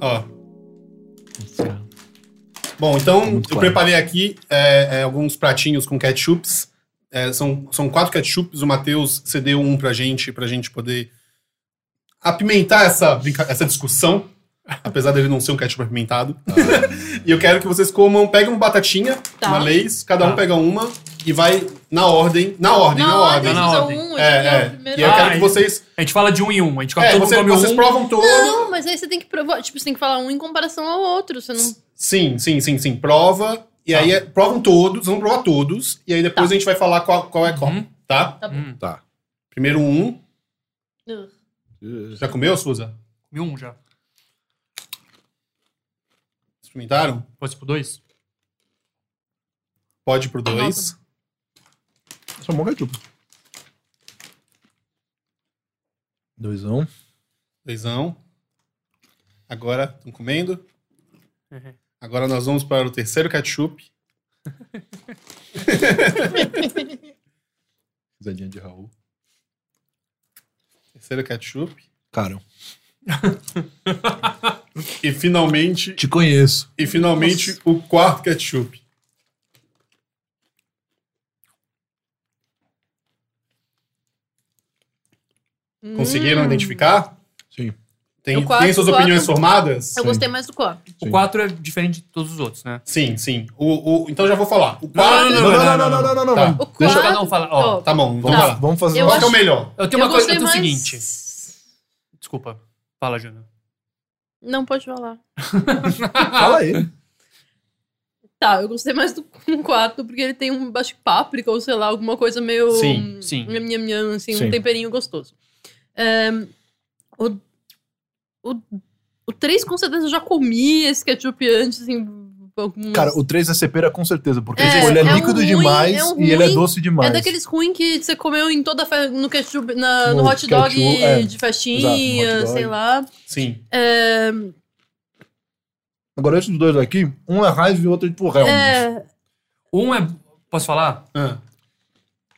S1: Ó. Bom, então eu
S4: muito claro.
S1: preparei aqui é, é, alguns pratinhos com ketchups. É, são, são quatro ketchups, o Matheus cedeu um pra gente, pra gente poder apimentar essa, brinca- essa discussão, apesar dele não ser um ketchup apimentado.
S3: Ah.
S1: e eu quero que vocês comam, peguem uma batatinha,
S2: Tá.
S1: uma leis, cada um
S3: Tá.
S1: pega uma e vai na ordem, na ordem, na,
S2: Na
S1: ordem.
S2: ordem,
S3: na
S2: usa
S3: ordem.
S2: um,
S1: É,
S2: é,
S1: é.
S2: o primeiro.
S1: E eu
S3: Ah,
S1: quero que
S3: e-
S1: vocês,
S3: A gente fala de um em um. A gente come,
S1: é,
S3: todo
S1: você-
S3: mundo come
S1: vocês
S3: um.
S1: provam todo.
S2: Não, mas aí você tem que provar. Tipo, você tem que falar um em comparação ao outro. Você não.
S1: Sim, sim, sim, sim. Prova. E
S3: Tá.
S1: aí, é- provam todos, vamos provar todos. E aí depois a gente vai falar qual, qual é qual,
S3: Uhum.
S1: tá?
S2: Tá bom.
S3: Hum,
S1: Primeiro um.
S2: Ugh.
S1: Já comeu, Suza?
S3: comi um já.
S1: Experimentaram?
S3: Fosse pro dois?
S1: Pode ir pro dois.
S4: Só é um bom ketchup. Doisão.
S1: Doisão. Agora, estão comendo?
S3: Uhum.
S1: Agora nós vamos para o terceiro ketchup.
S4: Risadinha de Raul.
S1: Terceiro ketchup.
S4: Cara,
S1: E finalmente,
S4: te conheço.
S1: e finalmente o quarto ketchup. Conseguiram identificar?
S4: Sim.
S1: Tem,
S2: O
S1: tem
S2: quarto-
S1: suas
S2: o
S1: opiniões
S2: quarto-
S1: formadas?
S2: hum, Eu gostei mais do copo.
S3: O
S4: Sim.
S3: 4 é diferente de todos os outros, né?
S1: Sim, sim. O, o- então já vou falar. O
S3: Não,
S1: quarto.
S3: não,
S4: Não, não, não, não, não, não. não,
S1: Tá.
S4: não.
S2: O
S3: Deixa
S2: quadro
S3: cada um falar, ó.
S2: top.
S1: Tá bom, vamos
S4: Vamos,
S1: lá.
S4: vamos fazer
S2: Eu
S1: Qual
S4: uma-
S1: que é o
S2: acho-
S1: melhor?
S3: Eu tenho uma coisa, eu
S2: gostei
S3: tenho o
S2: mais-
S3: seguinte. Desculpa. Fala, Jana.
S2: Não pode falar.
S4: Fala
S2: é
S4: aí.
S2: um- Tá, eu gostei mais do um quarto, porque ele tem um acho que páprica, ou sei lá, alguma coisa meio.
S1: Sim,
S3: sim.
S2: nham, nham, nham, assim,
S4: Sim.
S2: um temperinho gostoso. É, o, o, o 3, com certeza, eu já comi esse ketchup antes, assim. Algumas...
S4: Cara, o 3 é cepeira com certeza, porque
S2: É,
S4: tipo, ele é,
S2: é um
S4: líquido
S2: ruim,
S4: demais
S2: é um
S4: e ele é
S2: ruim.
S4: doce demais.
S2: É daqueles ruins que você comeu em toda a fe... no ketchup, na- no,
S4: No
S2: hot dog
S4: ketchup, é.
S2: de festinha,
S4: Exato, no hot dog.
S2: sei lá.
S1: Sim.
S2: É,
S4: Agora, esses dois aqui, um é Raiz e o outro é tipo Helms.
S2: é,
S3: Um é. Posso falar?
S1: Ah,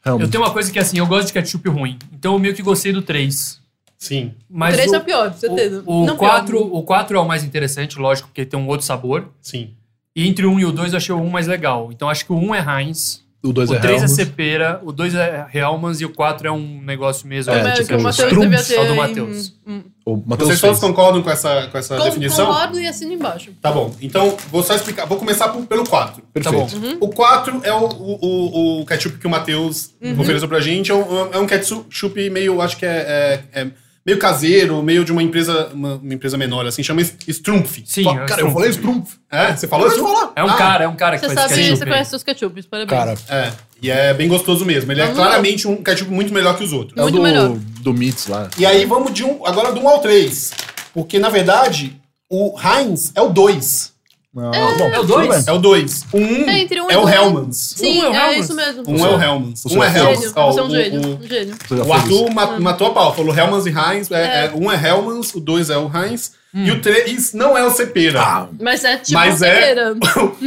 S4: Helms.
S3: Eu tenho uma coisa que é assim, eu gosto de ketchup ruim. Então eu meio que gostei do 3.
S1: sim.
S2: o
S3: Mas
S2: 3
S3: o,
S2: é o pior, com certeza.
S3: o,
S2: Não
S3: o,
S2: pior.
S3: 4, o 4 é o mais interessante, lógico, porque tem um outro sabor.
S1: Sim.
S3: um E entre o 1 e o 2 eu achei o 1 mais legal. Então acho que o 1 é Heinz.
S4: O 2 é
S3: O 3 é
S4: Helmut.
S3: Cepera, o 2 é Helmans e o 4 é um negócio mesmo.
S4: É,
S2: Como
S4: tipo,
S2: que o Matheus
S4: Strunz,
S2: devia ter.
S3: é o do
S2: em-
S3: Matheus.
S2: hum.
S4: O Matheus
S1: Vocês todos
S4: fez.
S1: concordam com essa, com essa
S2: Com-
S1: definição?
S2: Concordo e assino embaixo.
S1: Tá bom. Então, vou só explicar. Vou começar por- pelo 4.
S4: Perfeito.
S2: Uhum.
S3: Tá
S1: O 4 é o, o, o- o ketchup que o Matheus
S2: Uhum.
S1: ofereceu pra gente. É um, é um ketchup meio, acho que é, é- é meio caseiro, meio de uma empresa, uma, uma empresa menor, assim, chama Strumpf.
S3: Sim,
S4: Fa- Cara, eu falei um Strumpf.
S1: É? Você falou Strumpf?
S3: É um
S1: Ah,
S3: cara, é um cara que
S2: Você
S3: faz
S2: sabe,
S3: ketchup.
S2: você conhece seus ketchups, parabéns.
S4: Cara,
S1: É. E é bem gostoso mesmo. Ele é
S2: Vamos lá.
S1: claramente um ketchup muito melhor que os outros.
S4: é o
S2: Muito
S4: do,
S2: melhor.
S4: do Mitz lá.
S1: E aí vamos de um, agora do 1 ao 3. Porque, na verdade, o Heinz é o 2.
S4: Não, bom,
S3: É o
S4: tudo
S3: dois?
S4: bem.
S1: É o 2. O 1
S2: É entre um
S1: é
S2: e
S1: o
S2: dois.
S1: Hellmans.
S2: Sim,
S3: Um é Ah, o
S2: é,
S3: Helmans.
S2: isso mesmo.
S1: Um é o Hellmans.
S4: Você
S1: Um é
S4: já fez?
S1: Hellmans.
S2: Gênio,
S1: Ó,
S2: você é um
S1: o-
S2: gênio,
S1: o-
S2: um gênio.
S4: Você já
S1: O
S4: fez isso.
S1: Arthur
S2: Ah.
S1: ma- matou a pau, falou Helmans e Heinz. É, é, um é Helmans, o dois é o Heinz.
S4: Hum.
S1: E o três não é o Cepera.
S4: Ah.
S2: Mas é tipo
S1: Mas
S2: uma
S1: é-
S2: cegueira.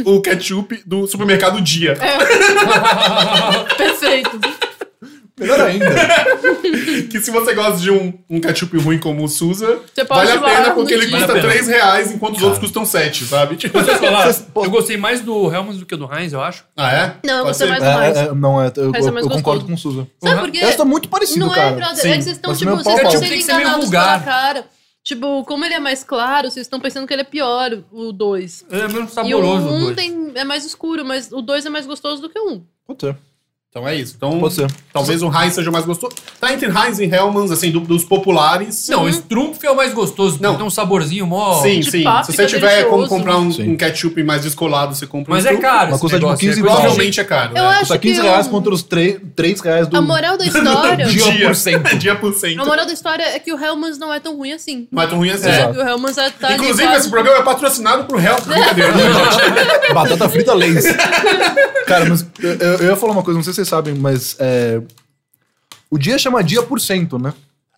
S1: o ketchup do supermercado Dia.
S2: Perfeito.
S4: É Melhor ainda.
S1: Que se você gosta de um, um ketchup ruim como o Suza,
S2: Você pode
S1: vale a
S2: levar
S1: pena
S2: no
S1: porque ele
S2: dia.
S1: custa
S3: Vale a pena.
S1: três reais enquanto os outros custam sete, sabe? Tipo,
S3: Vocês
S4: Vocês-
S3: falaram, ah, eu gostei mais do Helmans do que do Heinz, eu acho.
S1: ah, é?
S2: Não, eu
S1: Pode ser?
S2: gostei
S1: Uhum.
S2: mais do Heinz.
S4: É, é, não, é, eu,
S2: Essa é
S4: eu-
S2: mais
S4: eu concordo
S2: gostoso.
S4: com o Susan.
S2: Sabe por quê?
S4: Essa tá muito parecido,
S2: Não
S4: cara.
S2: é, brother.
S3: Sim.
S2: É que vocês estão,
S4: Mas
S2: tipo,
S4: meu pau
S2: vocês
S4: a
S2: estão
S4: pau.
S2: sendo
S3: Tem que ser meio
S2: enganados pela
S3: vulgar.
S2: cara. Tipo, como ele é mais claro, vocês estão pensando que ele é pior, o 2.
S3: É menos
S2: E o
S3: saboroso. o
S2: 1 um
S3: dois.
S2: tem, é mais escuro, mas o 2 é mais gostoso do que o 1. Um.
S4: Pode ser,
S1: Então é isso. Então,
S4: pode ser.
S1: talvez o Heinz seja o mais gostoso. Tá entre Heinz e Hellmans, assim, do- dos populares.
S2: um-
S3: Não, o Strumpf é o mais gostoso,
S1: Não.
S3: tem um saborzinho mó...
S1: Sim,
S2: é de
S1: sim.
S2: papo,
S1: Se você
S2: fica
S1: tiver como
S2: delicioso.
S1: comprar um,
S4: Sim.
S1: um ketchup mais descolado, você compra um
S3: Mas é
S1: Strumpf.
S3: caro
S4: Mas
S3: esse
S4: custa de
S3: negócio,
S4: 15
S3: é
S4: pau.
S1: Provavelmente é caro.
S2: Eu
S1: é.
S2: acho
S4: Custa
S2: que
S4: 15 reais
S2: o-
S4: contra os 3, reais do...
S2: A moral da
S1: Dia,
S2: história...
S4: Dia
S1: dia
S4: por
S1: por
S4: cento.
S1: cento.
S2: a moral da história é que o Hellmans não é tão ruim assim.
S1: Não é tão ruim assim.
S4: É.
S2: O Hellmans é, tá ali
S1: Inclusive,
S2: quase-
S1: esse programa é patrocinado por Hell. Brincadeira. né?
S2: é
S4: Batata frita Lays. Cara, mas eu, eu ia falar uma coisa, não sei se vocês sabem, mas é, o dia chama dia por cento, né?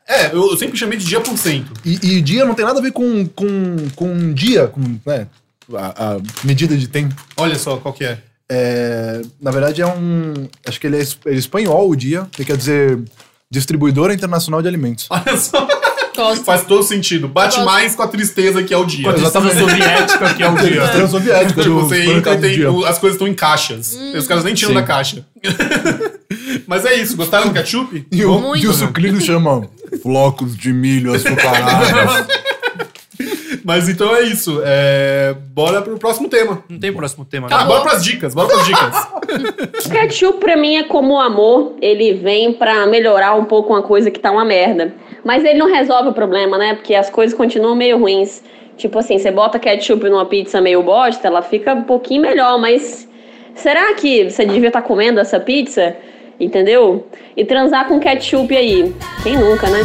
S1: é, eu sempre chamei de dia por cento.
S4: E, e dia não tem nada a ver com, com, com dia, com né, a, a medida de tempo.
S1: Olha só qual que é.
S4: É, na verdade é um... acho que ele é, es- ele é espanhol o dia, que quer dizer distribuidora internacional de alimentos.
S1: Olha só.
S2: Gosto.
S1: Faz todo sentido. Bate
S2: Gosto.
S1: mais com a tristeza que é o dia.
S3: Com a tristeza soviética que é o dia.
S4: Estrela soviética
S1: Quando
S4: do
S1: um Tipo, você entra e
S4: supermercado tipo, do
S1: tem,
S4: dia.
S1: o- as coisas estão em caixas. Os caras nem tiram
S4: Sim.
S1: da caixa. Mas é isso. Gostaram do ketchup?
S4: E o,
S2: Muito.
S4: e o sucrilho chama flocos de milho açucarados.
S1: Mas então é isso. É, Bora pro próximo tema.
S3: Não tem próximo tema,
S1: Ah,
S3: né?
S1: bora pras dicas. Bora pras dicas.
S6: Ketchup pra mim é como o amor, ele vem pra melhorar um pouco uma coisa que tá uma merda. Mas ele não resolve o problema, né? Porque as coisas continuam meio ruins. Tipo assim, você bota ketchup numa pizza meio bosta, ela fica um pouquinho melhor, mas será que você devia estar comendo essa pizza? Entendeu? E transar com ketchup aí. Quem nunca, né?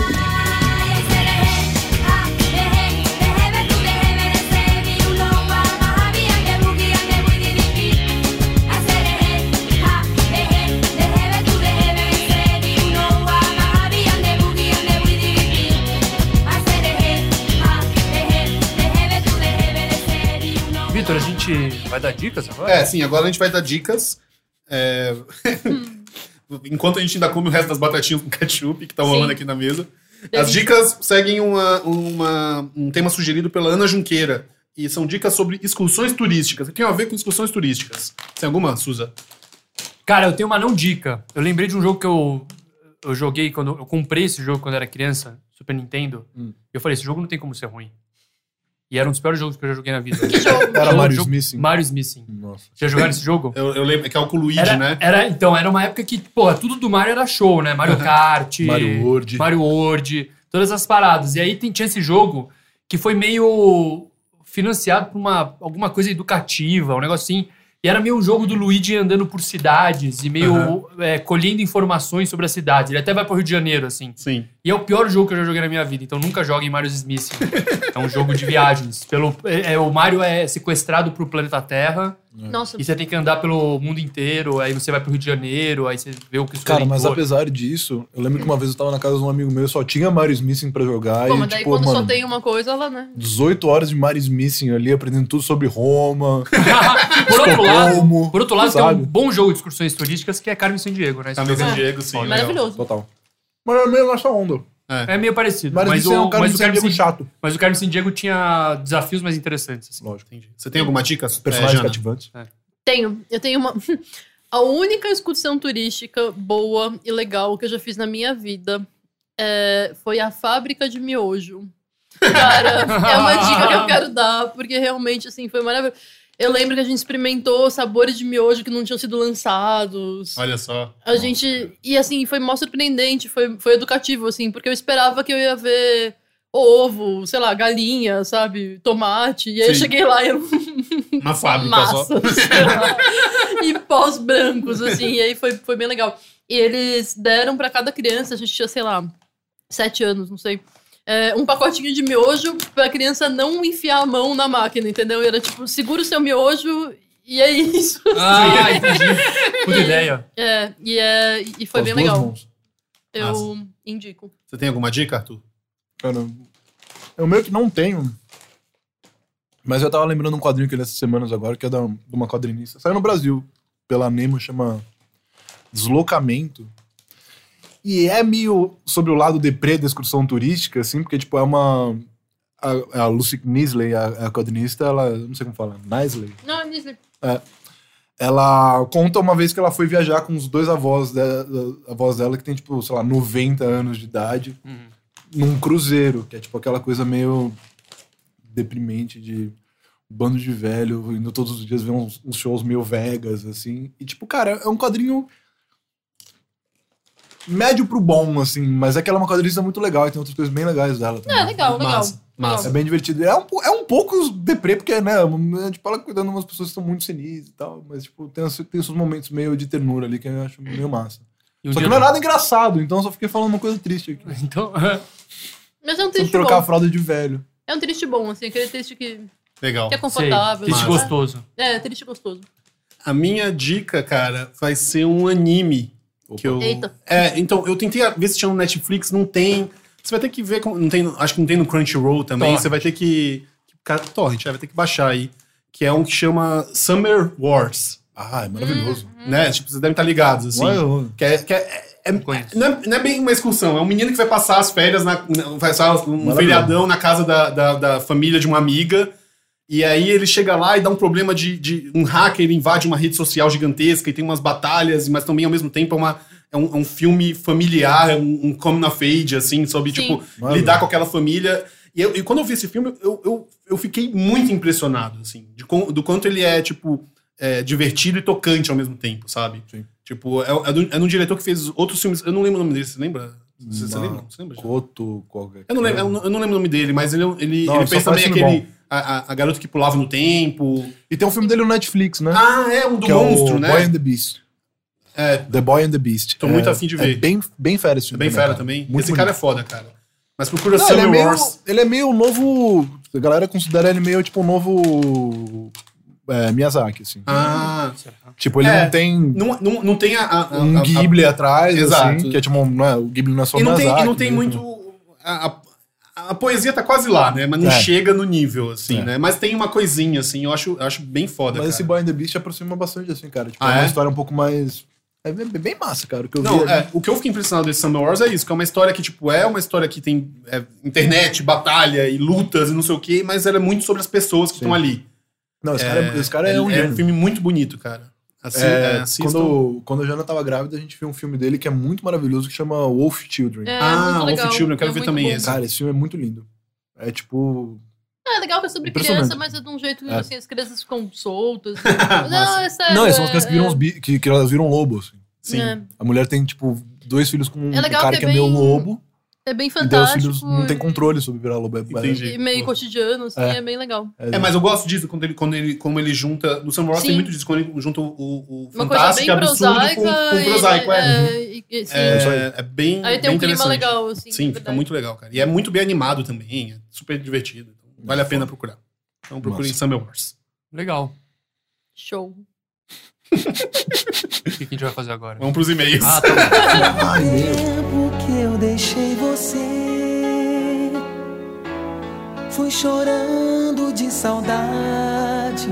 S3: Vitor, a gente vai dar dicas agora?
S1: É, sim, agora a gente vai dar dicas. É, Enquanto a gente ainda come o resto das batatinhas com ketchup que tá rolando
S2: Sim.
S1: aqui na mesa.
S2: Delícia.
S1: As dicas seguem uma, uma- um tema sugerido pela Ana Junqueira. E são dicas sobre excursões turísticas. Tem a ver com excursões turísticas. Tem alguma, Suza?
S3: Cara, eu tenho uma não dica. Eu lembrei de um jogo que eu, eu joguei quando. Eu comprei esse jogo quando era criança, Super Nintendo.
S4: Hum.
S3: Eu falei, esse jogo não tem como ser ruim. E era um dos piores jogos que eu já joguei na vida.
S4: Era
S3: Jogo-
S4: Mario
S3: jogo-
S4: Smith. sim.
S3: Mario Smithing.
S4: Nossa.
S3: Já jogaram esse jogo?
S1: Eu, eu lembro que é o com o Luigi,
S3: Era,
S1: né?
S3: era- então, era uma época que, porra, tudo do Mario era show, né? Mario Kart,
S4: Mario World.
S3: Mario World, todas as paradas. E aí tem- tinha esse jogo que foi meio financiado por uma, alguma coisa educativa, um negócio assim. E era meio um jogo do Luigi andando por cidades e meio é, colhendo informações sobre a cidade. Ele até vai pro Rio de Janeiro, assim.
S1: Sim.
S3: E é o pior jogo que eu já joguei na minha vida, então nunca joguem Mario Smith. é um jogo de viagens. Pelo, é- é, o Mario é sequestrado pro planeta Terra.
S2: Nossa,
S3: E você tem que andar pelo mundo inteiro, aí você vai pro Rio de Janeiro, aí você vê o que os
S4: Cara, mas
S3: orientou.
S4: apesar disso, eu lembro que uma vez eu tava na casa de um amigo meu, só tinha Mario Smithing pra jogar.
S2: pô,
S4: e,
S2: mas daí
S4: tipo,
S2: quando
S4: mano,
S2: só tem uma coisa, ela, né?
S4: 18 horas de Mario Smithing ali, aprendendo tudo sobre Roma,
S3: por outro lado,
S4: Estocolmo.
S3: por outro lado tem
S4: sabe?
S3: um bom jogo de excursões turísticas que é Carmen San Diego, né? Esse
S1: Carmen
S3: jogo
S1: San
S3: é-
S1: Tá Diego, sim. legal.
S2: Maravilhoso.
S4: Total. Mas é meio nossa onda.
S3: É meio parecido.
S4: Mario
S3: Mas
S4: Smithing é um
S3: o,
S4: cara
S3: mas,
S4: de
S3: o Carmen San,
S4: Diego chato.
S3: mas o Carmen San Diego tinha desafios mais interessantes. assim.
S4: Lógico.
S1: É, Você tem alguma dica?
S4: Personagens
S1: é, Jana?
S4: cativantes.
S2: Tenho, eu tenho uma. A única excursão turística boa e legal que eu já fiz na minha vida é, foi a fábrica de miojo. Cara, é uma dica que eu quero dar, porque realmente, assim, foi maravilhoso. Eu lembro que a gente experimentou sabores de miojo que não tinham sido lançados.
S1: Olha só.
S2: A gente. E assim, foi mó surpreendente, foi, foi educativo, assim, porque eu esperava que eu ia ver ovo, sei lá, galinha, sabe? Tomate. E aí eu
S1: Sim.
S2: cheguei lá e eu
S1: Uma fábrica só.
S2: massa, sei lá, e pós brancos, assim, e aí foi, foi bem legal. E eles deram pra cada criança, a gente tinha, sei lá, sete anos, não sei, é, um pacotinho de miojo pra criança não enfiar a mão na máquina, entendeu? E era tipo, segura o seu miojo e é isso.
S3: Ah, entendi. Puta ideia.
S2: É, e, é, e foi
S4: Com
S2: bem
S4: as duas
S2: legal.
S4: mãos.
S2: Eu
S1: Massa.
S2: indico.
S1: Você tem alguma dica, Arthur?
S4: Cara, eu meio que não tenho. Mas eu tava lembrando um quadrinho que eu li essas semanas agora, que é da, de uma quadrinista. Saiu no Brasil, pela Nemo, chama Deslocamento. E é meio sobre o lado deprê da excursão turística, assim, porque, tipo, é uma... A, a Lucy Nisley, a, a quadrinista, ela... eu Não sei como fala. Nisley?
S2: Não, Nisley.
S4: Ela conta uma vez que ela foi viajar com os dois avós, de, avós dela, que tem, tipo, sei lá, 90 anos de idade,
S3: Uhum.
S4: num cruzeiro, que é tipo aquela coisa meio deprimente de bando de velho, indo todos os dias ver uns, uns shows meio Vegas, assim. E, tipo, cara, é um quadrinho médio pro bom, assim, mas é que ela é uma quadrinista muito legal e tem outras coisas bem legais dela também.
S2: É, legal, legal.
S1: Massa, massa.
S4: É bem divertido. É um, po- é um pouco deprê, porque, né, é, tipo, ela cuidando de umas pessoas que estão muito senis e tal, mas, tipo, tem, as- tem os momentos meio de ternura ali que eu acho meio massa.
S3: E um
S4: Só que
S3: dia
S4: não é
S3: eu-
S4: nada engraçado, então eu só fiquei falando uma coisa triste aqui.
S3: Então,
S2: Mas é um
S4: Sobre
S2: triste
S4: trocar a
S2: bom.
S4: fralda de velho.
S2: É um triste bom, assim, aquele triste que,
S1: Legal.
S2: que é
S3: sei.
S2: confortável.
S3: Triste
S1: Massa.
S2: né?
S3: gostoso.
S2: É, triste gostoso.
S1: A minha dica, cara, vai ser um anime. Que eu...
S2: Eita.
S1: É, então, eu tentei ver se tinha no Netflix, não tem. Você vai ter que ver. com- Não tem, acho que não tem no Crunchyroll também.
S3: Torrent.
S1: Você vai ter que. Cara, torrent, é, vai ter que baixar aí. Que é um que chama Summer Wars.
S4: Ah, é maravilhoso.
S2: Hum.
S1: Né? Tipo, vocês devem estar ligados, assim.
S4: Olha,
S1: Que é- que é- é-
S3: Não conheço.
S1: não, é, não é bem uma excursão, é um menino que vai passar as férias, na, na- vai passar um
S4: Maravilha.
S1: feriadão na casa da, da, da família de uma amiga. E aí ele chega lá e dá um problema de, de um hacker, ele invade uma rede social gigantesca e tem umas batalhas, mas também ao mesmo tempo é, uma, é, um, é um filme familiar, é um, um coming of age, assim, sobre
S2: Sim.
S1: tipo,
S4: Maravilha.
S1: lidar com aquela família. E, eu- e quando eu vi esse filme, eu, eu, eu fiquei muito impressionado, assim, de com- do quanto ele é, tipo, é, divertido e tocante ao mesmo tempo, sabe?
S4: Sim.
S1: Tipo, é, é, do- é de um diretor que fez outros filmes. Eu não lembro o nome dele, você lembra? Você, você
S4: Não.
S1: lembra? Você lembra?
S4: Coto, qualquer
S1: Eu não lembro, é um- eu não, eu não lembro o nome dele, mas ele, ele,
S4: Não,
S1: ele
S4: só
S1: fez
S4: parece um
S1: também
S4: filme
S1: aquele. A, a, a garota que pulava no tempo.
S4: E tem um filme dele no Netflix, né?
S1: Ah, é, um do
S4: que
S1: monstro,
S4: é o
S1: né?
S4: Boy and the Beast.
S1: É.
S4: The Boy and the Beast.
S1: Tô
S4: É-
S1: muito afim de ver.
S4: É bem, bem fera
S1: É
S4: esse filme.
S1: bem fera
S4: cara.
S1: também.
S4: Muito
S1: Esse cara é
S4: bonito.
S1: foda, cara. Mas procura
S4: Não, ele, é
S1: Summer
S4: meio,
S1: Wars.
S4: ele é meio novo. A galera considera ele meio tipo um novo. é, Miyazaki, assim.
S1: Ah,
S4: Tipo, ele
S1: É.
S4: não tem
S1: não, não, não tem a. a- a-
S4: um
S1: a- a-
S4: Ghibli atrás,
S1: Exato.
S4: assim, que é tipo, um- não é, o Ghibli não é só
S1: e não tem,
S4: Miyazaki,
S1: e não tem
S4: né?
S1: muito. A, a- a poesia tá quase lá, né? Mas não
S4: É.
S1: chega no nível, assim,
S4: É.
S1: né? Mas tem uma coisinha, assim, eu acho, eu acho bem foda.
S4: Mas
S1: cara.
S4: esse Boy and the Beast aproxima bastante, assim, cara. Tipo,
S1: Ah,
S4: é uma
S1: é?
S4: história um pouco mais. É bem, bem massa, cara. O que eu
S1: Não,
S4: vi.
S1: é, o que eu fiquei impressionado desse Summer Wars é isso, que é uma história que, tipo, é uma história que tem é, internet, batalha e lutas e não sei o quê, mas ela é muito sobre as pessoas que
S4: Sim.
S1: estão ali.
S4: Não, esse, cara, é, esse cara é, um
S1: é
S4: gênio.
S1: um filme muito bonito, cara. Assim, é,
S4: É,
S1: assistam.
S4: quando, quando a Jana tava grávida, a gente viu um filme dele que é muito maravilhoso, que chama Wolf Children.
S2: É,
S1: Ah,
S2: muito
S1: Wolf
S2: legal.
S1: Children, eu quero
S2: é
S1: ver
S2: muito
S1: também
S2: bom.
S1: esse.
S4: Cara, esse filme é muito lindo. É tipo.
S2: Ah, É legal que é sobre
S4: Impressionante.
S2: criança, mas é de um jeito que
S4: É.
S2: assim, as crianças ficam soltas.
S1: Ah,
S2: não, é sério.
S4: Não,
S2: é,
S4: são as crianças que viram, os bi- que, que elas
S1: um
S4: viram lobo, assim.
S1: Sim.
S2: É,
S4: A mulher tem, tipo, dois filhos com um
S2: É legal
S4: cara
S2: que
S4: que
S2: é
S4: é meio
S2: bem
S4: lobo,
S2: é bem
S4: e daí os filhos
S2: fantástico.
S4: não tem
S2: e-
S4: controle sobre virar lobo. É,
S1: Entendi.
S2: E meio cotidiano, assim, é,
S4: É.
S2: bem legal.
S4: é-
S1: né? É, mas eu gosto disso, quando ele, quando ele, como ele junta. No Summer Wars
S2: Sim.
S1: tem muito disso, quando ele junta o, o, o
S2: Uma coisa bem
S1: fantástico, é absurdo com,
S2: prosaica.
S1: com
S2: e-
S1: prosaico. É,
S2: é, e- e- sim.
S1: É, é bem.
S2: Aí tem
S1: bem
S2: um clima
S1: interessante.
S2: legal, assim.
S1: Sim,
S2: é
S1: fica
S2: verdade.
S1: muito legal, cara. E é muito bem animado também, é super divertido. Então, vale a pena procurar. Então procurem
S4: Massa.
S1: Summer Wars.
S3: Legal.
S2: Show.
S3: O que que a gente vai fazer agora?
S1: Vamos pros e-mails.
S3: Ah, tá bom.
S4: Ai, meu.
S1: é?
S8: tempo que eu deixei você. Fui chorando de saudade.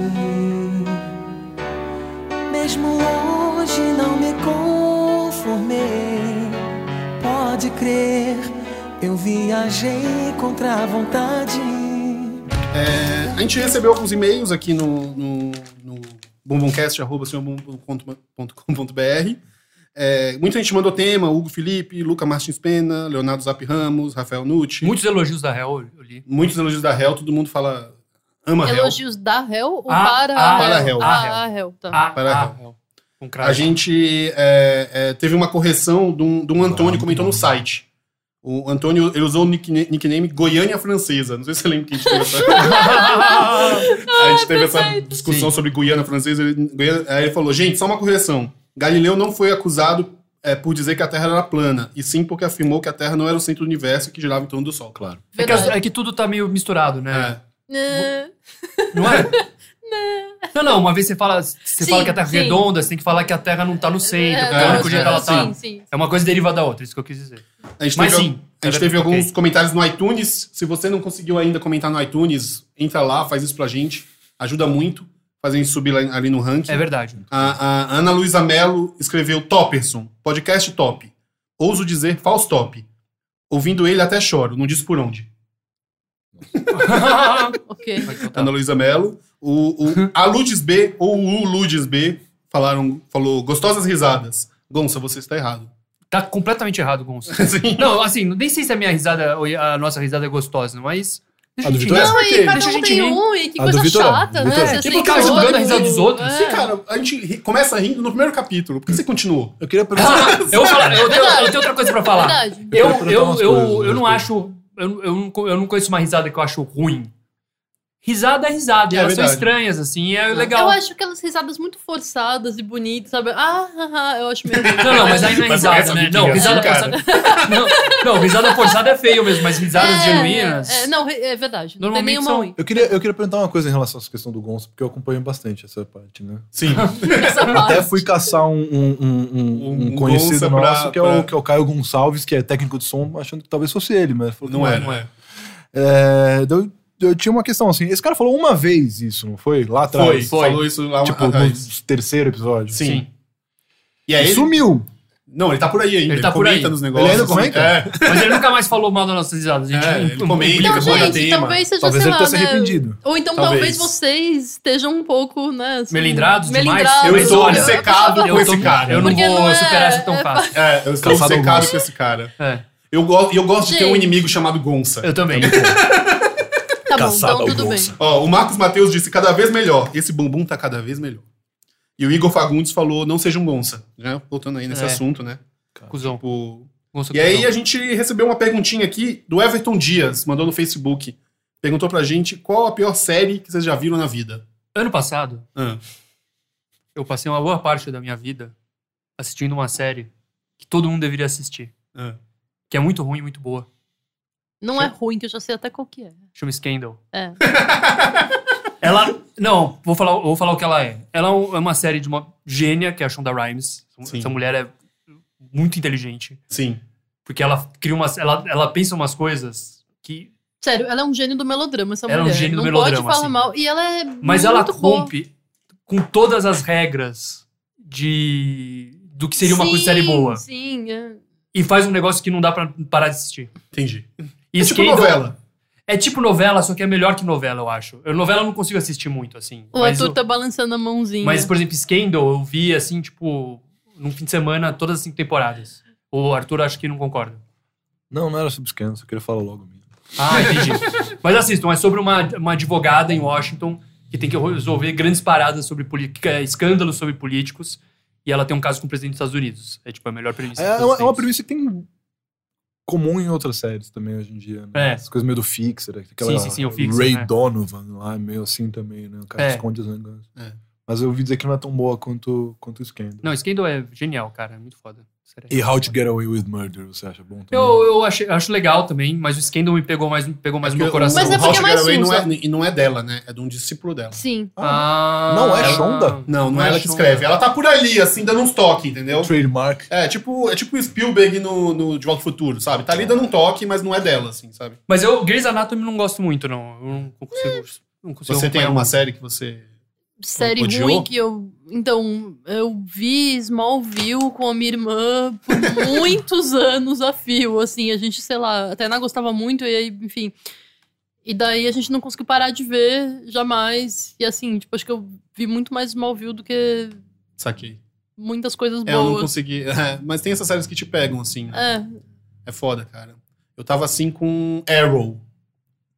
S8: Mesmo hoje não me conformei. Pode crer, eu viajei contra a vontade.
S1: A gente recebeu alguns e-mails aqui no, no, no bomboncast.com.br. É, muita gente mandou tema, Hugo Felipe, Luca Martins Pena, Leonardo Zap Ramos, Rafael Nucci.
S3: Muitos elogios da Hell, eu li.
S1: Muitos elogios da Hell, todo mundo fala ama Hell.
S2: Elogios da réu ou
S3: Ah,
S2: para
S3: ah,
S1: para
S2: réu?
S1: réu.
S2: Ah, a réu, tá.
S3: Ah,
S1: Para
S3: ah,
S1: a
S3: com crack.
S1: A gente é, é, teve uma correção de um, de um Antônio que comentou no site. O Antônio ele usou o nickna- nickname Goiânia Francesa. Não sei se você lembra que a gente teve essa, a gente teve essa discussão sobre Goiânia Francesa. Ele, Goiânia- aí ele falou: gente, só uma correção. Galileu não foi acusado é, por dizer que a Terra era plana, e sim porque afirmou que a Terra não era o centro do universo e que girava em torno do Sol, claro.
S3: É que, as- é que tudo tá meio misturado, né?
S1: É.
S2: Né?
S3: Não é? Não, não, uma vez você fala, você
S2: Sim,
S3: fala que a Terra
S2: sim.
S3: é redonda, você tem que falar que a Terra não tá no centro,
S2: É,
S3: porque é o
S2: não,
S3: único jeito que ela tá.
S2: Sim, sim.
S3: É uma coisa deriva da outra, isso que eu quis dizer.
S1: A gente
S3: Mas
S1: teve,
S3: sim,
S1: a gente
S3: tá
S1: teve
S3: bem,
S1: alguns
S3: ok.
S1: comentários no iTunes. Se você não conseguiu ainda comentar no iTunes, entra lá, faz isso pra gente. Ajuda muito. Faz a gente subir lá, ali no ranking.
S3: É verdade.
S1: A, a Ana Luísa Mello escreveu Topperson, podcast top. Ouso dizer falso top. Ouvindo ele até choro, não disse por onde.
S2: Ok.
S3: Tá.
S1: Ana Luísa Mello. O, o, a Ludes B ou o Ludes B falaram, falou gostosas risadas. Gonça, você está errado.
S3: Tá completamente errado, Gonçalo.
S1: Assim,
S3: Não, assim, nem sei se a minha risada, ou a nossa risada é gostosa, mas. Deixa
S4: A do
S3: gente
S4: Vitor é?
S2: Não, e
S3: rir.
S2: cada
S3: Deixa a
S2: um
S3: gente
S2: tem
S3: rir.
S2: um, e que
S4: A do
S2: coisa
S4: Vitor é.
S2: chata, né?
S4: Vitor é.
S2: Você
S3: Quem
S2: tem
S3: ficar
S2: que-
S3: julgando
S2: todo
S3: a risada dos
S2: mundo.
S3: outros?
S2: É.
S1: Sim, cara, a gente ri- começa rindo no primeiro capítulo. Por que você continuou?
S4: Eu queria perguntar.
S3: Ah, eu, vou falar, eu, tenho, eu tenho outra coisa pra falar.
S2: Verdade.
S3: Eu,
S4: quero perguntar
S3: eu,
S4: umas
S3: eu,
S4: coisas,
S3: eu não
S4: umas
S3: acho. Eu, eu, não, co- eu não conheço uma risada que eu acho ruim. Risada é risada, e
S1: É
S3: elas são
S1: verdade.
S3: estranhas, assim, e é
S2: Eu
S3: legal.
S2: acho aquelas risadas muito forçadas e bonitas, sabe? Ah, ah, ah, eu acho meio.
S3: Não, não, mas aí não é
S1: Mas
S3: risada,
S1: essa assim,
S3: né?
S1: fica
S3: Não,
S1: engraçada,
S3: risada forçada. Não, não, risada forçada é feio mesmo, mas risadas
S2: É,
S3: genuínas.
S2: é, não, é verdade. Não tem
S3: Normalmente
S2: nenhuma
S3: são-
S2: ruim.
S4: Eu queria, eu queria perguntar uma coisa em relação a essa questão do Gonçalo, porque eu acompanho bastante essa parte, né?
S1: Sim.
S2: Essa parte.
S4: Até fui caçar um, um- um- um- um
S1: Um
S4: conhecido
S1: Gonça pra-
S4: nosso, que, é o,
S1: pra-
S4: que é o Caio Gonçalves, que é técnico de som, achando que talvez fosse ele, mas falou que
S1: Não é,
S4: era.
S1: não é.
S4: É, daí eu, eu tinha uma questão assim. Esse cara falou uma vez isso, não foi? Lá atrás.
S1: Foi, falou isso lá
S4: Tipo,
S1: atrás.
S4: no terceiro episódio.
S1: Sim. E aí
S4: E
S1: ele...
S4: sumiu.
S1: Não, ele tá por aí ainda.
S3: Ele tá por
S1: comenta
S3: aí.
S1: nos negócios.
S4: Ele ainda comenta?
S1: É.
S3: Mas ele nunca mais falou mal das nossas risadas. A gente
S1: É, ele comenta,
S2: Então,
S1: Fica fora da
S2: gente,
S1: tema.
S2: talvez seja,
S4: Talvez
S2: sei
S4: ele
S2: lá,
S4: tenha se
S2: né?
S4: arrependido.
S2: Ou então talvez,
S1: Talvez.
S2: vocês estejam um pouco, né? assim,
S3: Melindrados demais?
S1: Eu estou
S2: olha,
S1: obcecado
S2: eu-
S1: com esse cara.
S3: Eu não
S2: Porque
S3: vou
S2: não é-
S3: superar essa tão
S2: é
S3: fácil.
S1: É, eu estou
S4: Calçado
S1: obcecado
S4: Gonça.
S1: com esse cara.
S3: É,
S1: Eu, go eu gosto de ter um
S2: Gente.
S1: inimigo chamado Gonça.
S3: eu também.
S2: Tá bom,
S4: Caçada
S2: então
S4: ao
S2: tudo bem.
S4: bolso.
S1: Ó, o Marcos Matheus disse cada vez melhor. Esse bumbum tá cada vez melhor. E o Igor Fagundes falou não seja um Gonça. Né? Voltando aí nesse
S3: É.
S1: assunto, né?
S3: Cusão.
S1: Tipo,
S3: Gonçalo
S1: E aí
S3: Cusão.
S1: a gente recebeu uma perguntinha aqui do Everton Dias, mandou no Facebook. Perguntou pra gente qual a pior série que vocês já viram na vida.
S3: Ano passado,
S1: Ah,
S3: eu passei uma boa parte da minha vida assistindo uma série que todo mundo deveria assistir.
S1: ah.
S3: Que é muito ruim, muito boa.
S2: Não é ruim, que eu já sei até qual que é.
S3: Chama Scandal.
S2: É.
S3: Ela. Não, vou falar, vou falar o que ela é. Ela é um- é uma série de uma gênia, que é a Shonda Rhimes.
S1: Sim.
S3: Essa mulher é muito inteligente.
S1: Sim.
S3: Porque ela cria umas. Ela, ela pensa umas coisas que.
S2: Sério, ela é um gênio do melodrama, essa
S3: Ela é um
S2: mulher.
S3: gênio do
S2: não
S3: melodrama,
S2: pode falar
S3: assim.
S2: mal. E ela é
S3: Mas
S2: muito
S3: ela
S2: boa.
S3: rompe com todas as regras de. do que seria uma coisa de série
S2: Sim,
S3: boa.
S2: Sim, é.
S3: E faz um negócio que não dá pra parar de assistir.
S1: Entendi.
S3: E
S1: É tipo
S3: Scandal-
S1: novela.
S3: É tipo novela, só que é melhor que novela, eu acho. Eu novela eu não consigo assistir muito, assim.
S2: O
S3: mas,
S2: ator
S3: eu-
S2: tá balançando a mãozinha.
S3: mas, por exemplo, Scandal, eu vi, assim, tipo, num fim de semana, todas as cinco temporadas. O Arthur acho que não concorda.
S4: Não, não era sobre scan, só queria falar logo mesmo.
S3: Ah, entendi. mas assistam, é sobre uma, uma advogada em Washington que tem que resolver grandes paradas sobre política, escândalos sobre políticos. E ela tem um caso com o presidente dos Estados Unidos. É tipo a melhor premissa.
S4: É,
S3: dos
S4: uma, é uma
S3: tempos.
S4: premissa que tem comum em outras séries também hoje em dia. Né?
S3: É.
S4: As coisas meio do Fixer, né? aquela
S3: Sim, sim, sim, o Fixer,
S4: Ray
S3: né?
S4: Donovan lá, meio assim também, né? O cara
S3: É.
S4: esconde os negócios.
S1: É.
S4: Mas eu ouvi dizer que não é tão boa quanto, quanto o Scandal.
S3: Não, Scandal é genial, cara. É muito foda. Sério.
S4: E How to Get Away with Murder, você acha bom também?
S3: Eu, eu achei- acho legal também, mas o Scandal me pegou mais, me pegou mais no meu coração.
S2: Mas é
S1: o
S2: porque é mais
S1: House Girl Away não
S2: Susan.
S1: é, E não é dela, né? É de um discípulo dela.
S2: Sim.
S3: Ah,
S4: Não é
S3: ela-
S4: Shonda?
S1: Não, não,
S3: Não
S1: é
S3: é
S1: ela que
S3: Shonda.
S1: escreve. Ela tá por ali, assim, dando uns toques, entendeu?
S4: Trademark.
S1: É, tipo, é tipo o Spielberg no, no De Volta ao Futuro, sabe? Tá ali dando um toque, mas não é dela, assim, sabe?
S3: Mas eu, Grey's Anatomy, não gosto muito, não. Eu não consigo.
S2: É.
S3: Não consigo
S1: Você tem
S3: acompanhar
S1: alguma
S3: muito.
S1: série que você.
S2: Série
S1: Tipo, Odiou?
S2: ruim que eu. Então, eu vi Smallville com a minha irmã por muitos anos a fio. Assim, a gente, sei lá, até Tainá gostava muito, e aí, enfim. E daí a gente não conseguiu parar de ver jamais. E assim, tipo, acho que eu vi muito mais Smallville do que
S1: Saquei.
S2: muitas coisas
S1: É, eu não
S2: boas.
S1: consegui. é, mas tem essas séries que te pegam, assim. É,
S2: É,
S1: foda, cara. Eu tava assim com Arrow.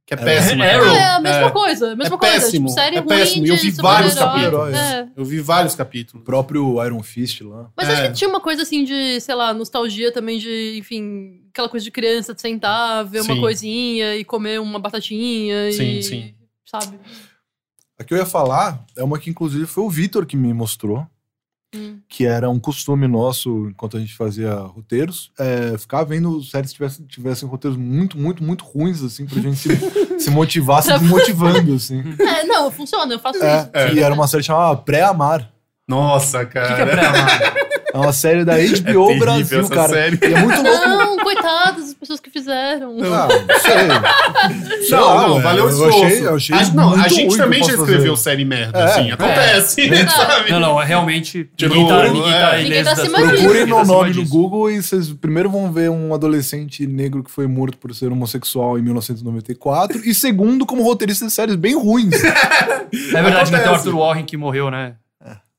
S1: Que é
S4: Arrow.
S1: péssima. cara.
S3: Arrow?
S2: Ah, é a mesma
S1: É.
S2: coisa, a mesma
S1: É
S2: coisa.
S1: péssimo,
S2: Tipo, série
S1: é
S2: ruim
S1: péssimo.
S2: de
S1: Eu vi vários
S2: super-herói.
S4: capítulos.
S2: É.
S1: Eu vi vários
S4: O
S1: capítulos.
S4: próprio Iron Fist lá.
S2: Mas
S1: É.
S2: acho que tinha uma coisa assim de, sei lá, nostalgia também de, enfim, aquela coisa de criança de sentar, ver uma
S1: Sim.
S2: coisinha e comer uma batatinha
S1: Sim,
S2: e.
S1: sim.
S2: Sabe?
S4: A que eu ia falar é uma que, inclusive, foi o Vitor que me mostrou.
S2: Hum.
S4: Que era um costume nosso, enquanto a gente fazia roteiros, é, ficar vendo séries que tivessem, tivessem roteiros muito, muito, muito ruins, assim, pra gente se, se motivar,
S1: Tá
S4: se desmotivando, assim.
S2: É, não, funciona, eu faço isso.
S4: É, E era uma série chamada Pré-Amar.
S1: Nossa,
S3: O que, que é
S1: cara.
S3: pré-amar?
S4: É uma série da
S1: é
S4: HBO
S1: terrível
S4: Brasil,
S1: essa
S4: cara.
S1: série.
S4: E é muito louco.
S2: Não, coitadas das pessoas que fizeram.
S4: Ah, não sei. Sei
S1: Não,
S4: lá,
S1: não,
S4: é,
S1: valeu o
S4: eu
S1: esforço.
S4: achei- eu achei
S1: a, não, a
S4: muito
S1: gente
S4: ruim
S1: também
S4: que eu
S1: já
S4: posso
S1: escreveu
S4: fazer.
S1: série merda,
S4: É.
S1: assim. Acontece,
S4: É.
S1: sabe?
S3: Não, não, é realmente.
S1: Tipo,
S3: ninguém tá, ninguém tá
S1: é.
S2: Ninguém tá
S3: ileso das
S2: acima
S3: coisas.
S2: disso.
S4: Procurem
S3: Ninguém tá
S4: meu
S3: acima
S4: nome no
S3: disso.
S4: Google e vocês primeiro vão ver um adolescente negro que foi morto por ser homossexual em 1994 e segundo como roteirista de séries bem ruins.
S3: É verdade, né? Tem o
S1: Acontece.
S3: Arthur Warren que morreu, né?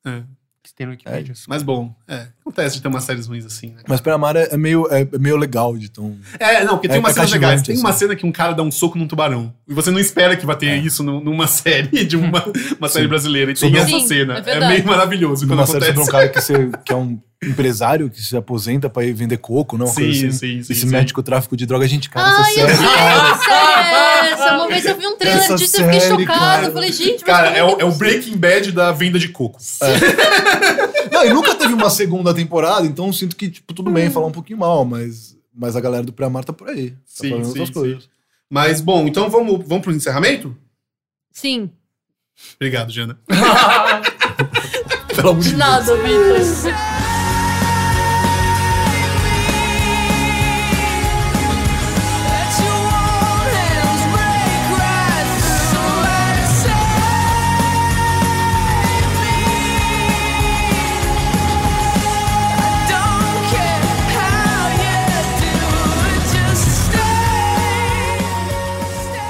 S1: É.
S3: Que tem no Wikipedia.
S1: Mas bom, é. Acontece de ter umas séries ruins assim, né?
S4: Mas pra Mara é meio, é é meio legal de tão...
S1: É, não, porque
S4: É,
S1: tem uma
S4: é
S1: cena
S4: cativante,
S1: legais. Tem uma
S4: assim. É.
S1: cena que um cara dá um soco num tubarão. E você não espera que vai ter isso nu- numa série de uma, uma série brasileira. E tem
S2: Sobre um-
S1: essa
S2: Sim,
S1: cena.
S2: é
S1: É,
S2: verdade.
S1: meio maravilhoso quando
S4: Uma série
S1: acontece.
S4: sobre um cara que, se- que é um empresário que se aposenta pra ir vender coco, não? Uma
S1: Sim,
S4: coisa assim.
S1: sim, sim,
S4: e se
S1: sim.
S4: mete com o tráfico de droga. Gente, cara,
S2: Ai,
S4: essa
S2: eu
S4: série...
S2: vi essa! essa. Uma vez eu vi um trailer
S4: Essa
S2: disso e eu fiquei
S4: série,
S2: chocada.
S4: cara.
S2: Eu falei, gente, mas
S1: Cara,
S2: como
S1: é o,
S2: que
S1: é o Breaking Bad da venda de coco.
S4: Não, e nunca teve uma segunda temporada, então eu sinto que, tipo, tudo bem falar um pouquinho mal, mas, mas a galera do Pré-Amar tá por aí. Tá
S1: Sim,
S4: fazendo
S1: sim,
S4: outras
S1: sim.
S4: coisas.
S1: Mas, bom, então vamos, vamos pro encerramento?
S2: Sim,
S1: Obrigado, Jana. É
S4: Pelo amor de
S2: de nada, Vitor.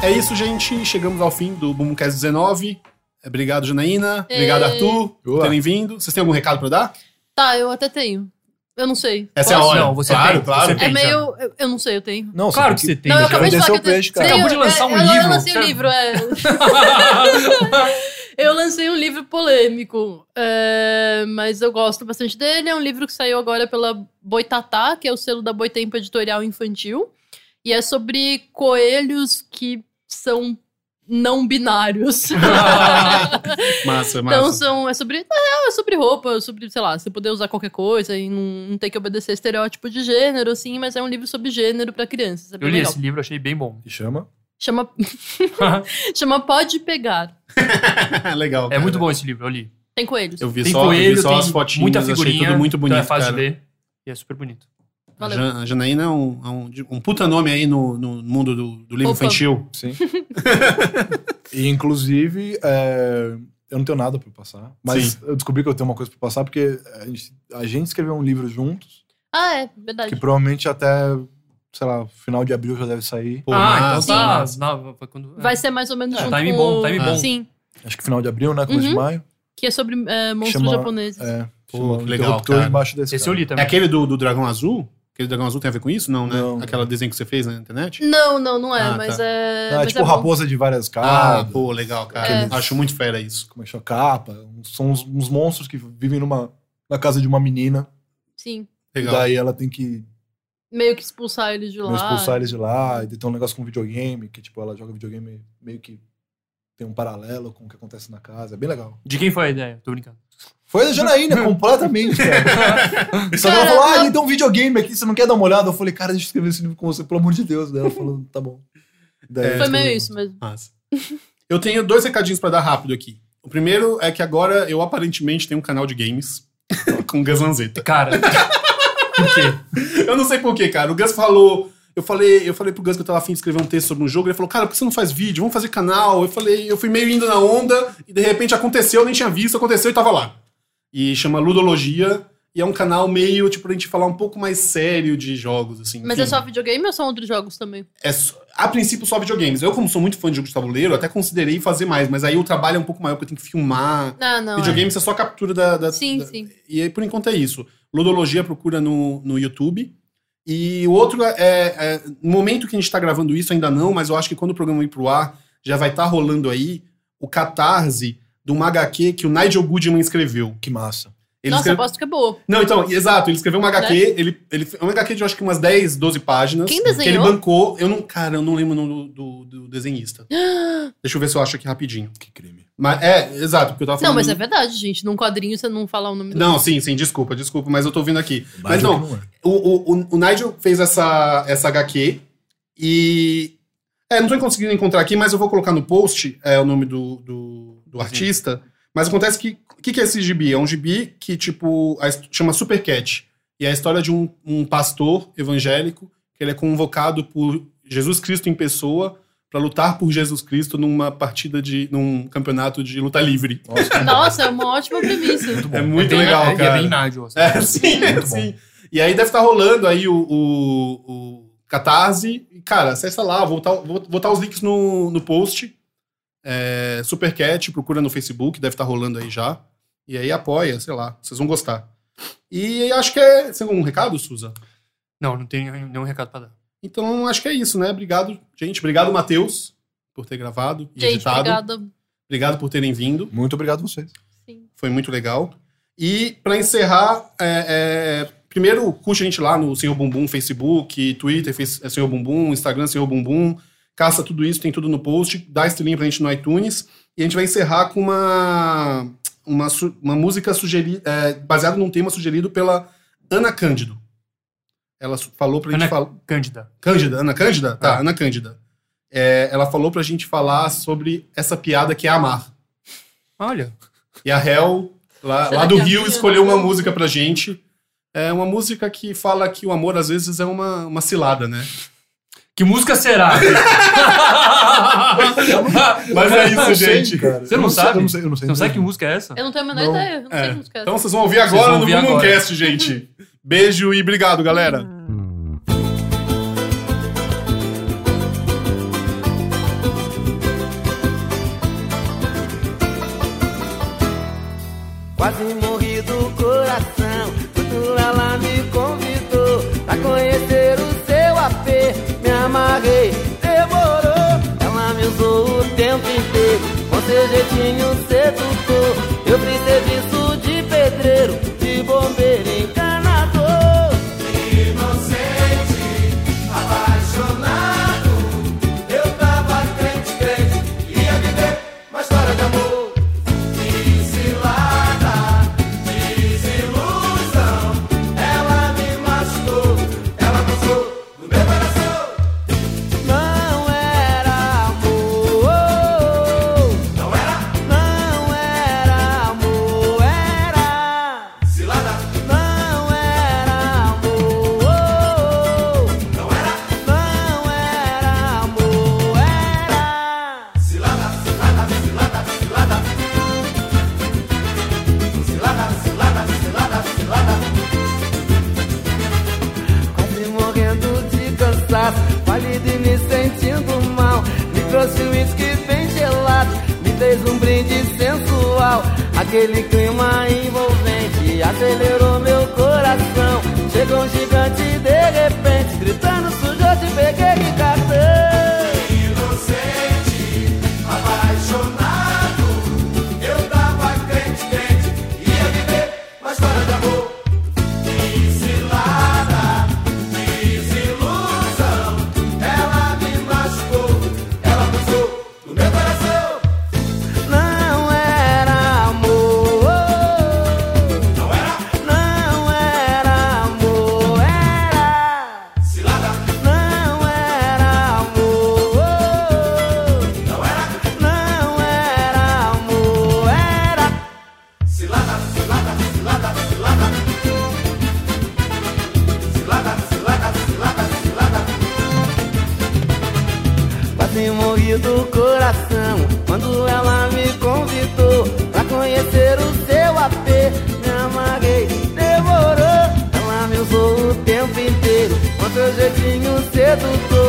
S1: É isso, gente. Chegamos ao fim do Boomcast 19. Obrigado, Janaína.
S2: Ei.
S1: Obrigado, Arthur, por
S4: Boa.
S1: terem vindo. Vocês têm algum recado pra dar?
S2: Tá, eu até tenho. Eu não sei.
S1: Essa é a
S2: Posso?
S1: hora.
S3: Não, você
S1: claro,
S3: tem,
S1: claro.
S3: você
S2: É
S3: tem.
S2: meio. Eu, eu não sei, eu tenho.
S4: Não,
S3: Claro
S4: tem
S3: que você tem. um
S2: Não, eu
S3: cara.
S2: acabei de
S4: Agradecer
S2: falar que eu
S4: ao
S2: tenho-
S4: peixe, cara.
S2: Sim,
S3: Acabou de
S2: eu-
S3: lançar
S2: é,
S3: um
S2: eu- Eu
S3: livro,
S2: lancei um
S3: sabe?
S2: livro, é. Eu lancei um livro polêmico, é, mas eu gosto bastante dele. É um livro que saiu agora pela Boitatá, que é o selo da Boitempo Editorial Infantil. E é sobre coelhos que são não binários.
S1: Massa, massa.
S2: Então são, é sobre. Na real, é sobre roupa, é sobre, sei lá, você poder usar qualquer coisa e não, não ter que obedecer estereótipo de gênero, assim, mas é um livro sobre gênero pra crianças. É
S3: Eu
S2: bem
S3: li
S2: legal.
S3: esse livro, achei bem bom.
S4: E chama?
S2: Chama. Chama Pode Pegar.
S1: Legal.
S3: É
S1: cara.
S3: muito bom esse livro, eu li.
S2: Eu vi coelhos.
S1: Eu vi
S3: Tem
S1: só, eu vi
S3: coelho,
S1: só
S3: tem
S1: as fotinhas,
S3: muita
S1: achei
S3: figurinha,
S1: tudo muito bonito.
S3: então é fácil
S1: cara.
S3: de ler. E é super bonito.
S1: A
S2: Valeu.
S1: Jan- a Janaína é um, é um- um puta nome aí no, no mundo do, do livro
S2: Opa.
S1: infantil.
S4: Sim. e, inclusive, é, eu não tenho nada pra passar. Mas
S1: Sim.
S4: eu descobri que eu tenho uma coisa pra passar, porque a gente, a gente escreveu um livro juntos,
S2: Ah, é,
S4: que
S2: verdade.
S4: provavelmente até, sei lá, final de abril já deve sair.
S1: Pô,
S3: ah,
S1: massa,
S3: então tá.
S1: massa.
S3: Não, foi quando- é.
S2: Vai ser mais ou menos
S3: É,
S2: junto
S1: tá
S3: time
S2: com...
S3: bom, time
S2: o-
S3: bom.
S2: Sim,
S4: Acho que final de abril, né? Começo
S2: Uhum.
S4: de maio.
S2: que é sobre é, monstros
S4: Chama-
S2: japoneses.
S4: É.
S1: Pô,
S4: chama
S1: que
S4: O
S1: legal,
S4: Interruptor
S1: cara.
S4: embaixo da
S3: Esse eu
S4: escada.
S3: li
S1: É
S3: também.
S1: aquele do, do dragão azul? Aquele dragão azul tem a ver com isso? Não, né?
S4: Não.
S1: Aquela desenho que você fez na internet?
S2: Não, não, não é,
S1: Ah,
S2: mas
S1: tá.
S2: é...
S4: Ah,
S2: mas
S4: tipo
S2: é bom.
S4: raposa de várias
S1: Ah,
S4: casas.
S1: pô, legal, cara.
S2: É.
S1: Acho muito fera isso.
S4: como é que chama? Capa. São uns, uns monstros que vivem numa, na casa de uma menina.
S2: Sim,
S1: Legal.
S4: E daí ela tem que
S2: meio que expulsar eles de lá.
S4: expulsar eles de lá. E tem um negócio com videogame, que tipo, ela joga videogame meio que tem um paralelo com o que acontece na casa. É bem legal.
S3: De quem foi a ideia? Tô brincando.
S4: Foi a Janaína, completamente, cara. Só que ela falou, ah, ele tem um videogame aqui, você não quer dar uma olhada? Eu falei, cara, deixa eu escrever esse livro com você, pelo amor de Deus. Daí ela falou, tá bom. Daí
S2: Foi
S4: escreveu.
S2: meio isso mesmo.
S1: Massa. Eu tenho dois recadinhos pra dar rápido aqui. O primeiro é que agora eu aparentemente tenho um canal de games com Gus Lanzetta.
S3: Cara. Por quê?
S1: Eu não sei porquê, cara. O Gus falou. Eu falei, eu falei pro Gus que eu tava afim de escrever um texto sobre um jogo. Ele falou, cara, por que você não faz vídeo? Vamos fazer canal. Eu falei, eu fui meio indo na onda e de repente aconteceu, eu nem tinha visto, aconteceu e tava lá. E chama Ludologia. E é um canal meio, tipo, pra gente falar um pouco mais sério de jogos, assim.
S2: Mas
S1: enfim.
S2: é só videogame ou são outros jogos também?
S1: É só- a princípio só videogames. Eu, como sou muito fã de jogos de tabuleiro, até considerei fazer mais, mas aí o trabalho é um pouco maior, porque eu tenho que filmar.
S2: Ah, não.
S1: Videogames é só captura da, da-
S2: é. Sim,
S1: da-
S2: sim.
S1: E aí, por enquanto, é isso. Ludologia procura no, no YouTube. E o outro é, é, No momento que a gente tá gravando isso, ainda não, mas eu acho que quando o programa ir pro ar, já vai estar rolando aí o catarse de uma HQ que o Nigel Goodman escreveu.
S4: Que massa.
S1: Ele
S2: Nossa,
S1: escreve-
S2: aposto que é boa.
S1: Não, então, exato, ele escreveu uma HQ, ele, ele, é uma HQ de acho que umas 10, 12 páginas.
S2: Né? Quem
S1: Que ele
S2: desenhou?
S1: bancou. Eu não, cara, eu não lembro o nome do, do- do desenhista. Deixa eu ver se eu acho aqui rapidinho.
S4: Que crime.
S1: Mas é, exato, porque eu tava falando.
S2: Não, mas é verdade, gente. Num quadrinho você não fala o nome do.
S1: Não, sim, sim, desculpa, desculpa, mas eu tô vindo aqui. Mas não,
S4: não é.
S1: o, o, o- o Nigel fez essa, essa HQ e. É, não tô conseguindo encontrar aqui, mas eu vou colocar no post é, o nome do, do, do artista. Mas acontece que. O que, que é esse gibi? É um gibi que, tipo, a his- chama Supercat. E é a história de um, um pastor evangélico que ele é convocado por Jesus Cristo em pessoa pra lutar por Jesus Cristo numa partida de. num campeonato de luta livre.
S2: Nossa, é uma ótima premissa.
S1: É muito
S3: bem-
S1: legal,
S3: é- e
S1: cara.
S3: É bem Nigel. assim.
S1: É, sim, é,
S4: Muito
S1: sim. E aí deve estar rolando aí o, o, o Catarse. E, Cara, acessa lá, vou botar, vou botar os links no, no post. É, Supercat, procura no Facebook, deve estar rolando aí já. E aí apoia, sei lá, vocês vão gostar. E acho que é. Você tem algum recado, Suza?
S3: Não, não tenho nenhum recado pra dar.
S1: Então acho que é isso, né? Obrigado, gente. Obrigado, Matheus, por ter gravado e
S2: Gente,
S1: editado.
S2: obrigada.
S1: obrigado por terem vindo.
S4: Muito obrigado a vocês.
S2: Sim.
S1: Foi muito legal. E para encerrar, é, é, primeiro curte a gente lá no Senhor Bumbum, Facebook, Twitter, Face- é, Senhor Bumbum, Instagram, Senhor Bumbum. Caça tudo isso, tem tudo no post. Dá estrelinha pra gente no iTunes. E a gente vai encerrar com uma, uma, su- uma música sugeri, é, baseada num tema sugerido pela Ana Cândido. Ela su- falou pra
S3: Ana-
S1: gente falar.
S3: Cândida.
S1: Cândida, Ana Cândida? Tá, Ana Cândida. É, ela falou pra gente falar sobre essa piada que é amar.
S3: Olha.
S1: E a Hel, lá,
S2: Será
S1: lá do
S2: que a
S1: Rio,
S2: minha
S1: escolheu
S2: não?
S1: uma música pra gente. É uma música que fala que o amor às vezes é uma, uma cilada, né?
S3: Que música será?
S1: Mas é isso,
S4: sei,
S1: gente.
S4: cara.
S3: Você não
S4: Eu sei,
S3: sabe?
S4: Eu não sei, eu não
S3: Você
S4: sei.
S3: não sabe que música é essa?
S2: Eu não tenho a menor
S4: Não,
S2: ideia. Eu não sei
S1: é.
S2: como se
S1: Então vocês vão ouvir agora
S3: vão ouvir
S1: no
S3: agora.
S1: Bumbumcast, gente. Beijo e obrigado, galera.
S8: Quase morri do coração quando ela me convidou pra conhecer o seu apê. Me amarrei, demorou. Ela me usou o tempo inteiro com seu jeitinho sedutor. Eu fiz serviço de pedreiro, de bombeiro encanador. Não era amor. Não era? Não era amor, era. Cilada. Não era amor. Não era? Não era amor, era. Quase morrendo de cansaço, pálido e me sentindo mal. Me trouxe um uísque bem gelado, me fez um brinde sensual. Aquele clima envolvente acelerou meu coração. Chegou um gigante de repente, gritando sujou de peguei de cartão. Não era amor. Não era? Não era amor, era. Cilada. Não era amor. Não era? Não era amor, era. Quase morri um do coração quando ela me convidou pra conhecer o seu apê. Me amarrei, devorou. sedutor.